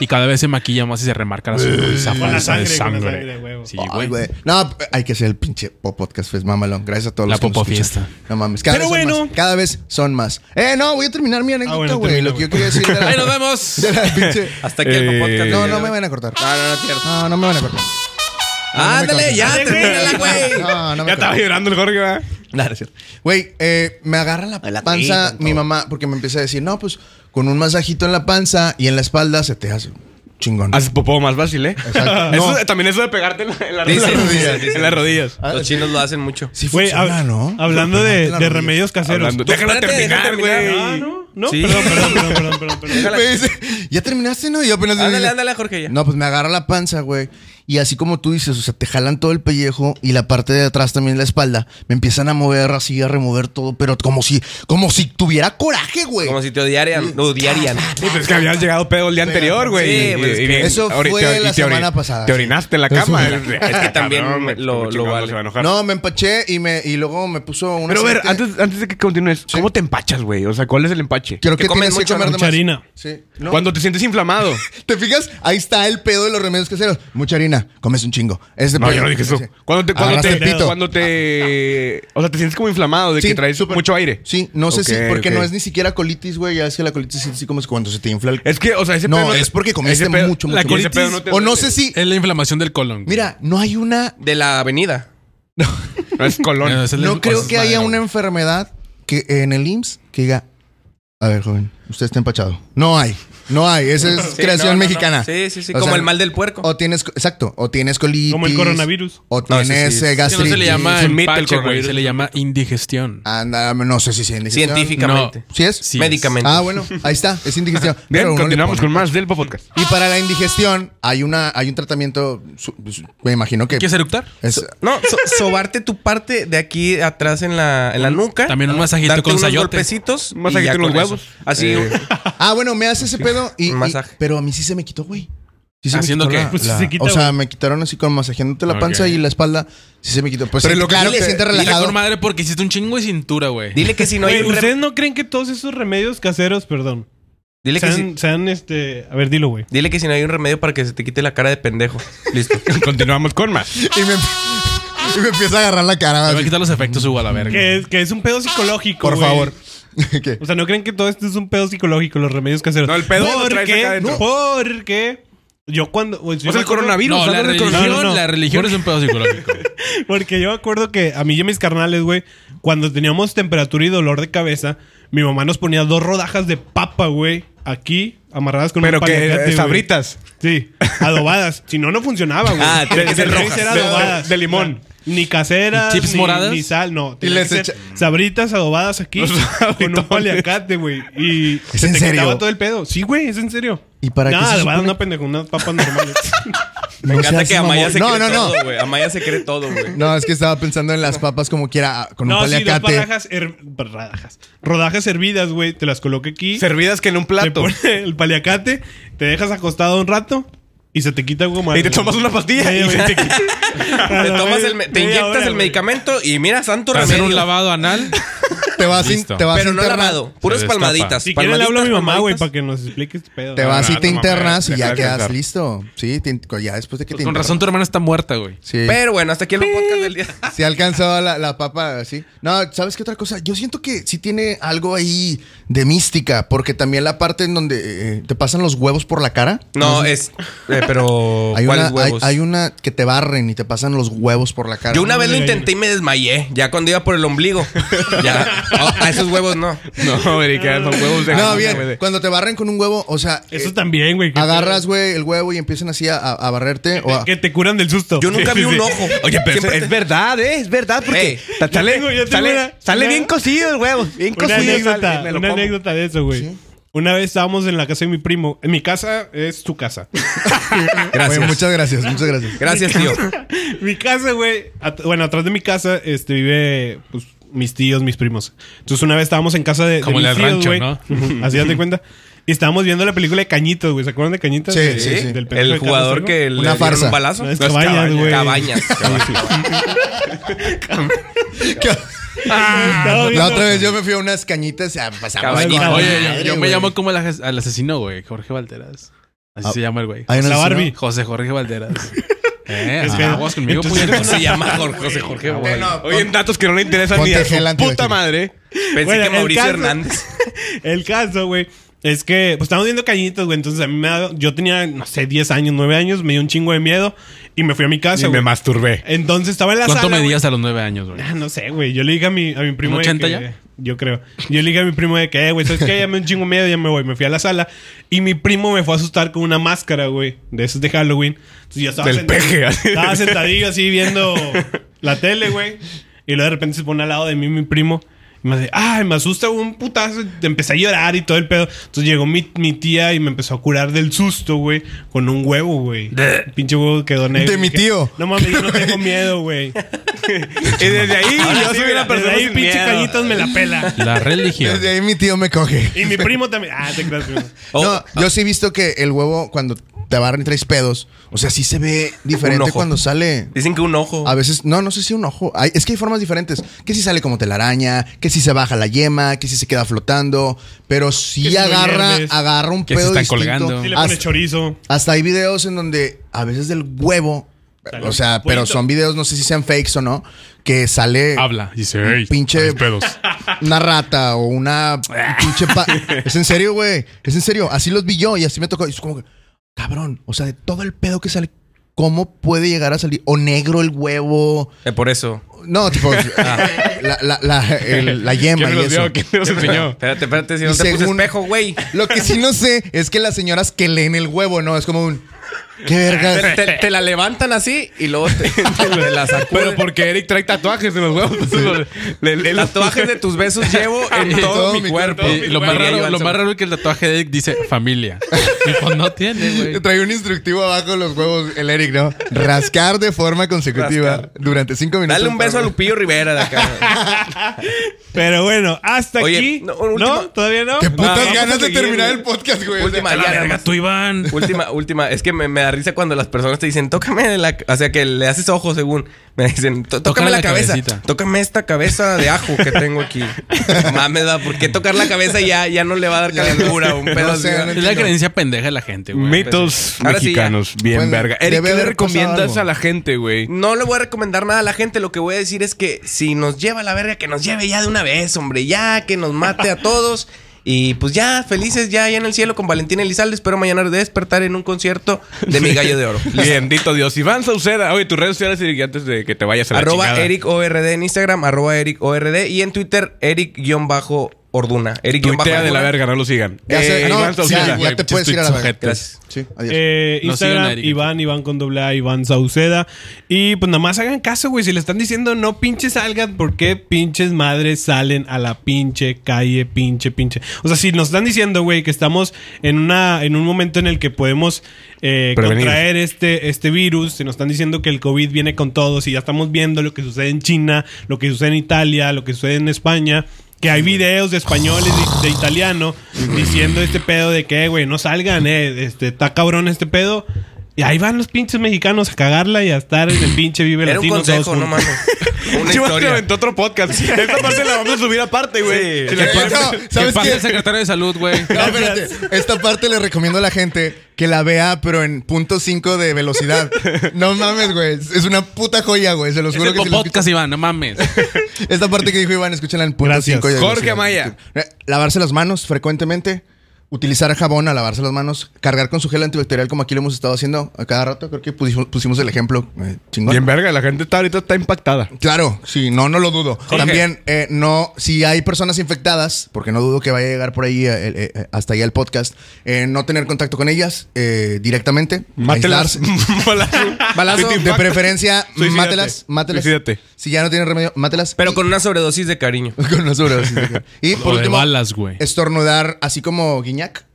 [SPEAKER 6] y cada vez se maquilla más y se remarca la sonrisa
[SPEAKER 3] Con la
[SPEAKER 6] falsa de
[SPEAKER 3] sangre, con la
[SPEAKER 6] sangre.
[SPEAKER 3] sangre, huevo.
[SPEAKER 6] Sí,
[SPEAKER 4] Ay, güey. No, p- hay que hacer el pinche Pop Podcast Fest, mamalón. Gracias a todos
[SPEAKER 6] La
[SPEAKER 4] los que nos
[SPEAKER 6] Popo
[SPEAKER 4] escuchan.
[SPEAKER 6] Fiesta.
[SPEAKER 4] No mames. Cada
[SPEAKER 3] Pero
[SPEAKER 4] vez son
[SPEAKER 3] bueno. Ah,
[SPEAKER 4] más. Cada vez son más. Eh, no, voy a terminar mi anécdota,
[SPEAKER 3] bueno,
[SPEAKER 4] güey.
[SPEAKER 3] termina,
[SPEAKER 4] Lo que yo quería decir de la-
[SPEAKER 6] Ahí nos
[SPEAKER 4] <laughs>
[SPEAKER 6] vemos.
[SPEAKER 4] de la
[SPEAKER 3] <laughs>
[SPEAKER 4] pinche-
[SPEAKER 5] Hasta aquí el
[SPEAKER 2] Eh,
[SPEAKER 5] podcast.
[SPEAKER 4] No, no me van a cortar.
[SPEAKER 5] No, no, no es cierto.
[SPEAKER 4] No, no me van a cortar.
[SPEAKER 5] Ándale, ya,
[SPEAKER 3] Ándale, güey.
[SPEAKER 5] termínala, güey.
[SPEAKER 4] No, no me
[SPEAKER 2] Ya estaba
[SPEAKER 4] cortan.
[SPEAKER 2] llorando el Jorge, ¿verdad?
[SPEAKER 4] Claro, es cierto. Güey, eh, me agarra la
[SPEAKER 5] La
[SPEAKER 4] panza
[SPEAKER 5] tripa,
[SPEAKER 4] mi
[SPEAKER 5] todo.
[SPEAKER 4] mamá porque me empieza a decir, no, pues con un masajito en la panza y en la espalda se te hace chingón.
[SPEAKER 2] Haces popó más fácil, ¿eh?
[SPEAKER 4] Exacto.
[SPEAKER 2] Eso- También eso de pegarte en la- en la- en
[SPEAKER 5] Dicen,
[SPEAKER 2] las rodillas.
[SPEAKER 5] dicen, dicen.
[SPEAKER 2] En las rodillas.
[SPEAKER 4] Ah,
[SPEAKER 5] Los chinos lo hacen mucho.
[SPEAKER 4] Sí
[SPEAKER 3] Güey,
[SPEAKER 4] funciona,
[SPEAKER 3] hab-
[SPEAKER 4] ¿no?
[SPEAKER 3] hablando
[SPEAKER 4] Pegarte
[SPEAKER 3] de,
[SPEAKER 4] en la
[SPEAKER 3] de
[SPEAKER 4] rodilla.
[SPEAKER 3] remedios caseros.
[SPEAKER 2] Hablando- Déjala
[SPEAKER 5] espérate,
[SPEAKER 2] terminar,
[SPEAKER 5] déjala terminar.
[SPEAKER 2] güey.
[SPEAKER 3] Ah, no, no,
[SPEAKER 5] Sí.
[SPEAKER 3] perdón, perdón, perdón, perdón, perdón,
[SPEAKER 4] <laughs>
[SPEAKER 3] perdón.
[SPEAKER 4] <laughs>
[SPEAKER 5] Déjala-
[SPEAKER 4] Me dice, ¿ya terminaste, no? Y yo apenas... me
[SPEAKER 5] Ándale,
[SPEAKER 4] dice,
[SPEAKER 5] ándale, Jorge, ya.
[SPEAKER 4] No, pues me agarra la panza, güey. Y así como tú dices, o sea, te jalan todo el pellejo y la parte de atrás también la espalda. Me empiezan a mover así, a remover todo, pero como si, como si tuviera coraje, güey.
[SPEAKER 5] Como si te odiaran. No, odiarían.
[SPEAKER 4] Ah,
[SPEAKER 2] Sí, pues es que habías llegado pedo el día anterior, güey.
[SPEAKER 5] Sí,
[SPEAKER 2] Y-
[SPEAKER 5] pues es
[SPEAKER 2] y-
[SPEAKER 5] que-
[SPEAKER 2] y bien-
[SPEAKER 4] Eso
[SPEAKER 2] ahorita-
[SPEAKER 4] fue
[SPEAKER 2] y
[SPEAKER 4] la
[SPEAKER 2] te ori-
[SPEAKER 4] semana pasada,
[SPEAKER 2] Te
[SPEAKER 4] sí.
[SPEAKER 2] orinaste en la cama. Es
[SPEAKER 5] que también lo- lo vale.
[SPEAKER 4] No, me empaché y me y luego me puso una
[SPEAKER 2] Pero a ver, antes, antes de que continúes, ¿cómo te empachas, güey? O sea, ¿cuál es el empache?
[SPEAKER 4] Creo
[SPEAKER 5] que
[SPEAKER 4] que,
[SPEAKER 5] comen
[SPEAKER 4] tienes que
[SPEAKER 5] mucho
[SPEAKER 4] comer de más.
[SPEAKER 3] cucharina.
[SPEAKER 4] Sí. ¿no?
[SPEAKER 2] Cuando te sientes inflamado.
[SPEAKER 4] ¿Te fijas? Ahí está el pedo de los remedios caseros. Mucha harina, comes un chingo. Es de
[SPEAKER 2] No,
[SPEAKER 4] pedo.
[SPEAKER 2] yo no dije eso.
[SPEAKER 4] Sí.
[SPEAKER 2] Cuando te, cuando
[SPEAKER 4] Agarraste
[SPEAKER 2] te,
[SPEAKER 4] el pito.
[SPEAKER 2] cuando te, o sea, te sientes como inflamado de
[SPEAKER 4] Sí,
[SPEAKER 2] que traes
[SPEAKER 4] súper.
[SPEAKER 2] mucho aire.
[SPEAKER 4] Sí, no sé
[SPEAKER 2] Ok,
[SPEAKER 4] si porque
[SPEAKER 2] ok.
[SPEAKER 4] no es ni siquiera colitis, güey, ya es que la colitis sí, sí como es cuando se te infla el
[SPEAKER 2] Es que, o sea, ese
[SPEAKER 4] No,
[SPEAKER 2] pedo
[SPEAKER 4] es porque comiste
[SPEAKER 2] ese pedo-
[SPEAKER 4] mucho,
[SPEAKER 2] la
[SPEAKER 4] mucho,
[SPEAKER 2] colitis-
[SPEAKER 6] mucho.
[SPEAKER 2] pedo no te
[SPEAKER 4] o no
[SPEAKER 2] duele.
[SPEAKER 4] sé si
[SPEAKER 6] Es la inflamación del colon. güey.
[SPEAKER 4] Mira, no hay una
[SPEAKER 5] De la avenida.
[SPEAKER 2] No es
[SPEAKER 6] Eh,
[SPEAKER 2] colón.
[SPEAKER 6] es el-
[SPEAKER 4] no creo
[SPEAKER 6] es
[SPEAKER 4] que haya
[SPEAKER 6] madera,
[SPEAKER 4] una
[SPEAKER 6] güey.
[SPEAKER 4] enfermedad que en el IMSS que diga, a ver, joven, usted está empachado. No hay, no hay. Esa es
[SPEAKER 5] <laughs> Sí,
[SPEAKER 4] creación
[SPEAKER 5] no, no, no.
[SPEAKER 4] mexicana.
[SPEAKER 5] Sí, sí, sí,
[SPEAKER 4] O
[SPEAKER 5] como
[SPEAKER 4] sea,
[SPEAKER 5] el mal del puerco.
[SPEAKER 4] O tienes, exacto, o tienes colitis.
[SPEAKER 3] Como el coronavirus.
[SPEAKER 4] O
[SPEAKER 5] No,
[SPEAKER 4] tienes
[SPEAKER 5] ese Ah, sí
[SPEAKER 4] eh,
[SPEAKER 5] es-
[SPEAKER 6] Es que no
[SPEAKER 4] gastritis.
[SPEAKER 6] se le llama
[SPEAKER 5] Es un mito el
[SPEAKER 6] empache, güey.
[SPEAKER 5] coronavirus.
[SPEAKER 6] Se le llama indigestión.
[SPEAKER 4] Anda, no sé si es indigestión.
[SPEAKER 5] Científicamente.
[SPEAKER 4] ¿Sí es?
[SPEAKER 6] Sí.
[SPEAKER 5] Médicamente.
[SPEAKER 4] Ah, bueno, ahí está, es indigestión.
[SPEAKER 2] Bien,
[SPEAKER 4] Pero uno le
[SPEAKER 2] continuamos
[SPEAKER 4] pone.
[SPEAKER 2] con más del Podcast.
[SPEAKER 4] Y para la indigestión hay una hay un tratamiento, su- su- me imagino que
[SPEAKER 6] ¿Quieres eructar?
[SPEAKER 4] es
[SPEAKER 5] No, so- sobarte tu parte de aquí atrás en la, en la nuca.
[SPEAKER 6] También un masajito
[SPEAKER 5] ¿Eh? darte
[SPEAKER 6] con
[SPEAKER 5] unos
[SPEAKER 6] sayote.
[SPEAKER 5] golpecitos.
[SPEAKER 2] Un masajito
[SPEAKER 5] y ya
[SPEAKER 2] en los
[SPEAKER 5] con
[SPEAKER 2] huevos.
[SPEAKER 5] eso. Así.
[SPEAKER 4] Ah, bueno, me hace ese pedo y,
[SPEAKER 5] Un
[SPEAKER 4] y-
[SPEAKER 5] masaje. ¿Ah,
[SPEAKER 4] pero a mí sí se me quitó, güey. Sí se me
[SPEAKER 6] ¿Haciendo
[SPEAKER 4] quitó
[SPEAKER 6] <laughs> qué?
[SPEAKER 4] la-
[SPEAKER 3] Pues sí
[SPEAKER 4] la-
[SPEAKER 3] se quita,
[SPEAKER 4] o sea, me quitaron así con masajeándote la panza
[SPEAKER 6] Ok.
[SPEAKER 4] y la espalda. Sí se me quitó. Pues
[SPEAKER 5] Pero
[SPEAKER 4] sí,
[SPEAKER 5] lo que-
[SPEAKER 4] claro,
[SPEAKER 5] dile-
[SPEAKER 4] te sientes
[SPEAKER 5] dile
[SPEAKER 4] relajado.
[SPEAKER 6] Con madre porque hiciste un chingo de cintura, güey.
[SPEAKER 5] Dile que si no hay
[SPEAKER 3] Oye,
[SPEAKER 5] un re-
[SPEAKER 3] ¿ustedes no creen que todos esos remedios caseros, perdón,
[SPEAKER 5] Dile que, si,
[SPEAKER 3] sean, sean, este... A ver, dilo, güey.
[SPEAKER 5] dile que si no hay un remedio para que se te quite la cara de pendejo. Listo.
[SPEAKER 2] Continuamos con más.
[SPEAKER 4] <laughs> Y me, y me empieza a agarrar la cara.
[SPEAKER 6] Te voy a
[SPEAKER 4] así,
[SPEAKER 6] quitar los efectos, Hugo, a la verga.
[SPEAKER 3] Que es, que es un pedo psicológico,
[SPEAKER 4] Por
[SPEAKER 3] güey.
[SPEAKER 4] favor. <laughs> ¿Qué?
[SPEAKER 3] O sea, ¿no creen que todo esto es un pedo psicológico, los remedios caseros?
[SPEAKER 2] No, el pedo lo traes acá
[SPEAKER 3] Porque,
[SPEAKER 2] adentro.
[SPEAKER 3] porque yo cuando... O
[SPEAKER 2] sea, el coronavirus,
[SPEAKER 6] no, la
[SPEAKER 2] hablan del
[SPEAKER 6] religión,
[SPEAKER 3] coronavirus. No, no, no.
[SPEAKER 6] la religión es un pedo psicológico.
[SPEAKER 3] Porque yo me acuerdo que a mí y a mis carnales, güey, cuando teníamos temperatura y dolor de cabeza, mi mamá nos ponía dos rodajas de papa, güey, aquí, amarradas con
[SPEAKER 2] Pero
[SPEAKER 3] un paliacate,
[SPEAKER 2] que
[SPEAKER 3] güey.
[SPEAKER 2] sabritas.
[SPEAKER 3] Sí, adobadas. si no, no funcionaba, güey.
[SPEAKER 5] Ah, tiene que ser
[SPEAKER 3] Tenía
[SPEAKER 5] rojas.
[SPEAKER 2] De-
[SPEAKER 3] adobadas.
[SPEAKER 2] de limón.
[SPEAKER 3] Ni caseras,
[SPEAKER 6] ¿Chips
[SPEAKER 3] ni,
[SPEAKER 6] moradas?
[SPEAKER 3] ni sal, no. Tenía
[SPEAKER 4] les
[SPEAKER 3] que ser sabritas adobadas aquí
[SPEAKER 2] Los
[SPEAKER 3] con un
[SPEAKER 2] sabritones.
[SPEAKER 3] paliacate, güey. Y
[SPEAKER 4] ¿Es
[SPEAKER 3] se
[SPEAKER 4] en
[SPEAKER 3] te
[SPEAKER 4] serio?
[SPEAKER 3] quitaba todo el pedo. Sí, güey, es en serio.
[SPEAKER 4] ¿Y para
[SPEAKER 3] Nada,
[SPEAKER 4] qué se
[SPEAKER 3] adobadas,
[SPEAKER 4] supone?
[SPEAKER 3] no pendejo, unas papas normales.
[SPEAKER 4] <laughs>
[SPEAKER 5] Me
[SPEAKER 4] No
[SPEAKER 5] encanta
[SPEAKER 4] seas
[SPEAKER 5] que Amaya
[SPEAKER 4] mamón.
[SPEAKER 5] se
[SPEAKER 4] No,
[SPEAKER 5] cree
[SPEAKER 4] no, no.
[SPEAKER 5] todo, güey. Amaya se cree todo,
[SPEAKER 4] <laughs>
[SPEAKER 5] güey.
[SPEAKER 4] No, es que estaba pensando en las papas como quiera, ah, con un
[SPEAKER 3] No, sí, dos
[SPEAKER 4] paliacate.
[SPEAKER 3] barajas, her- barajas. rodajas hervidas, güey. Te las coloqué aquí.
[SPEAKER 2] Servidas que en un
[SPEAKER 3] te
[SPEAKER 4] <laughs>
[SPEAKER 2] plato.
[SPEAKER 3] pone el paliacate, te dejas acostado un rato y se te quita algo más.
[SPEAKER 2] Y te tomas una pastilla y se
[SPEAKER 3] <laughs>
[SPEAKER 2] te quita.
[SPEAKER 5] Te, tomas el, me- te inyectas el medicamento y mira, santo
[SPEAKER 6] Para hacer
[SPEAKER 5] remedio.
[SPEAKER 6] un lavado anal.
[SPEAKER 4] te vas, in-
[SPEAKER 6] Listo.
[SPEAKER 4] te vas
[SPEAKER 5] pero no
[SPEAKER 4] interna-
[SPEAKER 5] lavado. Puras
[SPEAKER 6] Se destapa.
[SPEAKER 5] palmaditas.
[SPEAKER 3] Si quieren le hablo a mi mamá, güey,
[SPEAKER 5] palmaditas,
[SPEAKER 3] para que nos explique este pedo.
[SPEAKER 4] Te vas
[SPEAKER 2] no,
[SPEAKER 4] y te
[SPEAKER 2] no, mamá,
[SPEAKER 4] internas y
[SPEAKER 2] deja
[SPEAKER 4] ya
[SPEAKER 2] de
[SPEAKER 4] quedas
[SPEAKER 2] pensar.
[SPEAKER 4] listo. Sí, te in- ya después de que te
[SPEAKER 6] Pues Con razón
[SPEAKER 4] internas.
[SPEAKER 6] tu hermana está muerta, güey.
[SPEAKER 4] Sí.
[SPEAKER 5] Pero bueno, hasta aquí el podcast del día.
[SPEAKER 4] Si alcanzaba la, la papa así. No, ¿sabes qué otra cosa? Yo siento que sí tiene algo ahí de mística, porque también la parte en donde eh, te pasan los huevos por la cara.
[SPEAKER 5] No, es. eh, pero.
[SPEAKER 4] Hay
[SPEAKER 5] ¿Cuáles
[SPEAKER 4] una, hay,
[SPEAKER 5] huevos?
[SPEAKER 4] hay una que te barren y te pasan los huevos por la cara.
[SPEAKER 5] Yo una vez lo
[SPEAKER 3] Ay, ay,
[SPEAKER 5] intenté y me desmayé. Ya cuando iba por el ombligo. Ya. Oh, a esos huevos no.
[SPEAKER 2] <laughs> No, americana, son huevos de
[SPEAKER 4] No,
[SPEAKER 2] gallina,
[SPEAKER 4] bien.
[SPEAKER 2] güey.
[SPEAKER 4] Cuando te barren con un huevo, o sea,
[SPEAKER 3] Eso
[SPEAKER 4] eh,
[SPEAKER 3] también, güey. que-
[SPEAKER 4] agarras, güey, el huevo y empiezan así a, a- a barrerte. o a-
[SPEAKER 3] Que te curan del susto.
[SPEAKER 5] Yo nunca vi un ojo.
[SPEAKER 2] Oye, pero
[SPEAKER 5] Siempre
[SPEAKER 2] es, es verdad, ¿eh? Es verdad, porque
[SPEAKER 5] Ey,
[SPEAKER 2] ta- sale,
[SPEAKER 3] tengo- yo tengo
[SPEAKER 2] sale,
[SPEAKER 3] una-
[SPEAKER 2] sale
[SPEAKER 3] una-
[SPEAKER 2] bien cocido el huevo. Bien
[SPEAKER 3] Una
[SPEAKER 2] cocido.
[SPEAKER 3] anécdota,
[SPEAKER 2] sale, me lo
[SPEAKER 3] una
[SPEAKER 2] como.
[SPEAKER 3] anécdota de eso, güey. Una vez estábamos en la casa de mi primo. En mi casa es tu casa.
[SPEAKER 4] Oye,
[SPEAKER 5] Gracias.
[SPEAKER 4] muchas gracias, muchas gracias.
[SPEAKER 5] Gracias, tío.
[SPEAKER 3] <laughs> mi casa, güey. at- bueno, atrás de mi casa, este, vive, pues, mis tíos, mis primos. Entonces, una vez estábamos en casa de, de
[SPEAKER 6] Como
[SPEAKER 3] mis
[SPEAKER 6] en el
[SPEAKER 3] tíos,
[SPEAKER 6] rancho,
[SPEAKER 3] güey.
[SPEAKER 6] ¿no?
[SPEAKER 3] Ujú, <laughs> Así date cuenta. Y estábamos viendo la película de Cañitos, güey. ¿Se acuerdan de Cañitas?
[SPEAKER 4] Sí,
[SPEAKER 3] De-
[SPEAKER 4] sí, sí.
[SPEAKER 3] del pendejo
[SPEAKER 5] El
[SPEAKER 3] de Carlos
[SPEAKER 5] jugador
[SPEAKER 3] Trejo.
[SPEAKER 5] que le
[SPEAKER 4] Una
[SPEAKER 5] dieron
[SPEAKER 4] farsa.
[SPEAKER 5] un balazo.
[SPEAKER 3] No, es Cabañas, güey. <laughs>
[SPEAKER 5] Cabañas.
[SPEAKER 3] Estaba
[SPEAKER 4] La
[SPEAKER 3] viendo-
[SPEAKER 4] otra vez yo me fui a unas cañitas a pasar
[SPEAKER 5] Cabaña.
[SPEAKER 4] con
[SPEAKER 6] Oye, yo-
[SPEAKER 4] madre,
[SPEAKER 6] yo, me
[SPEAKER 4] güey.
[SPEAKER 6] llamo como el, ases- al asesino, güey. Jorge Valderas. Así se llama el güey.
[SPEAKER 4] Hay un
[SPEAKER 3] La
[SPEAKER 4] asesino.
[SPEAKER 3] Barbie.
[SPEAKER 6] José Jorge Valderas. Eh,
[SPEAKER 3] Es
[SPEAKER 6] ah,
[SPEAKER 3] que-
[SPEAKER 6] aguas conmigo,
[SPEAKER 3] Entonces-
[SPEAKER 6] puñetas.
[SPEAKER 5] Se <laughs> llama Jorge José Jorge. güey.
[SPEAKER 2] Oye, en datos que no le interesan
[SPEAKER 4] Ponte
[SPEAKER 2] ni a
[SPEAKER 4] gel
[SPEAKER 2] su
[SPEAKER 4] antibacterial.
[SPEAKER 2] puta madre.
[SPEAKER 5] Pensé
[SPEAKER 3] Bueno,
[SPEAKER 5] que
[SPEAKER 3] el
[SPEAKER 5] Mauricio
[SPEAKER 3] caso-
[SPEAKER 5] Hernández.
[SPEAKER 3] <laughs> El caso, güey, es que pues estábamos viendo cañitas, güey. Entonces a mí me da, yo tenía, no sé, 10 años, 9 años, me dio un chingo de miedo y me fui a mi casa,
[SPEAKER 2] Y me
[SPEAKER 3] güey.
[SPEAKER 2] masturbé.
[SPEAKER 3] Entonces estaba en la
[SPEAKER 6] ¿Cuánto
[SPEAKER 3] sala. güey.
[SPEAKER 6] medías a los nueve años, güey?
[SPEAKER 3] Ah, no sé, güey. Yo le dije a mi, a mi primo.
[SPEAKER 6] ¿Un
[SPEAKER 3] de
[SPEAKER 6] 80
[SPEAKER 3] que-
[SPEAKER 6] ya?
[SPEAKER 3] Yo creo. Yo le dije a mi primo de que, eh, güey, ¿sabes qué? Ya me dio un chingo miedo, ya me voy. Me fui a la sala. Y mi primo me fue a asustar con una máscara, güey. De esos de Halloween. Entonces yo estaba
[SPEAKER 2] Del peje, así.
[SPEAKER 3] Estaba sentadillo así viendo la tele, güey. Y luego de repente se pone al lado de mí mi primo. Y me dice, ay, me asusta un putazo. Y Empecé a llorar y todo el pedo. Entonces llegó mi, mi tía y me empezó a curar del susto, güey. Con un huevo, güey. Pinche huevo quedó negro.
[SPEAKER 4] De mi
[SPEAKER 3] Dije,
[SPEAKER 4] tío.
[SPEAKER 3] No mames, yo no tengo miedo, güey.
[SPEAKER 2] <laughs> Y desde ahí
[SPEAKER 3] Ahora
[SPEAKER 2] yo
[SPEAKER 3] sí,
[SPEAKER 2] soy
[SPEAKER 3] mira,
[SPEAKER 2] una persona
[SPEAKER 3] desde ahí
[SPEAKER 2] sin
[SPEAKER 3] pinche
[SPEAKER 2] miedo.
[SPEAKER 3] cañitas me la pela. <laughs>
[SPEAKER 6] La religión.
[SPEAKER 4] Desde ahí mi tío me coge.
[SPEAKER 3] Y mi primo también. Ah, te creas. güey.
[SPEAKER 5] Oh,
[SPEAKER 4] no, yo sí he visto que el huevo cuando te barren tres pedos, o sea, sí se ve diferente
[SPEAKER 5] ojo.
[SPEAKER 4] cuando sale.
[SPEAKER 5] Dicen que un ojo.
[SPEAKER 4] A veces, no, no sé si un ojo. Hay- es que hay formas diferentes. Que si sale como telaraña, que si se baja la yema, que si se queda flotando, pero
[SPEAKER 3] Que
[SPEAKER 4] sí
[SPEAKER 3] si lo
[SPEAKER 4] agarra,
[SPEAKER 3] hierves.
[SPEAKER 4] agarra un
[SPEAKER 6] Que se
[SPEAKER 4] pedo
[SPEAKER 6] están
[SPEAKER 4] distinto.
[SPEAKER 6] colgando.
[SPEAKER 3] Sí le pone
[SPEAKER 4] Hasta-
[SPEAKER 3] chorizo.
[SPEAKER 4] Hasta hay videos en donde a veces del huevo,
[SPEAKER 3] Sale
[SPEAKER 4] o sea,
[SPEAKER 3] un
[SPEAKER 4] pero
[SPEAKER 3] huevito.
[SPEAKER 4] son videos, no sé si sean fakes o no, que sale
[SPEAKER 6] Habla. Dice, "Ey,
[SPEAKER 4] pinche-
[SPEAKER 6] a mis pedos.
[SPEAKER 4] <laughs> una rata o una pinche
[SPEAKER 6] <laughs>
[SPEAKER 4] pa- Es en serio, güey. Es en serio. Así los vi yo y así me tocó. Y es como que, cabrón, o sea, de todo el pedo que sale, ¿cómo puede llegar a salir? O negro el huevo.
[SPEAKER 5] Eh, por eso.
[SPEAKER 4] No,
[SPEAKER 6] <laughs>
[SPEAKER 4] tipo, ah, la, la, la, el- la yema
[SPEAKER 2] ¿Quién me
[SPEAKER 4] y
[SPEAKER 2] los
[SPEAKER 4] eso.
[SPEAKER 2] dio? ¿Quién me los enseñó?
[SPEAKER 5] Espérate, espérate, si
[SPEAKER 4] Y
[SPEAKER 5] no te puse
[SPEAKER 4] según-
[SPEAKER 5] espejo, güey.
[SPEAKER 4] Lo que sí no sé es que las señoras que leen el huevo, ¿no? Es como un. ¿Qué
[SPEAKER 5] Te,
[SPEAKER 6] <laughs>
[SPEAKER 4] verga?
[SPEAKER 5] te- te la levantan así y luego te, <laughs> te la sacuden.
[SPEAKER 2] Pero porque Eric trae tatuajes en los huevos. Le- le- le-
[SPEAKER 5] Tatuajes de tus besos llevo en todo, mi cuerpo.
[SPEAKER 6] Y eh, lo, más
[SPEAKER 5] Miguel
[SPEAKER 6] raro, lo
[SPEAKER 5] Balsamo.
[SPEAKER 6] más raro es que el tatuaje de Eric dice
[SPEAKER 3] <laughs>
[SPEAKER 6] familia. Y pues no tiene, güey.
[SPEAKER 4] Trae un instructivo abajo de los huevos, el Eric, ¿no? Rascar de forma consecutiva
[SPEAKER 5] Rascar.
[SPEAKER 4] durante cinco minutos.
[SPEAKER 5] Dale un beso a Lupillo Rivera de acá.
[SPEAKER 3] Pero bueno, hasta
[SPEAKER 5] Oye,
[SPEAKER 3] aquí.
[SPEAKER 5] no,
[SPEAKER 3] No,
[SPEAKER 5] un último-
[SPEAKER 3] ¿Todavía no?
[SPEAKER 4] Qué
[SPEAKER 5] No,
[SPEAKER 4] putas
[SPEAKER 5] vamos a
[SPEAKER 4] ganas de
[SPEAKER 5] seguir,
[SPEAKER 4] terminar
[SPEAKER 5] güey.
[SPEAKER 4] el podcast, güey. O sea,
[SPEAKER 5] Última, ya,
[SPEAKER 6] Verga, tú, Iván.
[SPEAKER 5] Última, última. Es que me, me da risa cuando las personas te dicen, tócame de la. O sea, que le haces ojo según. Me dicen, "Tó- tócame
[SPEAKER 6] Tócame
[SPEAKER 5] la,
[SPEAKER 6] la
[SPEAKER 5] cabeza.
[SPEAKER 6] cabecita.
[SPEAKER 5] Tócame esta cabeza de ajo que tengo aquí. Mames, va, ¿por qué tocar la cabeza ya, ya no le va a dar calentura? Un pedo
[SPEAKER 4] No
[SPEAKER 5] así,
[SPEAKER 4] sé,
[SPEAKER 5] ¿verdad?
[SPEAKER 4] no
[SPEAKER 6] Es la creencia pendeja de la gente, güey.
[SPEAKER 2] Mitos
[SPEAKER 5] Ahora sí,
[SPEAKER 2] mexicanos. bien,
[SPEAKER 4] Bueno,
[SPEAKER 2] verga. Eric,
[SPEAKER 4] debe
[SPEAKER 2] ¿qué le
[SPEAKER 4] haber pasado
[SPEAKER 2] recomiendas
[SPEAKER 4] algo.
[SPEAKER 2] a la gente, güey?
[SPEAKER 5] No le voy a recomendar nada a la gente. Lo que voy a decir es que si nos lleva a la verga, que nos lleve ya de una vez, hombre. Ya, que nos mate a todos. Y pues ya, felices ya, ya en el cielo con Valentín Elizalde. Espero mañana despertar en un concierto de mi gallo de oro.
[SPEAKER 2] Bendito Dios. Iván Sauceda. Oye, tus redes sociales Eric, antes de que te vayas a la
[SPEAKER 5] Arroba
[SPEAKER 2] chingada.
[SPEAKER 5] Eric ORD en Instagram, arroba Eric ORD y en Twitter Eric-Orduna. Eric
[SPEAKER 2] Tuitea de la verga, no lo sigan.
[SPEAKER 4] Ya sé,
[SPEAKER 2] Eh,
[SPEAKER 4] no,
[SPEAKER 2] Iván
[SPEAKER 4] sí,
[SPEAKER 2] Sauceda.
[SPEAKER 4] ya te puedes ir a la verga.
[SPEAKER 5] Gracias.
[SPEAKER 4] Sí, adiós.
[SPEAKER 3] Eh,
[SPEAKER 6] No sigan a
[SPEAKER 3] Instagram,
[SPEAKER 6] Eric.
[SPEAKER 3] Iván, Iván con doble A, Iván Sauceda. Y pues nada más hagan caso, güey. Si le están diciendo no pinches salgan, ¿por qué pinches madres salen a la pinche calle, pinche, pinche? O sea, si nos están diciendo, güey, que estamos en una en un momento en el que podemos eh,
[SPEAKER 2] Prevenir.
[SPEAKER 3] contraer este, este virus, si nos están diciendo que el COVID viene con todos y ya estamos viendo lo que sucede en China, lo que sucede en Italia, lo que sucede en España. Que hay videos de españoles, de, de italiano, diciendo este pedo de que, güey, no salgan, eh, este, está cabrón este pedo. Y ahí van los pinches mexicanos a cagarla y a estar en el pinche vive
[SPEAKER 5] Era un
[SPEAKER 3] latino.
[SPEAKER 5] consejo,
[SPEAKER 3] todos
[SPEAKER 5] no
[SPEAKER 3] juntos.
[SPEAKER 5] mames.
[SPEAKER 2] <laughs> Chivas
[SPEAKER 5] Una
[SPEAKER 2] te
[SPEAKER 5] historia.
[SPEAKER 2] aventó otro podcast. Esta parte la vamos a subir aparte, güey. Si la
[SPEAKER 4] Eh,
[SPEAKER 2] quieres-
[SPEAKER 4] no,
[SPEAKER 6] ¿Sabes
[SPEAKER 4] ¿Sabes
[SPEAKER 6] que pase
[SPEAKER 4] qué?
[SPEAKER 6] el secretario de salud,
[SPEAKER 4] <laughs>
[SPEAKER 6] güey.
[SPEAKER 4] No, espérate. Esta parte le recomiendo a la gente que la vea, pero en punto cinco de
[SPEAKER 5] <laughs>
[SPEAKER 4] velocidad. No mames, güey. Es una puta joya, güey. Se los
[SPEAKER 6] Es
[SPEAKER 4] juro
[SPEAKER 6] el
[SPEAKER 4] que si lo
[SPEAKER 6] podcast, Iván, no mames.
[SPEAKER 4] escuchan- <laughs> Esta parte que dijo Iván, escúchenla en punto
[SPEAKER 3] Gracias.
[SPEAKER 4] cinco de
[SPEAKER 2] Jorge
[SPEAKER 4] velocidad.
[SPEAKER 2] Amaya.
[SPEAKER 4] Eh, Lavarse las manos frecuentemente. Utilizar jabón a lavarse las manos. Cargar con su gel antibacterial como aquí lo hemos estado haciendo a cada rato. Creo que pusimos, pusimos el ejemplo. eh, chingón.
[SPEAKER 2] Bien, verga, la gente está ahorita está impactada.
[SPEAKER 4] Claro, sí, no, no lo dudo. También, eh, no, si hay personas infectadas, porque no dudo que vaya a llegar por ahí, eh, eh, eh, hasta allá el podcast, eh, no tener contacto con ellas eh, directamente,
[SPEAKER 2] Mátelas. <laughs>
[SPEAKER 4] aislarse. Balazo, de preferencia,
[SPEAKER 2] Suicídate.
[SPEAKER 4] mátelas, mátelas.
[SPEAKER 2] Suicídate.
[SPEAKER 4] Si ya no tienen remedio, mátelas.
[SPEAKER 5] Pero con una sobredosis de cariño.
[SPEAKER 4] <laughs> con nosotros. Y por
[SPEAKER 6] O de
[SPEAKER 4] último,
[SPEAKER 6] balas, güey.
[SPEAKER 4] estornudar así como guiñac,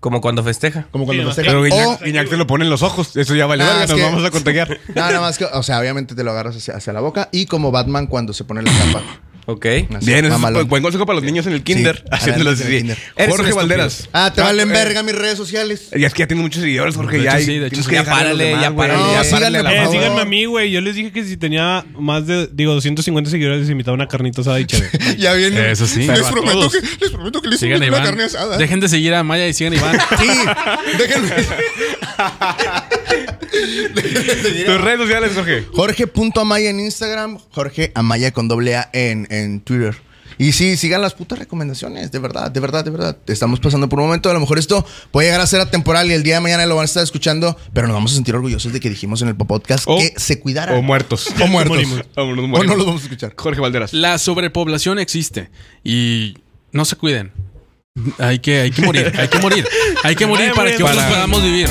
[SPEAKER 5] Como cuando festeja.
[SPEAKER 4] como cuando
[SPEAKER 3] Sí,
[SPEAKER 4] festejan.
[SPEAKER 2] Pero Guiñac,
[SPEAKER 4] O-
[SPEAKER 2] Guiñac te lo pone en los ojos. Eso ya vale
[SPEAKER 4] Ah,
[SPEAKER 2] verga,
[SPEAKER 4] es
[SPEAKER 2] nos
[SPEAKER 4] que-
[SPEAKER 2] vamos a contagiar.
[SPEAKER 4] No, nada más que, o sea, obviamente te lo agarras hacia, hacia la boca y como Batman cuando se pone la capa.
[SPEAKER 5] Ok.
[SPEAKER 4] Así,
[SPEAKER 2] Bien, eso es
[SPEAKER 4] mamalón.
[SPEAKER 2] un buen consejo para los niños en el kinder.
[SPEAKER 4] Sí,
[SPEAKER 2] haciéndolo
[SPEAKER 4] adelante,
[SPEAKER 2] así.
[SPEAKER 4] en el
[SPEAKER 5] Eres un
[SPEAKER 2] Jorge
[SPEAKER 5] estúpido.
[SPEAKER 2] Valderas.
[SPEAKER 4] Ah, te valen
[SPEAKER 2] eh,
[SPEAKER 4] verga mis redes sociales.
[SPEAKER 2] Y es que ya tiene muchos seguidores, Jorge.
[SPEAKER 6] De
[SPEAKER 2] ya
[SPEAKER 6] hecho,
[SPEAKER 2] hay-
[SPEAKER 6] sí, de hecho,
[SPEAKER 2] tienes
[SPEAKER 6] sí.
[SPEAKER 2] que
[SPEAKER 5] Ya
[SPEAKER 2] dejarle a los
[SPEAKER 5] párale,
[SPEAKER 2] demás,
[SPEAKER 5] ya
[SPEAKER 2] güey.
[SPEAKER 5] párale,
[SPEAKER 4] No,
[SPEAKER 5] ya
[SPEAKER 4] síganme,
[SPEAKER 5] párale. a la
[SPEAKER 4] por
[SPEAKER 3] Eh,
[SPEAKER 5] madre.
[SPEAKER 4] favor.
[SPEAKER 3] síganme a mí, güey. Yo les dije que si tenía más de, digo, 250 seguidores, les invitaba una carnita asada y
[SPEAKER 5] <laughs>
[SPEAKER 3] chévere.
[SPEAKER 4] Ya viene.
[SPEAKER 6] Eso sí.
[SPEAKER 4] Les
[SPEAKER 6] Pero a
[SPEAKER 4] prometo
[SPEAKER 6] todos.
[SPEAKER 4] que, les prometo que les
[SPEAKER 6] Sigan a
[SPEAKER 4] invito una
[SPEAKER 6] Iván.
[SPEAKER 4] carne asada.
[SPEAKER 6] Dejen de seguir a Maya y sigan a Iván.
[SPEAKER 4] Sí, déjenme.
[SPEAKER 2] Tus redes sociales, Jorge.
[SPEAKER 4] Jorge.amaya en Instagram, Jorge Amaya con doble A en, en Twitter. Y sí, sigan las putas recomendaciones, de verdad, de verdad, de verdad. Estamos pasando por un momento, a lo mejor esto puede llegar a ser atemporal y el día de mañana lo van a estar escuchando, pero nos vamos a sentir orgullosos de que dijimos en el podcast
[SPEAKER 2] O-
[SPEAKER 4] que se cuidaran.
[SPEAKER 2] O muertos.
[SPEAKER 4] <laughs> O muertos.
[SPEAKER 2] O nos
[SPEAKER 4] O no
[SPEAKER 2] morimos.
[SPEAKER 4] los vamos a escuchar.
[SPEAKER 2] Jorge Valderas.
[SPEAKER 6] La sobrepoblación existe y no se cuiden. Hay que, hay que morir, hay que morir.
[SPEAKER 2] <laughs>
[SPEAKER 6] Hay que morir para que otros
[SPEAKER 2] Para-
[SPEAKER 6] podamos vivir.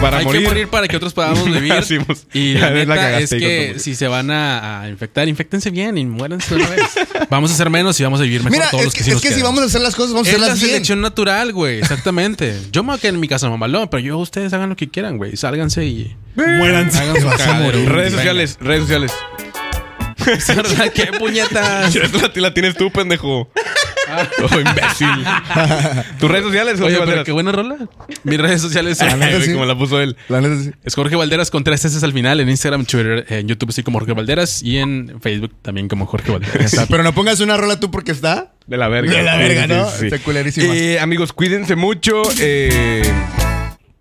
[SPEAKER 2] para
[SPEAKER 6] hay
[SPEAKER 2] morir.
[SPEAKER 6] que morir para que
[SPEAKER 2] <laughs>
[SPEAKER 6] otros podamos vivir.
[SPEAKER 2] Hacimos-
[SPEAKER 6] y
[SPEAKER 2] ya
[SPEAKER 6] la
[SPEAKER 2] ves,
[SPEAKER 6] neta
[SPEAKER 2] la
[SPEAKER 6] es
[SPEAKER 2] cagaste, hijo de tu
[SPEAKER 6] que
[SPEAKER 2] puta.
[SPEAKER 6] si se van a, a infectar, infectense bien y muéranse de
[SPEAKER 2] <laughs>
[SPEAKER 6] una vez. Vamos a hacer menos y vamos a vivir mejor
[SPEAKER 4] Mira, es
[SPEAKER 6] todos los
[SPEAKER 4] que,
[SPEAKER 6] que, sí
[SPEAKER 4] es
[SPEAKER 6] nos
[SPEAKER 4] que si
[SPEAKER 6] quedan.
[SPEAKER 4] vamos a hacer las cosas, vamos a
[SPEAKER 6] es la
[SPEAKER 4] hacerlas bien.
[SPEAKER 6] selección natural, güey. Exactamente. <laughs> Yo me voy a quedar en mi casa mamalón, pero yo ustedes hagan lo que quieran, güey. Sálganse y
[SPEAKER 3] Muéranse.
[SPEAKER 6] hagan su cagadero. <laughs>
[SPEAKER 2] Redes
[SPEAKER 6] Venga.
[SPEAKER 2] sociales, redes sociales.
[SPEAKER 6] ¿Qué
[SPEAKER 2] <laughs>
[SPEAKER 6] puñetas?
[SPEAKER 2] La, la tienes tú, pendejo.
[SPEAKER 4] Ah.
[SPEAKER 2] Oh, imbécil.
[SPEAKER 4] <laughs>
[SPEAKER 2] Tus redes sociales, Jorge
[SPEAKER 6] Oye, pero
[SPEAKER 2] Valderas.
[SPEAKER 6] qué buena rola. Mis redes sociales son
[SPEAKER 2] Ah, güey,
[SPEAKER 4] sí.
[SPEAKER 2] Como la puso él.
[SPEAKER 4] La neta sí.
[SPEAKER 6] Es Jorge Valderas con tres S al final en Instagram, Twitter, eh, en YouTube así como Jorge Valderas y en Facebook también como Jorge
[SPEAKER 4] <laughs>
[SPEAKER 6] Valderas.
[SPEAKER 4] Está, Pero no pongas una rola tú porque está.
[SPEAKER 2] De la verga.
[SPEAKER 4] De la verga,
[SPEAKER 2] Sí,
[SPEAKER 4] ¿no?
[SPEAKER 2] sí, sí.
[SPEAKER 4] Está culerísima.
[SPEAKER 2] Eh, amigos, cuídense mucho. Eh,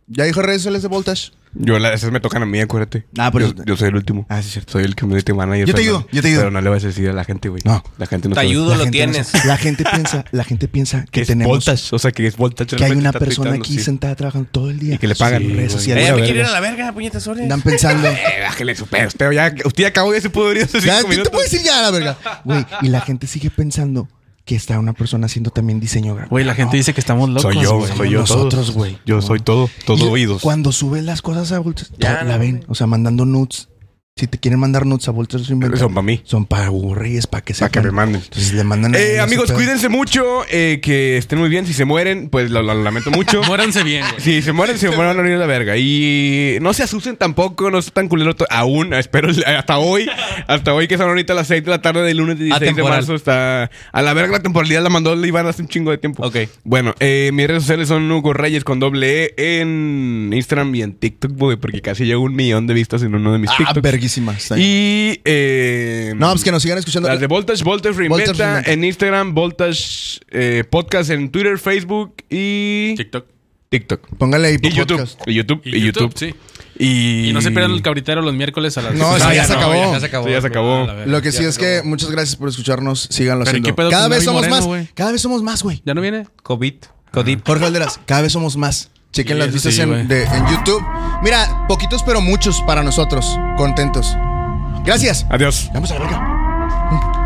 [SPEAKER 4] Ya dijo redes sociales de Voltage.
[SPEAKER 2] Yo la- esas me tocan a mí, acuérdate.
[SPEAKER 4] Ah, pero-
[SPEAKER 2] yo, yo soy el último.
[SPEAKER 4] Ah, sí, es cierto.
[SPEAKER 2] Soy el community manager.
[SPEAKER 4] Yo te
[SPEAKER 2] Fernando.
[SPEAKER 4] ayudo, yo te ayudo.
[SPEAKER 2] Pero no le vas a decir a la gente, güey.
[SPEAKER 4] No.
[SPEAKER 2] La gente no
[SPEAKER 5] Te
[SPEAKER 2] sabe.
[SPEAKER 5] ayudo,
[SPEAKER 4] La
[SPEAKER 5] lo
[SPEAKER 4] gente no
[SPEAKER 5] tienes.
[SPEAKER 4] sabe. la gente piensa, la gente piensa que
[SPEAKER 2] es
[SPEAKER 4] tenemos
[SPEAKER 2] voltage. O sea, que es voltage.
[SPEAKER 4] que hay
[SPEAKER 2] realmente
[SPEAKER 4] una
[SPEAKER 2] está
[SPEAKER 4] persona
[SPEAKER 2] tuiteando,
[SPEAKER 4] aquí
[SPEAKER 2] sí.
[SPEAKER 4] sentada trabajando todo el día
[SPEAKER 2] Y que le pagan.
[SPEAKER 4] Sí, redes
[SPEAKER 2] güey.
[SPEAKER 4] sociales.
[SPEAKER 5] Eh, me
[SPEAKER 4] La
[SPEAKER 5] quiero ir
[SPEAKER 4] verga.
[SPEAKER 5] a la verga, puñetas horas.
[SPEAKER 4] Andan <laughs> pensando.
[SPEAKER 2] Eh, bájale su pedo. Pero ya, usted ya acabó, ya se pudo venir hace
[SPEAKER 4] Ya,
[SPEAKER 2] cinco
[SPEAKER 4] ¿qué te
[SPEAKER 2] minutos.
[SPEAKER 4] puedo decir ya, la verga? Güey, y la gente sigue pensando que está una persona haciendo también diseño gráfico.
[SPEAKER 6] Güey, la gente dice que estamos locos.
[SPEAKER 2] Soy yo,
[SPEAKER 6] güey.
[SPEAKER 2] güey. Soy yo.
[SPEAKER 4] Somos nosotros,
[SPEAKER 2] todo.
[SPEAKER 4] güey.
[SPEAKER 2] Yo soy todo. Todo
[SPEAKER 4] Y
[SPEAKER 2] oídos.
[SPEAKER 4] Cuando suben las cosas a Vultures,
[SPEAKER 5] Ya,
[SPEAKER 4] la
[SPEAKER 5] no,
[SPEAKER 4] ven. O sea, mandando nudes. Si te quieren mandar nudes a Vultures,
[SPEAKER 2] Son para mí.
[SPEAKER 4] Son para burries, para que se
[SPEAKER 2] Para que me manden.
[SPEAKER 4] Entonces le mandan a-
[SPEAKER 2] Eh,
[SPEAKER 4] no sé,
[SPEAKER 2] amigos,
[SPEAKER 4] pero-
[SPEAKER 2] cuídense mucho. eh, que estén muy bien. Si se mueren, pues lo, lo lamento
[SPEAKER 6] <laughs>
[SPEAKER 2] mucho.
[SPEAKER 6] Muéranse bien, güey.
[SPEAKER 2] Si se mueren, se mueren a venir a la verga. Y no se asusten tampoco, no es tan culero to- aún. <laughs> Espero el- hasta hoy, hasta hoy que son ahorita las 6 de la tarde del lunes 16
[SPEAKER 5] Atemporal.
[SPEAKER 2] de marzo. Está a la verga la temporalidad, la mandó el Iván hace un chingo de tiempo.
[SPEAKER 5] Ok.
[SPEAKER 2] Bueno, eh, mis redes sociales son Hugo Reyes con doble E en Instagram y en TikTok, güey, porque casi llevo un millón de vistas en uno de mis
[SPEAKER 4] Ah,
[SPEAKER 2] TikToks.
[SPEAKER 4] verguísima. está bien.
[SPEAKER 2] Y. eh,
[SPEAKER 4] No, pues que nos sigan escuchando.
[SPEAKER 2] las de Voltage, Voltage Reinventa,
[SPEAKER 4] Voltage Reinventa.
[SPEAKER 2] en Instagram, Voltage eh, Podcast en Twitter, Facebook y
[SPEAKER 6] TikTok.
[SPEAKER 2] TikTok.
[SPEAKER 4] Póngale ahí
[SPEAKER 2] Y YouTube,
[SPEAKER 4] podcast.
[SPEAKER 2] y YouTube, y YouTube.
[SPEAKER 6] sí.
[SPEAKER 2] Y...
[SPEAKER 6] Y no se pierdan el cabritero los miércoles a las
[SPEAKER 4] No,
[SPEAKER 6] seis.
[SPEAKER 4] eso Ah, ya se acabó.
[SPEAKER 5] Ya se acabó.
[SPEAKER 2] Sí, ya se acabó.
[SPEAKER 6] A la verga.
[SPEAKER 4] Lo que sí es que muchas gracias por escucharnos. Síganlo
[SPEAKER 6] Pero, ¿y
[SPEAKER 4] haciendo.
[SPEAKER 6] qué pedo
[SPEAKER 4] Cada
[SPEAKER 6] con
[SPEAKER 4] vez
[SPEAKER 6] Navi
[SPEAKER 4] somos
[SPEAKER 6] Moreno,
[SPEAKER 4] más.
[SPEAKER 6] güey?
[SPEAKER 4] Cada vez somos más, güey.
[SPEAKER 6] ¿Ya no viene?
[SPEAKER 5] COVID. COVID.
[SPEAKER 4] Jorge Valderas, cada vez somos más. Chequen
[SPEAKER 6] Sí,
[SPEAKER 4] las
[SPEAKER 6] eso
[SPEAKER 4] vistas
[SPEAKER 6] sí, güey.
[SPEAKER 4] en, de- en YouTube. Mira, poquitos pero muchos para nosotros. Contentos. Gracias.
[SPEAKER 2] Adiós.
[SPEAKER 4] Vamos a la verga.